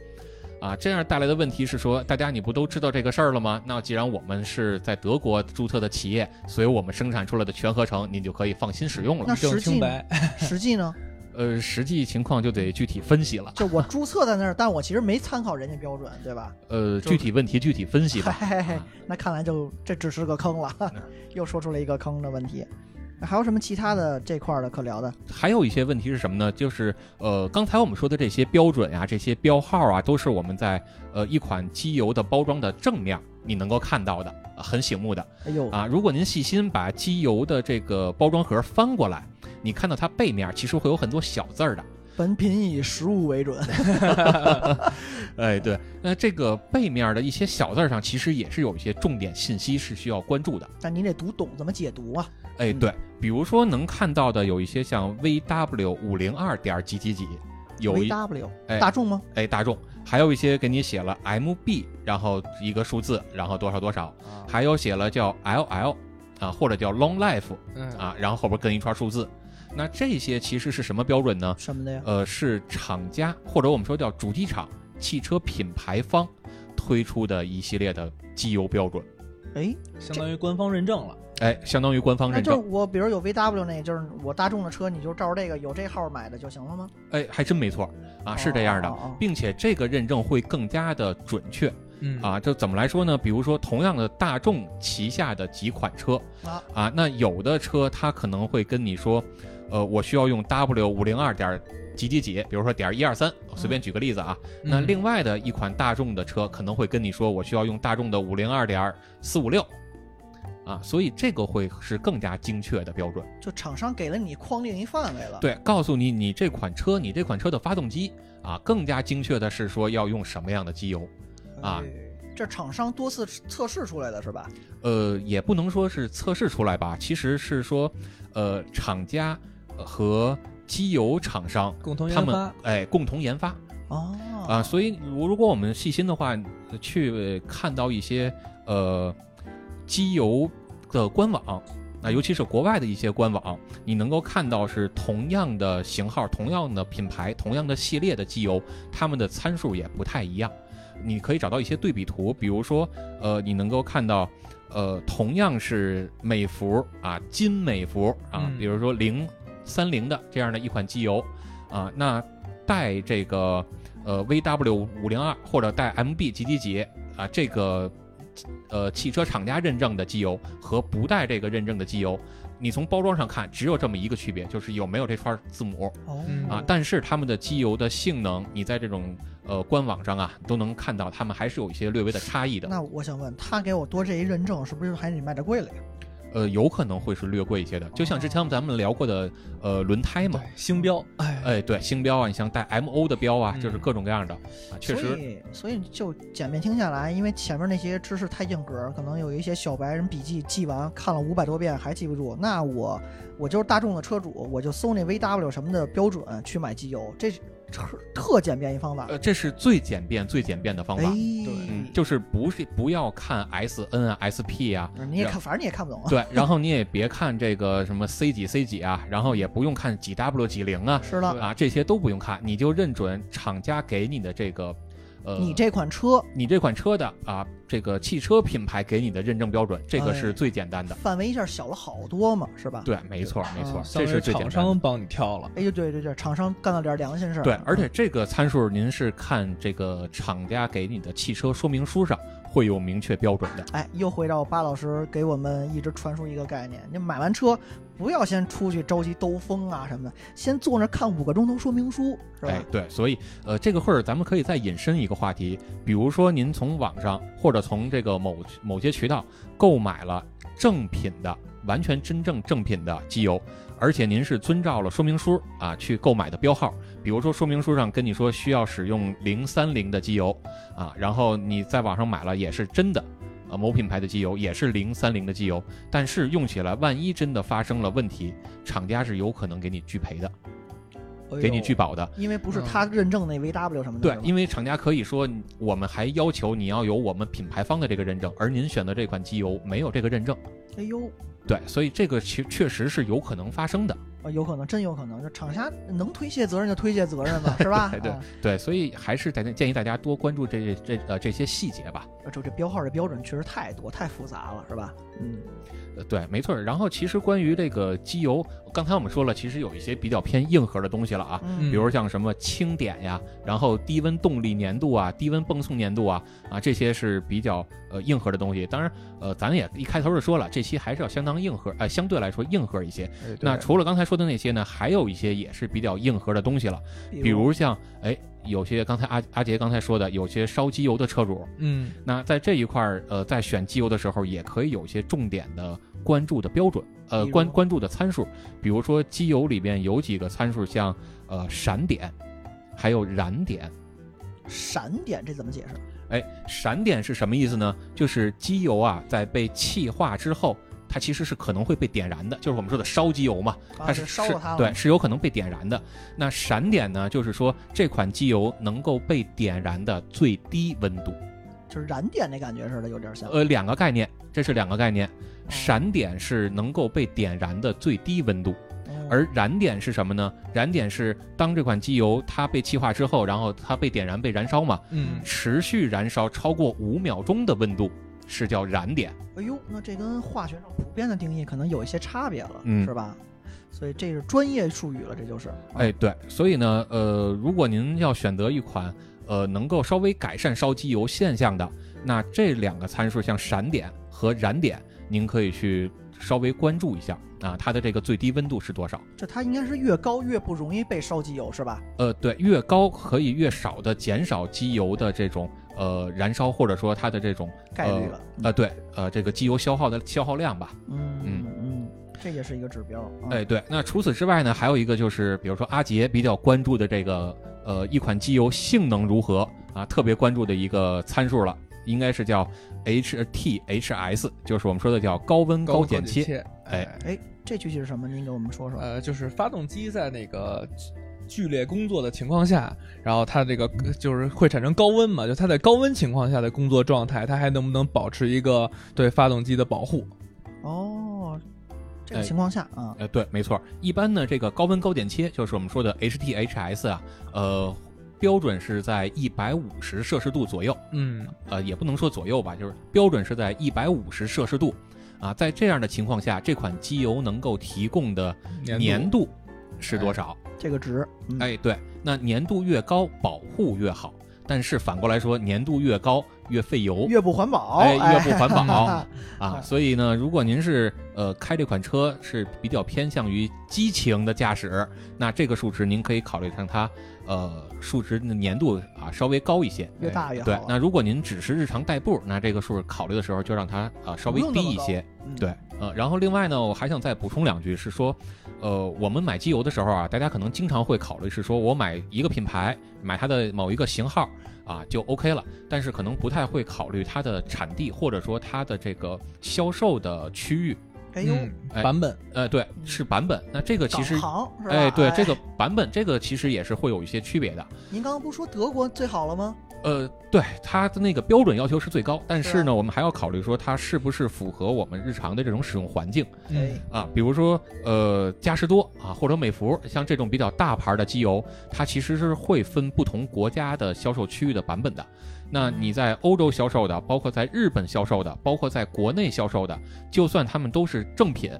Speaker 2: 啊，这样带来的问题是说，大家你不都知道这个事儿了吗？那既然我们是在德国注册的企业，所以我们生产出来的全合成，你就可以放心使用了
Speaker 1: 那。
Speaker 3: 正
Speaker 1: 实际
Speaker 3: 清
Speaker 1: 呢
Speaker 3: 白，
Speaker 1: 实际呢，
Speaker 2: 呃，实际情况就得具体分析了。
Speaker 1: 就我注册在那儿，但我其实没参考人家标准，对吧？
Speaker 2: 呃，
Speaker 1: 就
Speaker 2: 具体问题具体分析吧。
Speaker 1: 嘿嘿嘿
Speaker 2: 啊，
Speaker 1: 那看来就这只是个坑了，
Speaker 2: 嗯
Speaker 1: 又说出了一个坑的问题。那还有什么其他的这块儿的可聊的？
Speaker 2: 还有一些问题是什么呢？就是呃，刚才我们说的这些标准啊，这些标号啊，都是我们在呃一款机油的包装的正面你能够看到的，呃很醒目的。
Speaker 1: 哎呦，
Speaker 2: 啊，如果您细心把机油的这个包装盒翻过来，你看到它背面其实会有很多小字儿的。
Speaker 1: 本品以实物为准，
Speaker 2: 哎，对，那这个背面的一些小字儿上，其实也是有一些重点信息是需要关注的。
Speaker 1: 但你得读懂怎么解读啊。
Speaker 2: 哎，
Speaker 1: 嗯
Speaker 2: 对，比如说能看到的有一些像 VW 五零二点几几几，有一
Speaker 1: VW
Speaker 2: 哎
Speaker 1: 大众吗？
Speaker 2: 哎大众，还有一些给你写了 MB，然后一个数字，然后多少多少，
Speaker 3: 哦
Speaker 2: 还有写了叫 LL 啊，或者叫 Long Life
Speaker 3: 嗯，
Speaker 2: 啊，然后后边跟一串数字。那这些其实是什么标准呢？
Speaker 1: 什么的呀？
Speaker 2: 呃，是厂家或者我们说叫主机厂、汽车品牌方推出的一系列的机油标准。
Speaker 1: 哎，
Speaker 2: 呃
Speaker 3: 相当于官方认证了。
Speaker 2: 哎，相当于官方
Speaker 1: 那
Speaker 2: 认
Speaker 1: 就是
Speaker 2: 证，
Speaker 1: 我，比如有 VW 那，就是我大众的车，你就照着这个有这号买的就行了吗？
Speaker 2: 哎，还真没错啊，是这样的
Speaker 1: 哦哦哦，
Speaker 2: 并且这个认证会更加的准确
Speaker 3: 嗯，
Speaker 2: 啊。这怎么来说呢？比如说，同样的大众旗下的几款车
Speaker 1: 啊
Speaker 2: 啊，那有的车它可能会跟你说，呃，我需要用 W 五零二点几几几，比如说点一二三，我随便举个例子啊。那
Speaker 3: 嗯
Speaker 2: 另外的一款大众的车可能会跟你说，我需要用大众的五零二点四五六，啊，所以这个会是更加精确的标准。
Speaker 1: 就厂商给了你框定一范围了。，
Speaker 2: 对，告诉你你这款车，你这款车的发动机啊，更加精确的是说要用什么样的机油。啊，
Speaker 1: 哎这厂商多次测试出来的是吧？
Speaker 2: 呃，也不能说是测试出来吧，其实是说，呃，厂家和机油厂商
Speaker 3: 共同
Speaker 2: 他
Speaker 3: 研
Speaker 2: 们
Speaker 3: 发，
Speaker 2: 哎共同研发
Speaker 1: 哦
Speaker 2: 啊，所以如如果我们细心的话，去看到一些呃机油的官网。那尤其是国外的一些官网，你能够看到是同样的型号、同样的品牌、同样的系列的机油，它们的参数也不太一样。你可以找到一些对比图，比如说，呃，你能够看到，呃，同样是美孚啊，金美孚啊
Speaker 3: 嗯，
Speaker 2: 比如说零三零的这样的一款机油啊，那带这个呃 VW 五零二或者带 MB 几几几啊这个呃汽车厂家认证的机油和不带这个认证的机油，你从包装上看只有这么一个区别，就是有没有这串字母
Speaker 1: 哦
Speaker 3: 嗯
Speaker 2: 啊。但是它们的机油的性能，你在这种呃官网上啊都能看到，它们还是有一些略微的差异的。
Speaker 1: 那我想问，他给我多这一认证，是不是还得卖的贵了呀？
Speaker 2: 呃，有可能会是略贵一些的，就像之前咱们聊过的呃轮胎嘛
Speaker 1: 嗯
Speaker 3: 对，星标，哎，
Speaker 2: 哎对，星标啊，你像带 MO 的标啊，
Speaker 3: 嗯
Speaker 2: 就是各种各样的啊，确
Speaker 1: 所
Speaker 2: 实。
Speaker 1: 以，所以就简便听下来，因为前面那些知识太硬核，可能有一些小白人笔记记完看了五百多遍还记不住。那我我就是大众的车主，我就搜那 VW 什么的标准去买机油，这是特特简便一方法。
Speaker 2: 呃，这是最简便、最简便的方
Speaker 1: 哎
Speaker 2: 法。，嗯，就是不是不要看 S N 啊、S P 啊，
Speaker 1: 你也看，反正你也看不懂啊。
Speaker 2: 对，然后你也别看这个什么 C 几 C 几啊，然后也不用看几 W 几零啊，
Speaker 1: 是的，
Speaker 2: 啊这些都不用看，你就认准厂家给你的这个，呃，
Speaker 1: 你这款车
Speaker 2: 你这款车的啊，这个汽车品牌给你的认证标准，这个是最简单的。
Speaker 1: 范围一下小了好多嘛，是吧？。
Speaker 2: 对，没错，没错，
Speaker 3: 相
Speaker 2: 这
Speaker 3: 当于
Speaker 2: 是最
Speaker 3: 哦
Speaker 2: 简
Speaker 3: 厂
Speaker 2: 单的
Speaker 3: 商。帮你挑了，
Speaker 1: 哎呦，对对对，厂商干了点良心事儿。啊
Speaker 2: 对，而且这个参数您是看这个厂家给你的汽车说明书上会有明确标准的。
Speaker 1: 哎，又回到巴老师给我们一直传输一个概念：你买完车不要先出去着急兜风啊什么的，先坐那儿看五个钟头说明书，是吧？
Speaker 2: 哎，对，所以呃，这个会儿咱们可以再引申一个话题，比如说您从网上或者从这个某某些渠道购买了正品的、完全真正正品的机油，而且您是遵照了说明书啊去购买的标号，比如说说明书上跟你说需要使用零三零的机油啊，然后你在网上买了也是真的。啊，某品牌的机油也是零三零的机油，但是用起来万一真的发生了问题，厂家是有可能给你拒赔的，
Speaker 1: 哎呦
Speaker 2: 给你拒，保的。
Speaker 1: 因为不是他认证那 VW 什么的。
Speaker 2: 对
Speaker 1: 是，吧
Speaker 2: 因为厂家可以说，我们还要求你要有我们品牌方的这个认证，而您选的这款机油没有这个认证。
Speaker 1: 哎呦，
Speaker 2: 对，所以这个其确实是有可能发生的。
Speaker 1: 啊有可能，真有可能，就厂家能推卸责任就推卸责 任吧，是吧？
Speaker 2: 对对
Speaker 1: 啊
Speaker 2: 对，所以还是大家建议大家多关注这这呃这些细节吧。
Speaker 1: 这这标号的标准确实太多太复杂了，是吧？嗯，
Speaker 2: 呃，对，没错儿。然后其实关于这个机油，刚才我们说了，其实有一些比较偏硬核的东西了啊，
Speaker 1: 嗯
Speaker 2: 比如像什么轻点呀，然后低温动力粘度啊、低温泵送粘度啊啊，这些是比较呃硬核的东西。当然，呃，咱也一开头就说了，这期还是要相当硬核，呃，相对来说硬核一些。
Speaker 3: 哎
Speaker 2: 那
Speaker 3: 对
Speaker 2: 除了刚才说的那些呢，还有一些也是比较硬核的东西了，比如像哎，有些刚才阿阿杰刚才说的，有些烧机油的车主，
Speaker 3: 嗯
Speaker 2: 那在这一块儿呃，在选机油的时候，也可以有一些重点的关注的标准，呃，
Speaker 1: 比如
Speaker 2: 关关注的参数，比如说机油里边有几个参数，像呃闪点，还有燃点。
Speaker 1: 闪点这怎么解释？
Speaker 2: 哎，闪点是什么意思呢？就是机油啊，在被气化之后，它其实是可能会被点燃的，就是我们说的烧机油嘛。它
Speaker 1: 啊，就是烧了它了。
Speaker 2: 对，，是有可能被点燃的。那闪点呢，就是说这款机油能够被点燃的最低温度。
Speaker 1: 就是燃点那感觉似的，有点像。
Speaker 2: 呃，两个概念，这是两个概念。闪点是能够被点燃的最低温度，
Speaker 1: 嗯
Speaker 2: 而燃点是什么呢？燃点是当这款机油它被气化之后，然后它被点燃、被燃烧嘛，
Speaker 3: 嗯
Speaker 2: 持续燃烧超过五秒钟的温度是叫燃点。
Speaker 1: 哎呦，那这跟化学上普遍的定义可能有一些差别了，
Speaker 2: 嗯
Speaker 1: 是吧？所以这是专业术语了，这就是。
Speaker 2: 哎，对，所以呢，呃，如果您要选择一款呃能够稍微改善烧机油现象的，那这两个参数像闪点和燃点，您可以去稍微关注一下啊，它的这个最低温度是多少？
Speaker 1: 这它应该是越高越不容易被烧机油，是吧？
Speaker 2: 呃，对，越高可以越少的减少机油的这种呃燃烧，或者说它的这种
Speaker 1: 概率了。
Speaker 2: 呃对呃这个机油消耗的消耗量吧。
Speaker 1: 嗯
Speaker 2: 嗯
Speaker 1: 嗯，这也是一个指标。啊
Speaker 2: 哎，，对，那除此之外呢，还有一个就是，比如说阿杰比较关注的这个呃一款机油性能如何啊，特别关注的一个参数了，应该是叫呃 HTHS，就是我们说的叫高温
Speaker 3: 高
Speaker 2: 高减
Speaker 3: 切，
Speaker 2: 切。哎
Speaker 1: 这具体是什么？您给我们说说。
Speaker 3: 呃，就是发动机在那个剧烈工作的情况下，然后它这个就是会产生高温嘛，就它在高温情况下的工作状态，它还能不能保持一个对发动机的保护？
Speaker 1: 哦，这个
Speaker 2: 哎
Speaker 1: 情况下啊，
Speaker 2: 呃，对，没错。一般呢，这个高温高减切就是我们说的 HTHS 啊，呃，标准是在一百五十摄氏度左右。
Speaker 3: 嗯，
Speaker 2: 呃，也不能说左右吧，就是标准是在一百五十摄氏度啊，在这样的情况下，这款机油能够提供的
Speaker 3: 粘
Speaker 2: 粘度是多少？
Speaker 1: 这个值，嗯，
Speaker 2: 哎，对，那粘度越高，保护越好，但是反过来说，粘度越高越费油。
Speaker 1: 越不环保，
Speaker 2: 哎，越
Speaker 1: 哎
Speaker 2: 不环保
Speaker 1: 哈
Speaker 2: 啊！所以呢，如果您是呃开这款车是比较偏向于激情的驾驶，那这个数值您可以考虑让它呃数值的粘度啊稍微高一些。哎
Speaker 1: 越大越好
Speaker 2: 对
Speaker 1: 了。，
Speaker 2: 那如果您只是日常代步，那这个数考虑的时候就让它呃稍微
Speaker 1: 不用那
Speaker 2: 低
Speaker 1: 么
Speaker 2: 一些。
Speaker 1: 嗯
Speaker 2: 对，呃，然后另外呢，我还想再补充两句，是说，呃，我们买机油的时候啊，大家可能经常会考虑是说我买一个品牌，买它的某一个型号啊就 OK 了，但是可能不太会考虑它的产地或者说它的这个销售的区域。
Speaker 1: 哎呦，
Speaker 3: 嗯
Speaker 2: 哎
Speaker 3: 版本
Speaker 2: 呃，对，是版本。那这个其
Speaker 1: 嗯港
Speaker 2: 实。
Speaker 1: 行是吧？
Speaker 2: 哎，对，这个版本，这个其实也是会有一些区别的。
Speaker 1: 您刚刚不说德国最好了吗？
Speaker 2: 呃，对，它的那个标准要求是最高，但
Speaker 1: 是
Speaker 2: 是
Speaker 1: 啊
Speaker 2: 呢，我们还要考虑说它是不是符合我们日常的这种使用环境
Speaker 1: 哎
Speaker 3: 嗯
Speaker 2: 啊，比如说呃嘉实多啊或者美孚，像这种比较大牌的机油，它其实是会分不同国家的销售区域的版本的。那你在欧洲销售的，包括在日本销售的，包括在国内销售的，就算他们都是正品。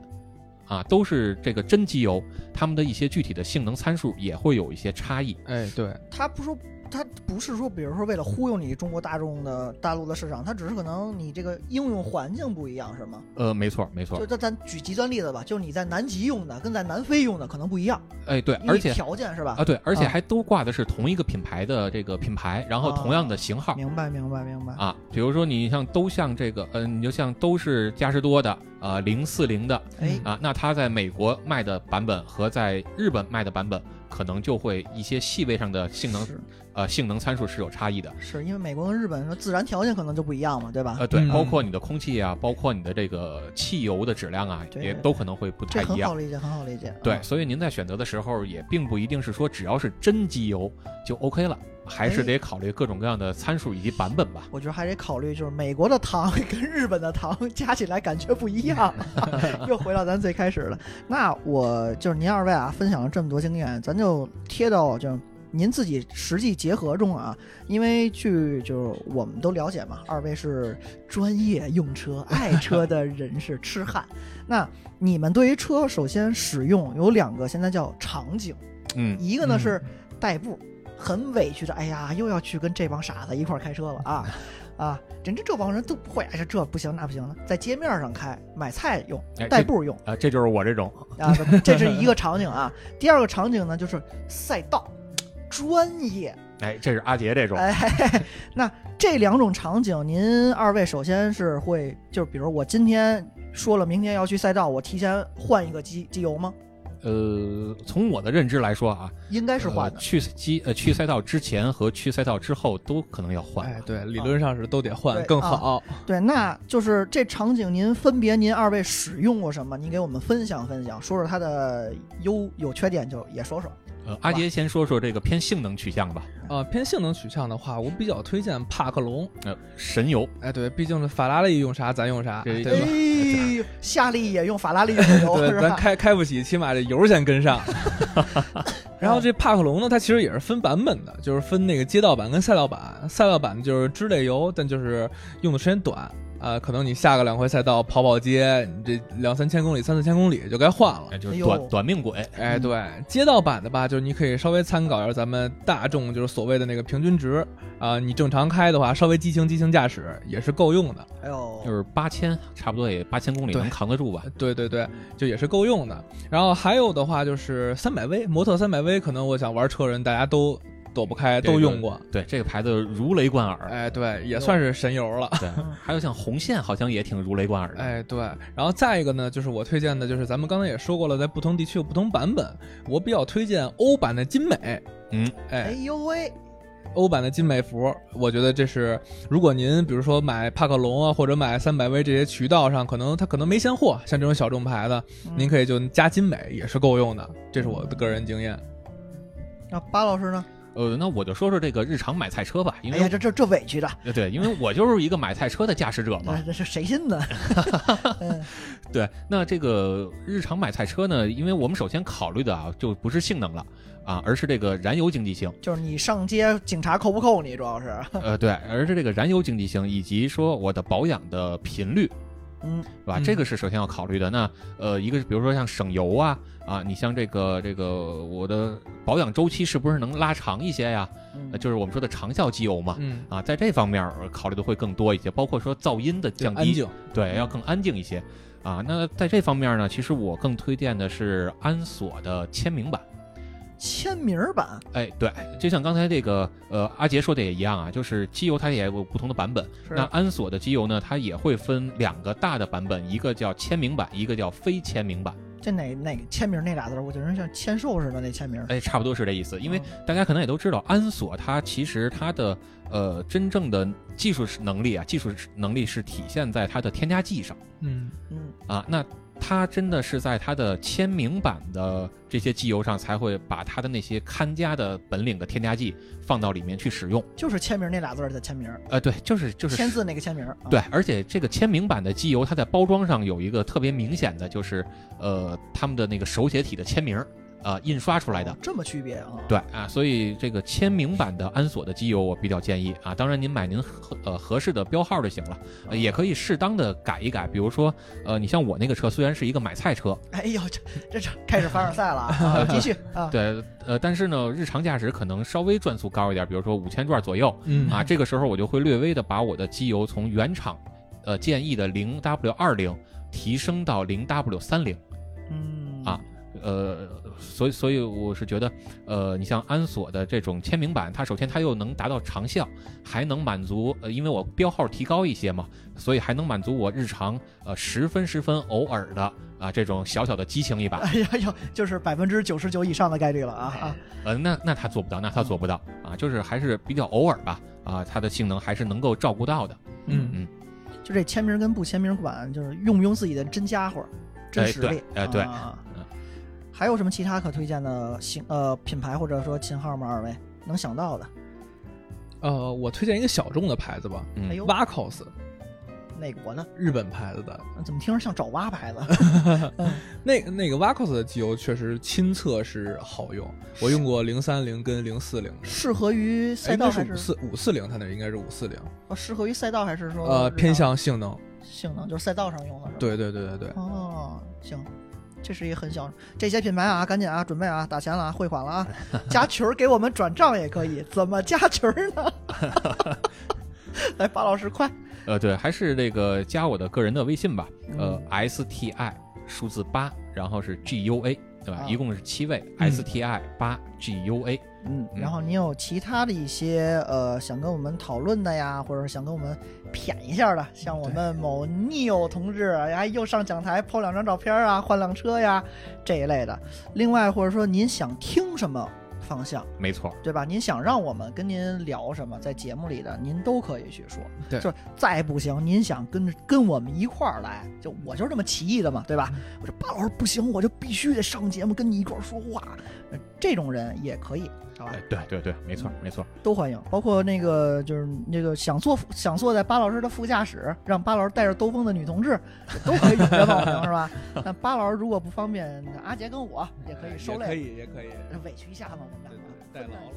Speaker 2: 啊，都是这个真机油，它们的一些具体的性能参数也会有一些差异。
Speaker 3: 哎，对，
Speaker 1: 他不说，他不是说，比如说为了忽悠你中国大众的大陆的市场，他只是可能你这个应用环境不一样，是吗？
Speaker 2: 呃，没错，没错
Speaker 1: 就。咱咱举极端例子吧，就是你在南极用的跟在南非用的可能不一样，
Speaker 2: 哎，对，
Speaker 1: 因为
Speaker 2: 而且
Speaker 1: 条件是吧？
Speaker 2: 啊，对，而且
Speaker 1: 啊
Speaker 2: 还都挂的是同一个品牌的这个品牌，然后同样的型号
Speaker 1: 明白，明白，明白。
Speaker 2: 啊。比如说你像都像这个，嗯，你就像都是嘉实多的，呃，零四零的
Speaker 1: 哎，
Speaker 2: 啊，那它在美国卖的版本和在日本卖的版本，可能就会一些细微上的性能
Speaker 1: 是
Speaker 2: 呃性能参数是有差异的。
Speaker 1: 是因为美国跟日本说自然条件可能就不一样嘛，对吧？
Speaker 2: 呃，对，
Speaker 3: 嗯
Speaker 2: 包括你的空气啊，包括你的这个汽油的质量啊，
Speaker 1: 对
Speaker 2: 也都可能会不
Speaker 1: 这
Speaker 2: 太一
Speaker 1: 很
Speaker 2: 样
Speaker 1: 好。理解，很好理解。
Speaker 2: 对，
Speaker 1: 啊
Speaker 2: 所以您在选择的时候也并不一定是说只要是真机油就 OK 了，还是
Speaker 1: 哎
Speaker 2: 得考虑各种各样的参数以及版本吧。
Speaker 1: 我觉得还得考虑，就是美国的糖跟日本的糖加起来感觉不一样， 又回到咱最开始了。那我就是您二位啊，分享了这么多经验，咱就贴到就您自己实际结合中啊，因为据就是我们都了解嘛，二位是专业用车、爱车的人士，痴汉。那你们对于车首先使用有两个，现在叫场景。
Speaker 2: 嗯，
Speaker 1: 一个呢
Speaker 3: 嗯
Speaker 1: 是代步，很委屈的，哎呀，又要去跟这帮傻子一块儿开车了 啊啊！人家这帮人都不会，哎呀，这不行那不行的，在街面上开，买菜用，
Speaker 2: 哎
Speaker 1: 代
Speaker 2: 这
Speaker 1: 步用
Speaker 2: 啊，这就是我这种
Speaker 1: 啊，这是一个场 景啊。第二个场景呢就是赛道，专业。
Speaker 2: 哎，这是阿杰这种，
Speaker 1: 哎， 那这两种场景，您二位首先是会，就是比如我今天说了明天要去赛道，我提前换一个机机油吗？
Speaker 2: 呃，从我的认知来说啊，
Speaker 1: 应该是换
Speaker 2: 呃
Speaker 1: 的。
Speaker 2: 去机呃去赛道之前和去赛道之后都可能要换。
Speaker 3: 哎，对，理论上是都得换
Speaker 1: 对啊
Speaker 3: 更好。
Speaker 1: 对，那就是这场景，您分别您二位使用过什么？您给我们分享分享，说说它的优有缺点，就也说说。
Speaker 2: 呃，阿杰先说说这个偏性能取向吧，
Speaker 3: 呃，偏性能取向的话，我比较推荐帕克龙。
Speaker 2: 呃，神油，
Speaker 3: 哎，对，毕竟法拉利用啥咱用啥，
Speaker 2: 对
Speaker 3: 对吧？
Speaker 1: 哎， 夏利也用法拉利用油
Speaker 3: 对，
Speaker 1: 是
Speaker 3: 咱
Speaker 1: 吧？
Speaker 3: 开开不起，起码这油先 跟上。然后这帕克龙呢，它其实也是分版本的，就是分那个街道版跟赛道版。赛道版就是支类油，但就是用的时间短。啊，可能你下个两回赛道跑跑街，你这两三千公里、三四千公里就该换了。
Speaker 2: 哎，就是
Speaker 1: 哎呦
Speaker 2: 短短命鬼，
Speaker 1: 嗯
Speaker 3: 哎，对，街道版的吧，就是你可以稍微参考一下咱们大众，就是所谓的那个平均值啊、你正常开的话，稍微激情激情驾驶也是够用的。
Speaker 1: 哎呦，
Speaker 2: 就是八千，差不多也八千公里
Speaker 3: 对
Speaker 2: 能扛得住吧？
Speaker 3: 对对对，就也是够用的。然后还有的话就是三百 V 模特三百 V，可能我想玩车人大家都躲不开，
Speaker 2: 这
Speaker 3: 都
Speaker 2: 个
Speaker 3: 用过。
Speaker 2: 对，这个牌子如雷贯耳。
Speaker 3: 哎，对，也算是神游了。
Speaker 2: 对，
Speaker 1: 嗯
Speaker 2: 还有像红线好像也挺如雷贯耳的。
Speaker 3: 哎，对，然后再一个呢，就是我推荐的，就是咱们刚才也说过了，在不同地区有不同版本。我比较推荐欧版的金美，
Speaker 2: 嗯，
Speaker 1: 哎
Speaker 3: 哎，
Speaker 1: 呦喂，
Speaker 3: 欧版的金美服，我觉得这是如果您比如说买帕克龙啊，或者买三百威这些渠道上，可能它可能没现货，像这种小众牌的，您可以就加金美也是够用的，这是我的个人经验。
Speaker 1: 那巴老师呢？
Speaker 2: 呃，那我就说说这个日常买菜车吧，因
Speaker 1: 哎
Speaker 2: 为、
Speaker 1: 呀，这这这委屈的，
Speaker 2: 呃对，因为我就是一个买菜车的驾驶者嘛
Speaker 1: 这。这是谁信呢？
Speaker 2: 对，那这个日常买菜车呢，因为我们首先考虑的啊，就不是性能了啊，而是这个燃油经济 性。
Speaker 1: 就是你上街，警察扣不扣你？主要是，
Speaker 2: 呃，对，而是这个燃油经济性，以及说我的保养的频率，
Speaker 1: 嗯，
Speaker 2: 对吧？
Speaker 3: 嗯
Speaker 2: 这个是首先要考虑的。那呃，一个是比如说像省油啊啊，你像这个这个我的保养周期是不是能拉长一些呀？
Speaker 1: 嗯
Speaker 2: 呃就是我们说的长效机油嘛。
Speaker 3: 嗯，
Speaker 2: 啊，在这方面儿考虑的会更多一些，包括说噪音的降低，
Speaker 3: 安静，
Speaker 1: 嗯
Speaker 2: 对，要更安静一些啊。那在这方面呢，其实我更推荐的是安索的签名版。
Speaker 1: 签名版，
Speaker 2: 哎，对，
Speaker 1: 嗯
Speaker 2: 就像刚才这个呃阿杰说的也一样啊，就是机油它也有不同的版本。
Speaker 1: 是
Speaker 2: 那安索的机油呢，它也会分两个大的版本，一个叫签名版，一个叫非签名版。
Speaker 1: 这哪哪签名那俩字儿，我觉得像签售似的那签名。
Speaker 2: 哎，差不多是这意思。因为
Speaker 1: 嗯
Speaker 2: 大家可能也都知道，安索它其实它的呃真正的技术是能力啊，技术是能力是体现在它的添加剂上。
Speaker 3: 嗯，
Speaker 1: 嗯，
Speaker 2: 啊，那它真的是在它的签名版的这些机油上才会把它的那些看家的本领的添加剂放到里面去使用。
Speaker 1: 就是签名那俩字儿的签名，
Speaker 2: 呃，对，就是就是
Speaker 1: 签字那个签名。啊
Speaker 2: 对，，而且这个签名版的机油，它在包装上有一个特别明显的，就是呃他们的那个手写体的签名儿啊印刷出来的
Speaker 1: 哦。这么区别啊？
Speaker 2: 对啊，所以这个签名版的安索的机油，我比较建议啊。当然，您买您合呃合适的标号就行了，
Speaker 1: 哦
Speaker 2: 呃也可以适当的改一改。比如说，呃，你像我那个车虽然是一个买菜车，
Speaker 1: 哎呦，这这这开始凡尔赛了啊！ 啊继续啊，
Speaker 2: 对，呃，但是呢，日常驾驶可能稍微转速高一点，比如说五千转左右
Speaker 3: 嗯
Speaker 2: 啊，这个时候我就会略微的把我的机油从原厂呃建议的零 W 二零提升到零 W 三零，
Speaker 1: 嗯
Speaker 2: 啊呃，所以所以我是觉得，呃，你像安索的这种签名版，它首先它又能达到长效，还能满足呃，因为我标号提高一些嘛，所以还能满足我日常呃十分十分偶尔的啊这种小小的激情一把，
Speaker 1: 哎呀呦，就是百分之九十九以上的概率了啊啊！
Speaker 2: 呃，那那他做不到，那他做不到啊，就是还是比较偶尔吧，啊，它的性能还是能够照顾到的。
Speaker 3: 嗯
Speaker 1: 就这签名跟不签名管，就是用不用自己的真家伙儿、真实力。
Speaker 2: 哎对哎对
Speaker 1: 啊
Speaker 2: 嗯
Speaker 1: 还有什么其他可推荐的型呃品牌或者说型号吗？二位能想到的？
Speaker 3: 呃，我推荐一个小众的牌子吧
Speaker 2: 嗯
Speaker 1: 哎呦，
Speaker 3: ，Vacos，
Speaker 1: 哪国的？
Speaker 3: 日本牌子的，
Speaker 1: 怎么听着像爪哇牌子？
Speaker 3: 那那个 Vacos 的机油确实亲测是好用，我用过零三零跟零四零，
Speaker 1: 适合于赛
Speaker 3: 应该
Speaker 2: 哎
Speaker 1: 道
Speaker 3: 是
Speaker 1: 还是
Speaker 3: 五四五四零，它那应该是五四零，
Speaker 1: 哦适合于赛哦道还是说
Speaker 3: 呃，
Speaker 1: 日常
Speaker 3: 偏向性能。
Speaker 1: 性能，就是赛道上用的是吧？。
Speaker 3: 对对对对对，
Speaker 1: 哦，行。这是一个很小，这些品牌啊，赶紧啊，准备啊，打钱了啊，汇款了 啊，加群儿给我们转账也可以，怎么加群儿 呢？来，巴老师快，
Speaker 2: 呃，对，还是这个加我的个人的微信吧，呃
Speaker 1: 嗯
Speaker 2: ，S T I 数字八，然后是 G U A，对吧？
Speaker 1: 啊
Speaker 2: 一共是七位
Speaker 3: 嗯
Speaker 2: ，S T I 八 G U A。
Speaker 1: 嗯，
Speaker 2: 嗯
Speaker 1: 然后你有其他的一些呃想跟我们讨论的呀，或者想跟我们谝一下的，像我们某 Neo 同志，哎，又上讲台 po 两张照片啊，换辆车呀这一类的。另外，或者说您想听什么方向，
Speaker 2: 没错，
Speaker 1: 对吧？您想让我们跟您聊什么，在节目里的您都可以去说。
Speaker 3: 对
Speaker 1: 就是再不行，您想跟跟我们一块儿来，就我就是这么起义的嘛，对吧？
Speaker 3: 嗯
Speaker 1: 我说巴老师不行，我就必须得上节目跟你一块儿说话，呃这种人也可以，好吧
Speaker 2: 哎？，对对对，没错没错。
Speaker 1: 都欢迎，包括那个就是那个想坐想坐在巴老师的副驾驶，让巴老师带着兜风的女同志，都可以踊跃报名，是吧？那巴老师如果不方便，阿杰跟我也可以
Speaker 3: 哎
Speaker 1: 收
Speaker 3: 也可
Speaker 1: 类，
Speaker 3: 以也可以，
Speaker 1: 委屈一下嘛，我们俩
Speaker 3: 对对对，代劳了。